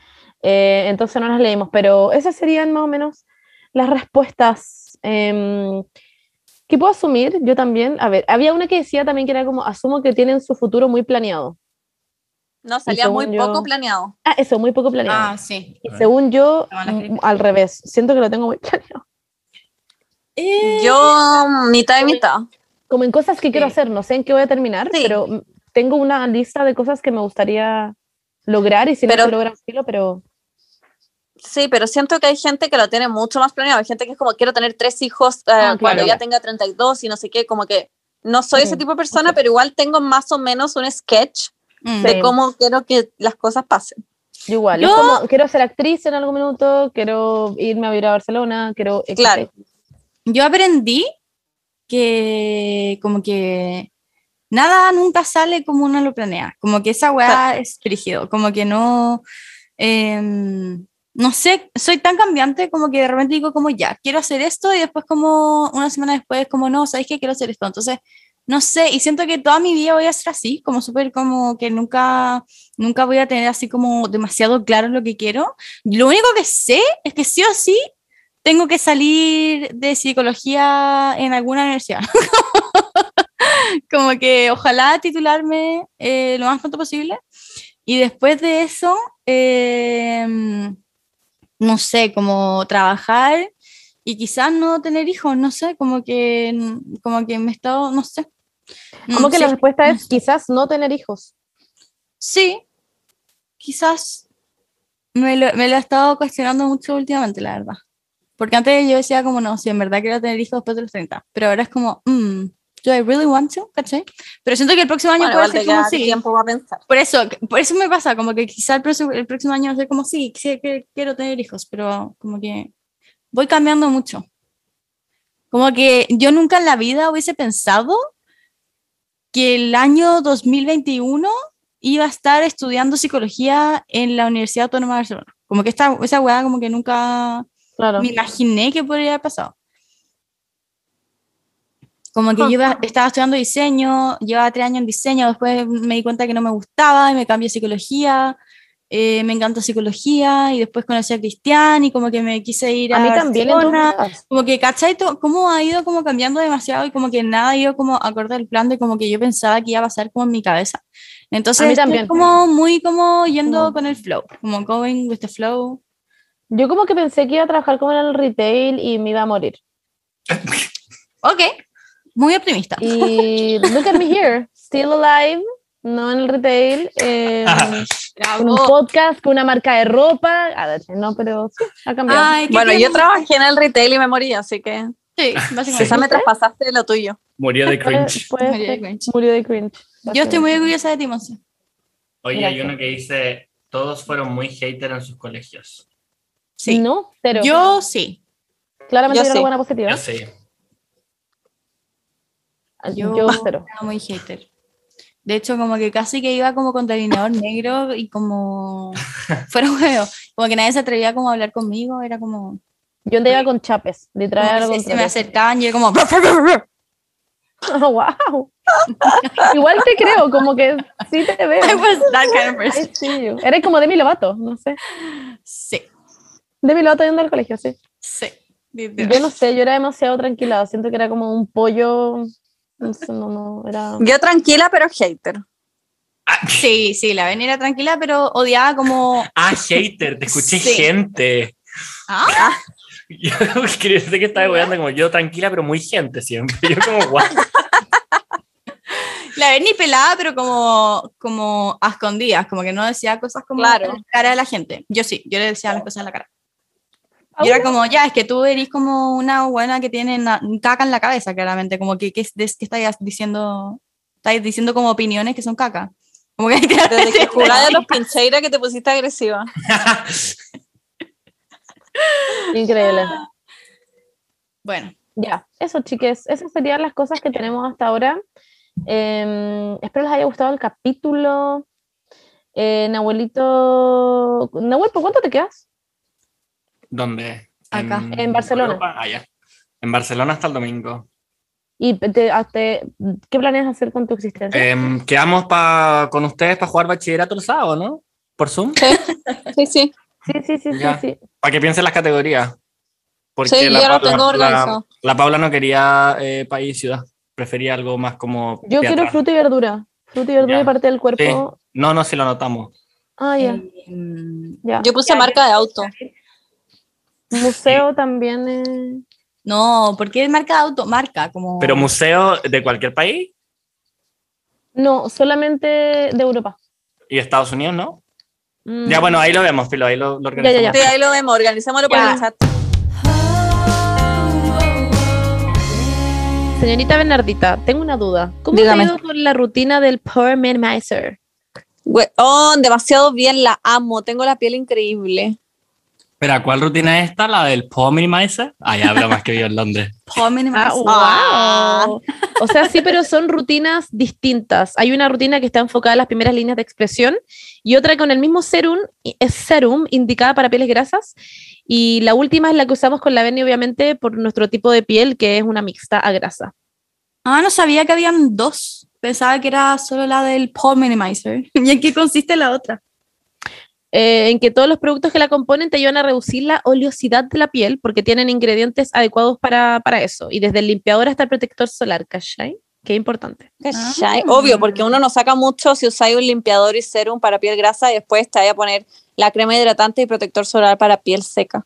Speaker 1: Eh, entonces no las leímos, pero esas serían más o menos las respuestas em, que puedo asumir yo también. A ver, había una que decía también que era como, asumo que tienen su futuro muy planeado.
Speaker 2: No, salía muy
Speaker 1: según yo-
Speaker 2: poco planeado.
Speaker 1: Ah, eso, muy poco planeado.
Speaker 4: Ah, sí.
Speaker 1: Y según yo,
Speaker 4: Estaban las
Speaker 1: mm,
Speaker 4: críticas.
Speaker 1: al revés, siento que lo tengo muy planeado.
Speaker 2: Eh, Yo mitad y mitad.
Speaker 1: Como en cosas que quiero
Speaker 4: Sí.
Speaker 1: hacer, no sé en qué voy a terminar,
Speaker 2: Sí.
Speaker 1: pero mm, tengo una lista de cosas que me gustaría lograr y si
Speaker 2: Pero-
Speaker 1: no se logran, filo, pero
Speaker 2: Sí, pero siento que hay gente que lo tiene mucho más planeado. Hay gente que es como, quiero tener tres hijos eh, cuando
Speaker 1: Ah, claro.
Speaker 2: ya tenga 32 y no sé qué, como que no soy ese
Speaker 1: Mm,
Speaker 2: tipo de persona, pero igual tengo más o menos un sketch
Speaker 4: Mm.
Speaker 1: Sí.
Speaker 2: de cómo quiero que las cosas pasen.
Speaker 1: yo igual. es
Speaker 4: Yo-
Speaker 1: como, quiero ser actriz en algún minuto, quiero irme a vivir a Barcelona, quiero...
Speaker 2: Claro.
Speaker 4: Yo aprendí que como que nada nunca sale como uno lo planea. Como que esa weá es frígido. Como que no... em, no sé, soy tan cambiante como que de repente digo como ya, quiero hacer esto y después como una semana después como no, ¿sabes qué? Quiero hacer esto. Entonces, no sé, y siento que toda mi vida voy a ser así, como súper como que nunca, nunca voy a tener así como demasiado claro lo que quiero. Lo único que sé es que sí o sí tengo que salir de psicología en alguna universidad. como que ojalá titularme eh, lo más pronto posible. Y después de eso, eh, no sé, como trabajar y quizás no tener hijos, no sé, como que, como que me he estado, no sé.
Speaker 1: Como
Speaker 4: Mm,
Speaker 1: que
Speaker 4: sí,
Speaker 1: la respuesta es quizás no tener hijos.
Speaker 4: Sí, quizás me lo, me lo he estado cuestionando mucho últimamente, la verdad. Porque antes yo decía como, no, si en verdad quiero tener hijos después de los 30, pero ahora es como, mm, do I really want to? ¿Cachai? Pero siento que el próximo año
Speaker 2: Bueno,
Speaker 4: puede
Speaker 2: igual te
Speaker 4: ser como
Speaker 2: queda
Speaker 4: sí.
Speaker 2: tiempo para pensar.
Speaker 4: Por eso, por eso me pasa, como que quizá el próximo, el próximo año va a ser como sí, sí, que quiero tener hijos, pero como que voy cambiando mucho. Como que yo nunca en la vida hubiese pensado que el año 2021 iba a estar estudiando psicología en la Universidad Autónoma de Barcelona. Como que esta, esa weá como que nunca
Speaker 1: Claro.
Speaker 4: me imaginé que podría haber pasado. Como que yo iba- estaba estudiando diseño, llevaba tres años en diseño, después me di cuenta que no me gustaba y me cambié a psicología, eh, me encanta psicología y después conocí a Cristian y como que me quise ir a,
Speaker 1: a mí también. en
Speaker 4: Barcelona.
Speaker 1: todas.
Speaker 4: Como que, ¿cachai? To- ¿Cómo ha ido como cambiando demasiado y como que nada ha ido como acorde al plan de como que yo pensaba que iba a pasar como en mi cabeza? Entonces,
Speaker 1: A mí
Speaker 4: estoy
Speaker 1: también.
Speaker 4: como muy como yendo
Speaker 1: Como-
Speaker 4: con el flow, como going with the flow.
Speaker 1: Yo como que pensé que iba a trabajar como en el retail y me iba a morir.
Speaker 4: Ok, muy optimista.
Speaker 1: Y look at me here, still alive, no en el retail, eh,
Speaker 4: Ah,
Speaker 1: con un
Speaker 2: Oh,
Speaker 1: podcast, con una marca de ropa. A ver, no, pero sí, ha cambiado.
Speaker 4: Ay, qué
Speaker 2: Bueno, yo
Speaker 4: tierno.
Speaker 2: trabajé en el retail y me morí, así que
Speaker 4: Sí,
Speaker 2: quizás
Speaker 4: básicamente.
Speaker 2: me traspasaste de lo tuyo.
Speaker 5: Moría de
Speaker 1: Puede-
Speaker 5: cringe.
Speaker 1: puede
Speaker 4: Murió de
Speaker 1: ser.
Speaker 4: cringe.
Speaker 1: Murió de cringe.
Speaker 4: Yo estoy muy orgullosa de ti, Monse.
Speaker 5: Oye, hay
Speaker 1: Gracias.
Speaker 5: uno que dice, todos fueron muy hater en sus colegios.
Speaker 4: Sí.
Speaker 1: No, pero
Speaker 4: Yo sí.
Speaker 1: claramente
Speaker 2: yo sí.
Speaker 1: yo una buena positiva. Ah,
Speaker 5: Yo sé.
Speaker 1: Yo,
Speaker 4: Yo-
Speaker 1: cero.
Speaker 4: Era muy hater. De hecho, como que casi que iba como con delineador negro y como fuera huevo. Como que nadie se atrevía como a hablar conmigo. Era como...
Speaker 1: Yo andaba con chapes,
Speaker 4: como
Speaker 1: literal.
Speaker 4: que
Speaker 1: algo
Speaker 4: se, se me
Speaker 1: contrario.
Speaker 4: acercaban y yo como...
Speaker 1: Ah, wow. Igual te creo, como que sí te veo.
Speaker 4: I was pues, that kind of person.
Speaker 1: Ay, sí, yo. Eres como Demi Lovato, no sé.
Speaker 4: Sí,
Speaker 1: Demi Lovato yendo al colegio, sí.
Speaker 4: sí.
Speaker 1: Yo no sé, yo era demasiado tranquila, siento que era como un pollo, no sé, no, no, era...
Speaker 2: Yo tranquila, pero hater.
Speaker 4: Sí, sí, la ven era tranquila, pero odiaba como...
Speaker 5: Ah, hater, te escuché
Speaker 4: Sí.
Speaker 5: gente.
Speaker 4: Ah,
Speaker 5: Yo quería decir que estaba weando como yo tranquila, pero muy gente siempre. Yo como, guau.
Speaker 4: La ven ni pelada, pero como, como a escondidas, como que no decía cosas como
Speaker 2: Claro.
Speaker 4: en la cara de la gente. Yo sí, yo le decía las cosas en la cara. Y era como, ya, es que tú eres como una buena que tiene na- caca en la cabeza, claramente, como que, que, es- des- que estáis diciendo, estáis diciendo como opiniones que son caca. Como que
Speaker 2: Desde que
Speaker 4: claramente-
Speaker 2: jugaba a los pincheiras que te pusiste agresiva.
Speaker 1: Increíble.
Speaker 4: Bueno,
Speaker 1: Ya, eso chiques, esas serían las cosas que tenemos hasta ahora. Eh, espero les haya gustado el capítulo. Eh, Nahuelito, Nahuel, ¿por cuánto te quedas?
Speaker 5: ¿Dónde?
Speaker 4: Acá.
Speaker 1: En Barcelona.
Speaker 5: Europa? Ah, ya. En Barcelona hasta el domingo.
Speaker 1: ¿Y te- a- te- qué planeas hacer con tu existencia?
Speaker 5: Em, quedamos pa- con ustedes para jugar bachillerato el sábado, ¿no? Por Zoom.
Speaker 2: Sí, sí.
Speaker 1: Sí, sí, sí, sí,
Speaker 5: Ya.
Speaker 1: sí.
Speaker 5: Para que piensen las categorías. Porque
Speaker 2: Sí,
Speaker 5: la,
Speaker 2: yo lo
Speaker 5: Paula-
Speaker 2: tengo
Speaker 5: la,
Speaker 2: organizado.
Speaker 5: la Paula no quería eh, país y ciudad. Prefería algo más como.
Speaker 1: Yo
Speaker 5: teatral.
Speaker 1: quiero fruta y verdura. Fruta y verdura
Speaker 5: Ya.
Speaker 1: y parte del cuerpo.
Speaker 5: No, no, si lo anotamos.
Speaker 1: Ah, ya,
Speaker 4: Eh,
Speaker 2: Mm,
Speaker 1: ya.
Speaker 2: Yo puse marca de auto.
Speaker 1: Museo también. eh,
Speaker 4: No, porque es marca de auto, marca como.
Speaker 1: Oh.
Speaker 5: Pero museo de cualquier país
Speaker 1: No, solamente de Europa.
Speaker 5: y Estados Unidos, ¿no?
Speaker 1: Mm.
Speaker 5: Ya, bueno, ahí lo vemos, Filo, ahí lo, lo
Speaker 1: Ya, ya, ya.
Speaker 5: organizamos.
Speaker 2: Sí, ahí lo vemos, organizémoslo por
Speaker 1: Ya.
Speaker 2: el chat.
Speaker 1: Señorita Bernardita, tengo una duda. ¿Cómo te ha
Speaker 2: Dígame.
Speaker 1: ido con la rutina del Power Man Miser?
Speaker 2: Weón, oh, demasiado bien, la amo, tengo la piel increíble.
Speaker 5: Espera, ¿cuál rutina es esta? ¿La del Power Minimizer? Ah, ya habla más que vivo en Londres.
Speaker 4: Hombre, no me hace-
Speaker 2: Ah.
Speaker 1: wow. O sea, sí, pero son rutinas distintas. Hay una rutina que está enfocada a las primeras líneas de expresión y otra con el mismo serum, es serum indicada para pieles grasas. Y la última es la que usamos con la Benny, obviamente, por nuestro tipo de piel, que es una mixta a grasa.
Speaker 4: Ah, no sabía que habían dos. Pensaba que era solo la del Paul Minimizer. ¿Y en qué consiste la otra?
Speaker 1: eh, en que todos los productos que la componen te ayudan a reducir la oleosidad de la piel porque tienen ingredientes adecuados para, para eso. Y desde el limpiador hasta el protector solar, ¿cachai? Qué importante.
Speaker 2: ¿Cachai? Obvio, porque uno no saca mucho si usáis un limpiador y serum para piel grasa y después te voy a poner la crema hidratante y protector solar para piel seca.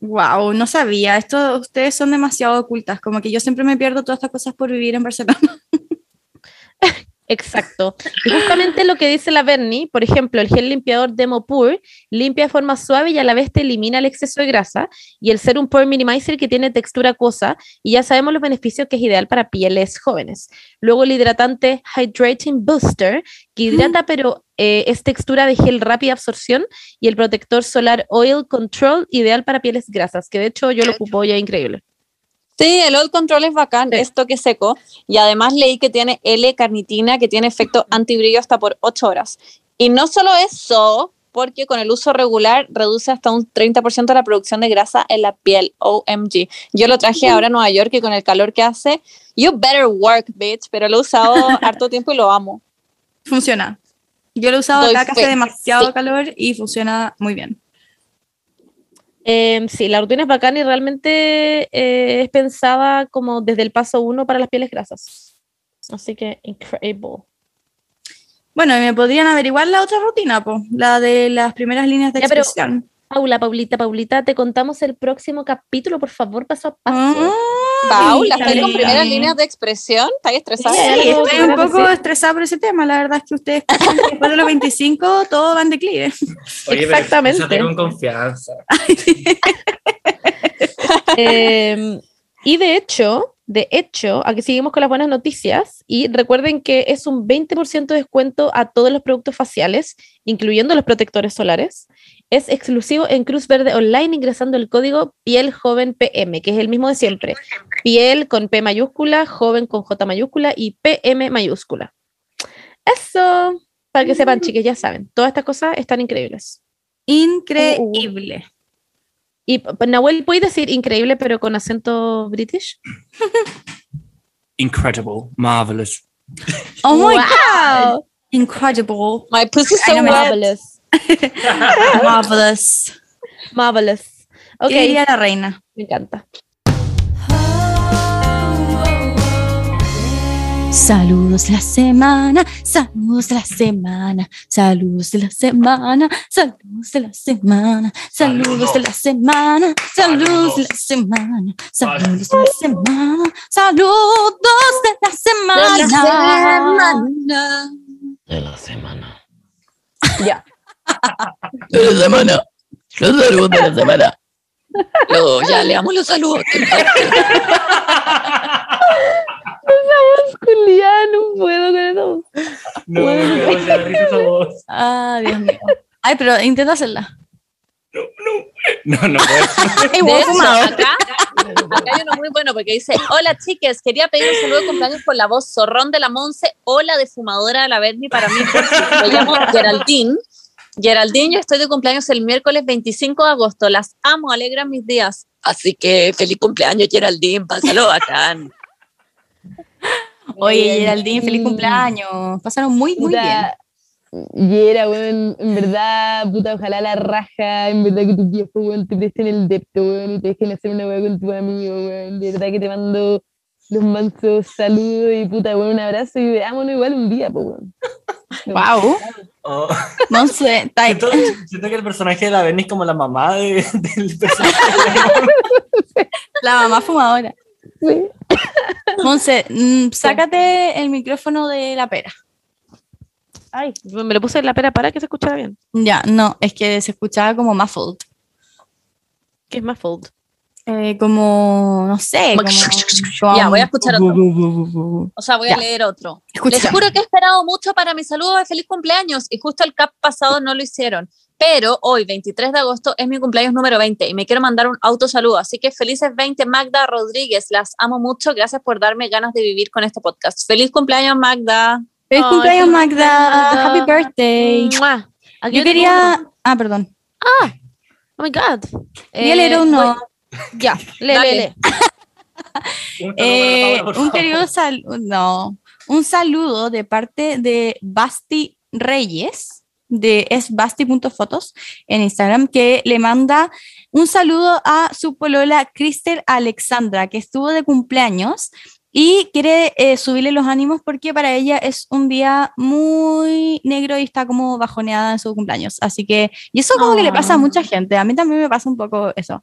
Speaker 4: Wow, no sabía. Esto, ustedes son demasiado ocultas. Como que yo siempre me pierdo todas estas cosas por vivir en Barcelona.
Speaker 1: Exacto. Y justamente lo que dice la Bernie, por ejemplo, el gel limpiador Demo Pure limpia de forma suave y a la vez te elimina el exceso de grasa. Y el Serum Pore Minimizer que tiene textura acuosa y ya sabemos los beneficios que es ideal para pieles jóvenes. Luego el hidratante Hydrating Booster que hidrata pero eh, es textura de gel rápida absorción y el protector solar Oil Control ideal para pieles grasas, que de hecho yo lo ocupo ya increíble.
Speaker 2: Sí, el oil control es bacán,
Speaker 1: Sí.
Speaker 2: es toque seco. Y además leí que tiene L-carnitina, que tiene efecto antibrillo hasta por 8 horas. Y no solo eso, porque con el uso regular reduce hasta un 30% la producción de grasa en la piel, OMG. Yo lo traje ahora a Nueva York y con el calor que hace, you better work, bitch, pero lo he usado harto tiempo y lo amo.
Speaker 4: Funciona. Yo lo he usado
Speaker 2: Doy
Speaker 4: acá, que
Speaker 2: fe,
Speaker 4: hace demasiado
Speaker 2: sí.
Speaker 4: calor y funciona muy bien.
Speaker 1: Eh, sí, la rutina es bacana y realmente eh, es pensada como desde el paso uno para las pieles grasas. Así que increíble.
Speaker 4: Bueno, y me podrían averiguar la otra rutina, po? la de las primeras líneas de
Speaker 1: Ya, pero-
Speaker 4: expresión.
Speaker 1: Paula, Paulita, Paulita, te contamos el próximo capítulo, por favor, paso a paso.
Speaker 4: Mm.
Speaker 2: Paula,
Speaker 4: Sí,
Speaker 2: ¿estás con
Speaker 4: sí.
Speaker 2: primeras líneas de expresión? ¿Estás estresada?
Speaker 4: Sí,
Speaker 1: Claro,
Speaker 4: estoy un
Speaker 1: claro que
Speaker 4: poco
Speaker 1: sí.
Speaker 4: estresada por ese tema. La verdad es que ustedes piensan que después de los 25 todo va en declive.
Speaker 5: Oye, pero
Speaker 1: Exactamente.
Speaker 5: empieza con confianza.
Speaker 1: Eh, y de hecho, de hecho, aquí seguimos con las buenas noticias y recuerden que es un 20% de descuento a todos los productos faciales, incluyendo los protectores solares. Es exclusivo en Cruz Verde Online ingresando el código piel joven PM, que es el mismo de siempre. Piel con P mayúscula, joven con J mayúscula y PM mayúscula. Eso, para que sepan, chiques, ya saben, todas estas cosas están increíbles.
Speaker 4: Increíble.
Speaker 1: Y p- Nahuel, ¿puedes decir increíble pero con acento british?
Speaker 5: Incredible, marvelous.
Speaker 4: Oh my god. Incredible.
Speaker 2: My pussy so
Speaker 4: Ay, no me-
Speaker 2: wet.
Speaker 1: Marvelous.
Speaker 4: Marvelous.
Speaker 1: Marvelous. Ok,
Speaker 4: ¿Qué diría la reina?
Speaker 1: me encanta.
Speaker 4: Saludos de la semana, saludos de la semana, saludos de la semana, saludos de la semana, saludos de la semana, saludos de la semana, saludos de la semana, saludos de la semana.
Speaker 6: de la semana.
Speaker 1: Ya.
Speaker 6: De la semana. Los saludos de la semana. No, ya leamos los saludos.
Speaker 1: Julián, no puedo con eso.
Speaker 5: No, no, no, no, risa esa voz.
Speaker 4: Ah, Dios mío. Ay, pero intenta hacerla.
Speaker 5: no, no puedo.
Speaker 4: Ay,
Speaker 2: De
Speaker 4: huevo
Speaker 2: hecho,
Speaker 4: fumado.
Speaker 2: acá, acá hay uno muy bueno porque dice, hola chiques, quería pedir un saludo de cumpleaños por la voz zorrón de la Monse, hola de fumadora de la Berni para mí. por si". Me llamo Geraldine. Geraldine, yo estoy de cumpleaños el miércoles 25 de agosto. Las amo, alegran mis días.
Speaker 6: Así que feliz cumpleaños, Geraldine. Pásalo bacán.
Speaker 4: Oye, Geraldine, feliz cumpleaños. Pasaron muy, muy bien.
Speaker 3: Y era, weón, en verdad, puta, ojalá la raja, en verdad que tus viejos, weón, te presten el depto, weón, y te dejen hacer una weá con tu amigo, weón, de verdad que te mando los mansos saludos y puta, weón, un abrazo y veámonos igual un día, po, weón.
Speaker 4: Wow.
Speaker 5: Oh.
Speaker 4: No sé, está ahí.
Speaker 5: Siento, siento que el personaje de la Benny es como la mamá de- del personaje.
Speaker 4: la mamá fumadora.
Speaker 3: Sí.
Speaker 4: Monse, mm, sácate el micrófono de la pera.
Speaker 1: Ay, me lo puse en la pera para que se escuchara bien.
Speaker 4: Ya, no, es que se escuchaba como muffled.
Speaker 1: Que es más fold.
Speaker 4: Eh, como, no sé.
Speaker 2: Como-
Speaker 4: como-
Speaker 2: Ya, voy a escuchar otro.
Speaker 4: otro.
Speaker 2: O sea, voy
Speaker 4: Ya.
Speaker 2: a leer otro. Les
Speaker 4: Escucha.
Speaker 2: juro que he esperado mucho para mi saludo de feliz cumpleaños y justo el cap pasado no lo hicieron. Pero hoy, 23 de agosto, es mi cumpleaños número 20 y me quiero mandar un autosaludo. Así que felices 20, Magda Rodríguez. Las amo mucho. Gracias por darme ganas de vivir con este podcast. Feliz cumpleaños, Magda.
Speaker 4: Feliz
Speaker 1: Ay,
Speaker 4: cumpleaños,
Speaker 1: feliz
Speaker 4: Magda. Happy
Speaker 1: cumpleaños.
Speaker 4: birthday.
Speaker 1: ¡Mua! Aquí
Speaker 4: Yo
Speaker 1: tengo
Speaker 4: quería.
Speaker 1: otro.
Speaker 4: Ah, perdón.
Speaker 1: Oh my god. Eh,
Speaker 4: Quería leer uno. Ya.
Speaker 1: Le,
Speaker 2: Dale.
Speaker 1: le, le.
Speaker 4: Eh,
Speaker 5: Por
Speaker 4: un
Speaker 5: favor.
Speaker 4: querido sal- no, un saludo de parte de Basti Reyes de esbasti.fotos en Instagram que le manda un saludo a su polola Cristel Alexandra que estuvo de cumpleaños y quiere eh, subirle los ánimos porque para ella es un día muy negro y está como bajoneada en su cumpleaños. Así que, y eso como que le
Speaker 5: Ah.
Speaker 4: pasa a mucha gente, a mí también me pasa un poco eso.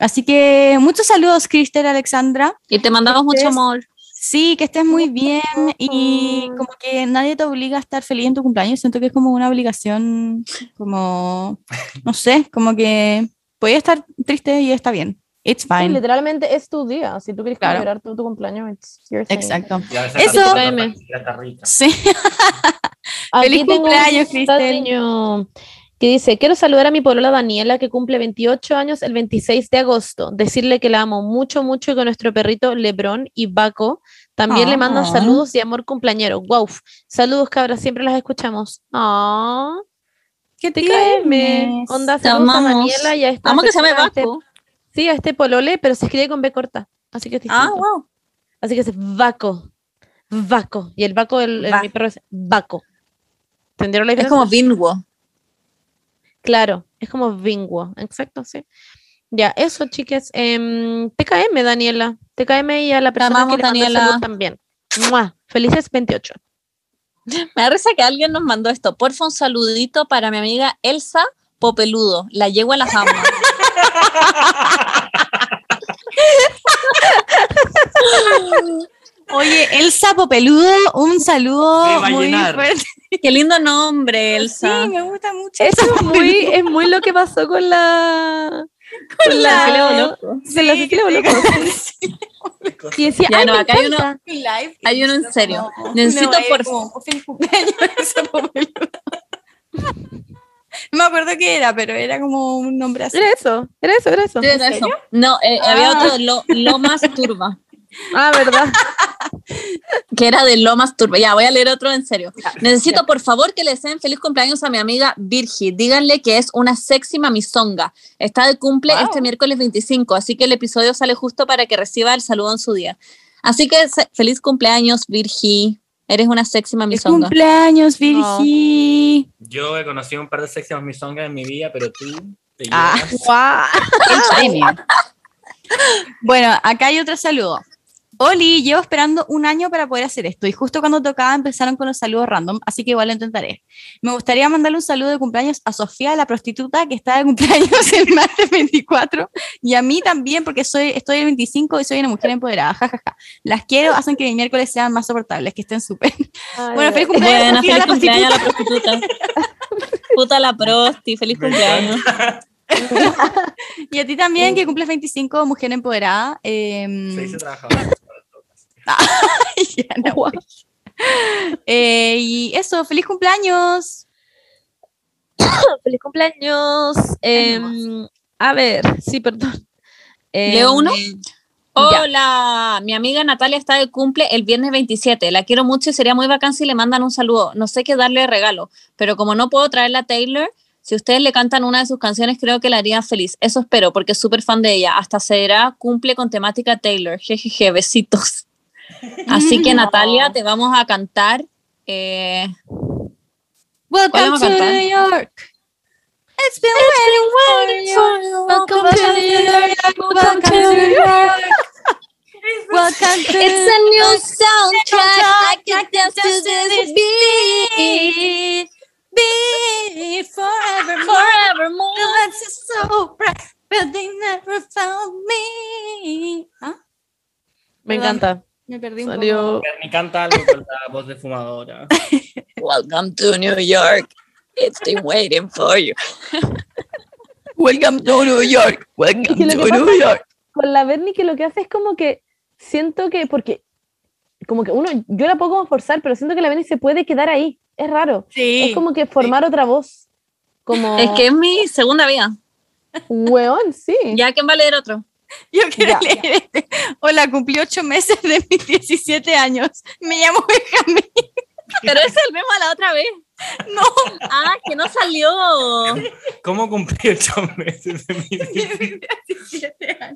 Speaker 4: Así que muchos saludos Cristel Alexandra.
Speaker 2: Y te mandamos mucho
Speaker 4: Ustedes-
Speaker 2: amor.
Speaker 4: Sí, que estés muy bien y como que nadie te obliga a estar feliz en tu cumpleaños. Siento que es como una obligación, como, no sé, como que podía estar triste y está bien. It's
Speaker 3: Sí,
Speaker 4: fine.
Speaker 3: literalmente es tu día. Si tú quieres
Speaker 4: Claro.
Speaker 3: celebrar tu, tu cumpleaños, it's your thing.
Speaker 4: Exacto.
Speaker 5: Y a veces
Speaker 4: Eso-
Speaker 5: la torta está rica.
Speaker 4: Sí.
Speaker 1: Aquí
Speaker 4: Feliz
Speaker 1: tengo un
Speaker 4: cumpleaños, Cristel.
Speaker 1: niño Que dice, quiero saludar a mi polola Daniela que cumple 28 años el 26 de agosto. Decirle que la amo mucho, mucho y con nuestro perrito Lebrón y Baco también le mandan
Speaker 4: Ah.
Speaker 1: saludos y amor cumpleañero. Wow. Saludos, cabras, siempre las escuchamos. Ah,
Speaker 4: ¿Qué
Speaker 1: te caeme. Onda,
Speaker 2: Te
Speaker 1: saludos a
Speaker 2: amamos.
Speaker 1: Daniela y a esta
Speaker 2: Amo que se llame
Speaker 1: persona, a este-
Speaker 2: Baco.
Speaker 1: Sí, a este polole, pero se escribe con B corta. Así que es
Speaker 2: Ah,
Speaker 1: distinto.
Speaker 2: wow.
Speaker 1: Así que es Baco. Baco. Y el Baco, el, el-
Speaker 2: Va.
Speaker 1: mi perro es Baco. ¿Entendieron la
Speaker 2: Es
Speaker 1: diferencia?
Speaker 2: como Binwo.
Speaker 1: Claro, es como bingo, exacto, sí. Ya, eso, chiques. em, TKM, Daniela. TKM y a la persona
Speaker 2: amamos,
Speaker 1: que le mandó el
Speaker 2: Daniela.
Speaker 1: saludo también. ¡Mua! Felices 28.
Speaker 2: Me da risa que alguien nos mandó esto. Porfa, un saludito para mi amiga Elsa Popeludo. La yegua la jama.
Speaker 4: Oye, el sapo peludo, un saludo
Speaker 5: Me va a
Speaker 4: muy
Speaker 5: llenar.
Speaker 4: fuerte.
Speaker 2: Qué lindo nombre,
Speaker 4: Sí,
Speaker 2: Elsa.
Speaker 4: me gusta mucho.
Speaker 1: Eso es muy, es muy lo que pasó con la. Con
Speaker 4: la-
Speaker 1: Se la Cecilia Boloco. Y decía,
Speaker 2: Ya,
Speaker 1: "Ay,
Speaker 2: no,
Speaker 1: me
Speaker 2: acá hay uno-
Speaker 1: encanta".
Speaker 2: Hay uno en serio. Necesito por-
Speaker 4: favor. No me acuerdo qué era, pero era como un nombre así.
Speaker 1: Era eso, era eso, era eso.
Speaker 2: Sí, era eso. No, eh, había
Speaker 4: Ah.
Speaker 2: otro de Lo- Lomas Turba,
Speaker 1: Ah, verdad.
Speaker 2: que era de Lomas Turba. Ya, voy a leer otro en serio. Necesito, por favor, que le deseen feliz cumpleaños a mi amiga Virgi. Díganle que es una sexy mamizonga. Está de cumple este miércoles 25, así que el episodio sale justo para que reciba el saludo en su día. Así que se- feliz cumpleaños, Virgi. Eres una sexy
Speaker 4: ¡Feliz
Speaker 2: mamizonga.
Speaker 4: cumpleaños, Virgi!
Speaker 5: Yo he conocido un par de sexy misongas en mi vida, pero tú te
Speaker 4: Ah.
Speaker 5: llevas-
Speaker 4: Bueno, acá hay otro saludo. Oli, llevo esperando un año para poder hacer esto y justo cuando tocaba empezaron con los saludos random, así que igual lo intentaré. Me gustaría mandarle un saludo de cumpleaños a Sofía, la prostituta, que está de cumpleaños el martes 24, y a mí también, porque soy, estoy el 25 y soy una mujer empoderada. jajaja. Las quiero, hacen que mi miércoles sean más soportables, que estén súper. Bueno, feliz cumpleaños.
Speaker 2: Buena,
Speaker 4: Sofía,
Speaker 2: feliz
Speaker 4: la
Speaker 2: cumpleaños a
Speaker 4: prostituta.
Speaker 2: la prostituta. Puta la prosti, feliz
Speaker 5: Me
Speaker 2: cumpleaños.
Speaker 4: Y a ti también, que cumples 25, mujer empoderada. em,
Speaker 5: Se dice trabajador.
Speaker 4: Ya no, güey. Eh, y eso, feliz cumpleaños.
Speaker 1: Feliz cumpleaños. em, a ver, sí, perdón.
Speaker 2: ¿Leo
Speaker 1: Em,
Speaker 2: uno? Hola, mi amiga Natalia está de cumple el viernes 27. La quiero mucho y sería muy bacán si le mandan un saludo. No sé qué darle de regalo, pero como no puedo traerla a Taylor, si ustedes le cantan una de sus canciones, creo que la haría feliz. Eso espero, porque es súper fan de ella. Hasta será cumple con temática Taylor. Jejeje, besitos. Así que, Natalia, te vamos a cantar. eh,
Speaker 4: Welcome
Speaker 2: Podemos
Speaker 4: to
Speaker 2: cantar.
Speaker 4: New York. It's been waiting for you. Welcome to New York. Welcome to New York. Welcome to
Speaker 7: It's a new soundtrack. I can dance to this beat.
Speaker 4: be forever.
Speaker 7: Forevermore.
Speaker 4: Let's just so bright, but they never found me. ¿Ah?
Speaker 1: Me
Speaker 4: Perdón.
Speaker 1: encanta.
Speaker 4: Me perdí un
Speaker 1: Salió.
Speaker 5: Bernie canta algo con la voz de fumadora.
Speaker 6: Welcome to New York. It's been waiting for you. Welcome to New York. Welcome
Speaker 1: que lo
Speaker 6: to
Speaker 1: que
Speaker 6: New
Speaker 1: pasa-
Speaker 6: York.
Speaker 1: Con la Bernie que lo que hace es como que siento que, porque como que uno, yo la puedo como forzar, pero siento que la Bernie se puede quedar ahí. Es raro.
Speaker 4: poco. Sí.
Speaker 1: Es como que formar otra voz. Como,
Speaker 2: Es que es mi segunda vida.
Speaker 1: weón, sí.
Speaker 2: ¿Ya quién va a leer otro?
Speaker 4: Yo quiero
Speaker 1: Ya.
Speaker 4: leer este. Hola, cumplí ocho meses de mis 17 años. Me llamo Benjamín.
Speaker 2: Pero es el mismo a la otra vez.
Speaker 4: No,
Speaker 2: Ah, que no salió.
Speaker 5: ¿Cómo cumplí ocho meses de mi vida?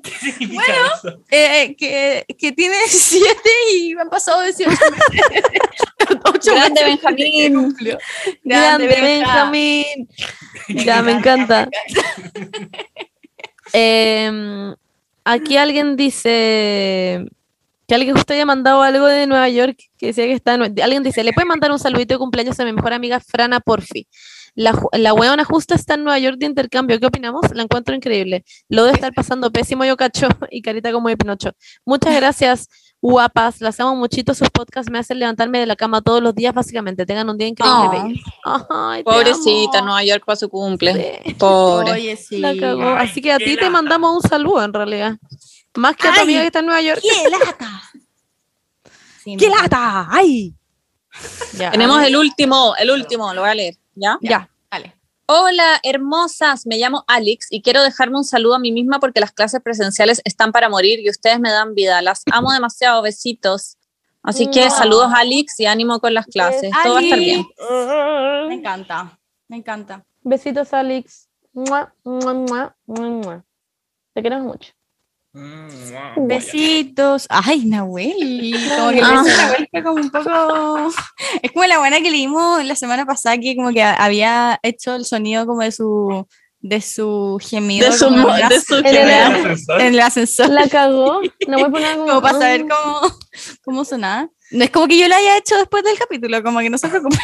Speaker 5: ¿Qué significa eso?
Speaker 4: eh, que, que tiene 7 y han pasado 18 meses. Ocho
Speaker 2: Grande
Speaker 4: meses desde que
Speaker 2: Benjamín.
Speaker 4: cumplió.
Speaker 1: Grande
Speaker 4: Benja.
Speaker 1: Benjamín. Ya, me encanta. Em, aquí alguien dice que alguien justo haya mandado algo de Nueva York que decía que está. en Nue- Alguien dice: ¿Le puede mandar un saludito de cumpleaños a mi mejor amiga Frana Porfi? La, ju- la weona justa está en Nueva York de intercambio. ¿Qué opinamos? La encuentro increíble. Lo de estar pasando pésimo yo cacho y carita como de Pinocho. Muchas gracias, guapas. Las amo muchito. Sus podcasts me hacen levantarme de la cama todos los días, básicamente. Tengan un día increíble.
Speaker 2: Ah.
Speaker 1: bellas. Ay, te
Speaker 2: Pobrecita,
Speaker 1: amo.
Speaker 2: Nueva York para su cumple.
Speaker 1: Sí.
Speaker 2: Pobre.
Speaker 4: Oye, sí.
Speaker 1: La cagó.
Speaker 5: Ay,
Speaker 1: Así que a
Speaker 5: qué
Speaker 1: ti te
Speaker 5: lata.
Speaker 1: mandamos un saludo en realidad. Más que a tu
Speaker 4: Ay.
Speaker 1: amiga que está en Nueva York.
Speaker 4: ¡Qué lata!
Speaker 2: Sí,
Speaker 4: ¡Qué
Speaker 2: me-
Speaker 4: lata! ¡Ay!
Speaker 1: Ya.
Speaker 2: Tenemos el último, el último, lo voy a leer. ¿Ya?
Speaker 1: Ya.
Speaker 4: Vale.
Speaker 2: Hola, hermosas. Me llamo Alex y quiero dejarme un saludo a mí misma porque las clases presenciales están para morir y ustedes me dan vida. Las amo demasiado. Besitos. Así que
Speaker 1: Mua.
Speaker 2: saludos, Alex, y ánimo con las clases. Todo va a estar bien.
Speaker 4: Me encanta, me encanta.
Speaker 1: Besitos, Alex. Mua, mua, mua, mua, mua. Te queremos mucho.
Speaker 5: Mm, wow.
Speaker 4: Besitos. Ay, Nahuel. Como que el beso de Nahuel fue como un poco. Es como la buena que leímos la semana pasada que como que había hecho el sonido como de su de su gemido
Speaker 2: De su
Speaker 4: como en
Speaker 2: mo-
Speaker 4: el
Speaker 2: de su
Speaker 4: ascensor.
Speaker 1: En el
Speaker 5: Vaya ascensor.
Speaker 4: en el ascensor.
Speaker 1: La cagó. No voy a poner algo.
Speaker 4: Como para
Speaker 2: Oh.
Speaker 4: saber cómo, cómo sonaba. No es como que yo lo haya hecho después del capítulo, como que no se preocupen.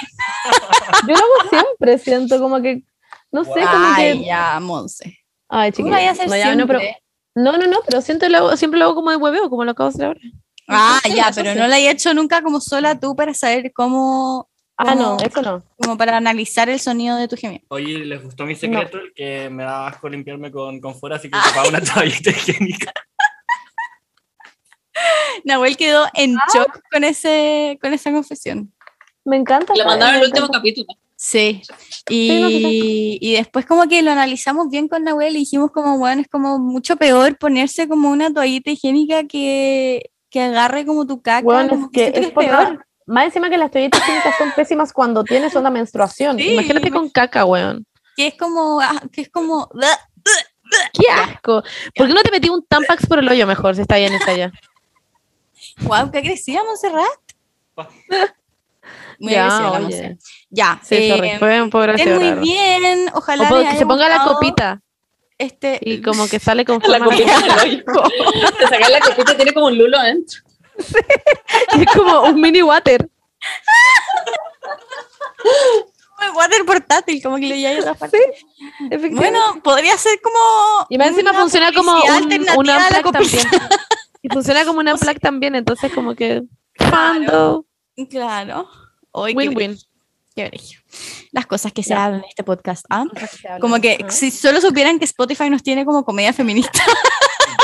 Speaker 1: Yo lo hago siempre, siento como que. No sé, como
Speaker 4: Ay,
Speaker 1: que.
Speaker 4: ya, Monse.
Speaker 1: Ay,
Speaker 4: Tú
Speaker 1: chiquilla.
Speaker 4: lo vas a hacer
Speaker 1: No, ya, no, pero-
Speaker 4: siempre.
Speaker 1: no, no, no, pero siento lo hago- siempre lo hago como de hueveo, como lo acabo de hacer ahora.
Speaker 4: Ah, ya,
Speaker 1: eso
Speaker 4: pero
Speaker 1: sí.
Speaker 4: no lo haya hecho nunca como sola tú para saber cómo,
Speaker 1: Ah, no,
Speaker 4: ¿Cómo?
Speaker 1: eso no.
Speaker 4: como para analizar el sonido de tu gemido.
Speaker 5: Oye, ¿les gustó mi secreto? El que me da asco limpiarme con, con fuera, así que ocupaba una toallita higiénica.
Speaker 4: Nahuel quedó en shock con, ese, con esa confesión.
Speaker 1: Me encanta.
Speaker 2: Le
Speaker 1: esta-
Speaker 2: mandaron el
Speaker 1: me
Speaker 2: último
Speaker 1: encanta.
Speaker 2: capítulo.
Speaker 4: Sí. Y,
Speaker 1: Sí, no, sí,
Speaker 4: y después como que lo analizamos bien con Nahuel y dijimos como, bueno, es como mucho peor ponerse como una toallita higiénica que, que agarre como tu caca.
Speaker 1: Bueno,
Speaker 4: como
Speaker 1: es que
Speaker 4: siento
Speaker 1: es por la- Más encima que las toallitas químicas son pésimas cuando tienes una menstruación.
Speaker 4: Sí.
Speaker 1: Imagínate con caca, weón.
Speaker 4: Que es como, ah, que es como,
Speaker 1: ¡Qué asco! ¿Por qué no te metí un Tampax por el hoyo mejor? Si está bien, está ya.
Speaker 4: wow, qué agresiva Montserrat. Muy
Speaker 1: Ya,
Speaker 4: agresiva la
Speaker 1: oye.
Speaker 4: Monse. Ya,
Speaker 1: Sí,
Speaker 4: eh,
Speaker 1: sorry. Fue un poco
Speaker 4: estén
Speaker 1: gracioso. la
Speaker 4: muy
Speaker 1: verdad.
Speaker 4: bien, ojalá
Speaker 1: O po-
Speaker 4: les
Speaker 1: que
Speaker 4: haya
Speaker 1: se ponga la
Speaker 4: gustado
Speaker 1: copita
Speaker 4: Este,
Speaker 1: y como que sale con
Speaker 2: La
Speaker 1: forma de-
Speaker 2: copita del hoyo. Te sacas la copita y tiene como un lulo dentro.
Speaker 1: Es como un mini water.
Speaker 4: como el water portátil, como que lo lleváis a otra parte.
Speaker 1: Efectivamente.
Speaker 4: Bueno, podría ser como.
Speaker 1: y más encima
Speaker 4: una
Speaker 1: funciona como
Speaker 4: publicidad
Speaker 1: un,
Speaker 4: alternativa
Speaker 1: un
Speaker 4: a la
Speaker 1: Amplac
Speaker 4: copita.
Speaker 1: también. Y funciona como un Amplac también, entonces como que... Fando.
Speaker 4: Claro. Hoy qué
Speaker 1: Win-win.
Speaker 4: brillo, qué brillo. Las cosas que se
Speaker 1: Ya.
Speaker 4: hablan en este podcast. ¿ah? Como que
Speaker 1: ¿eh?
Speaker 4: si solo supieran que Spotify nos tiene como comedia feminista.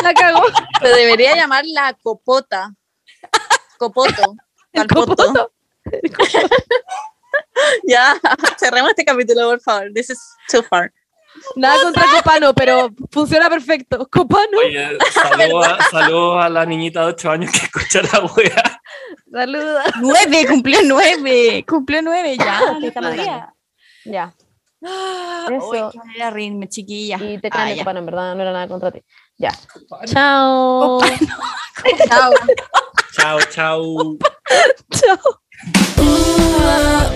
Speaker 1: La cagó.
Speaker 2: Se debería llamar la copota. Copoto.
Speaker 1: El
Speaker 2: Al poto.
Speaker 1: copoto.
Speaker 2: Ya, cerremos este capítulo, por favor. This is too far.
Speaker 1: Nada contra Copano, pero funciona perfecto. Copano.
Speaker 5: Oye, saludos a, saludos a la niñita de 8 años que escucha la wea.
Speaker 1: Saluda.
Speaker 4: nueve, cumplió nueve. Cumplió nueve ya. el otro día.
Speaker 1: Ya.
Speaker 4: Ah,
Speaker 1: Eso.
Speaker 4: Uy, qué manera de reírme, chiquilla.
Speaker 1: Y te
Speaker 4: Ah,
Speaker 1: caen de
Speaker 4: ya.
Speaker 1: Copano, en verdad, no era nada contra ti. Ya. Chao.
Speaker 2: Chao.
Speaker 5: Chao, chao.
Speaker 1: Chao.
Speaker 4: Ah,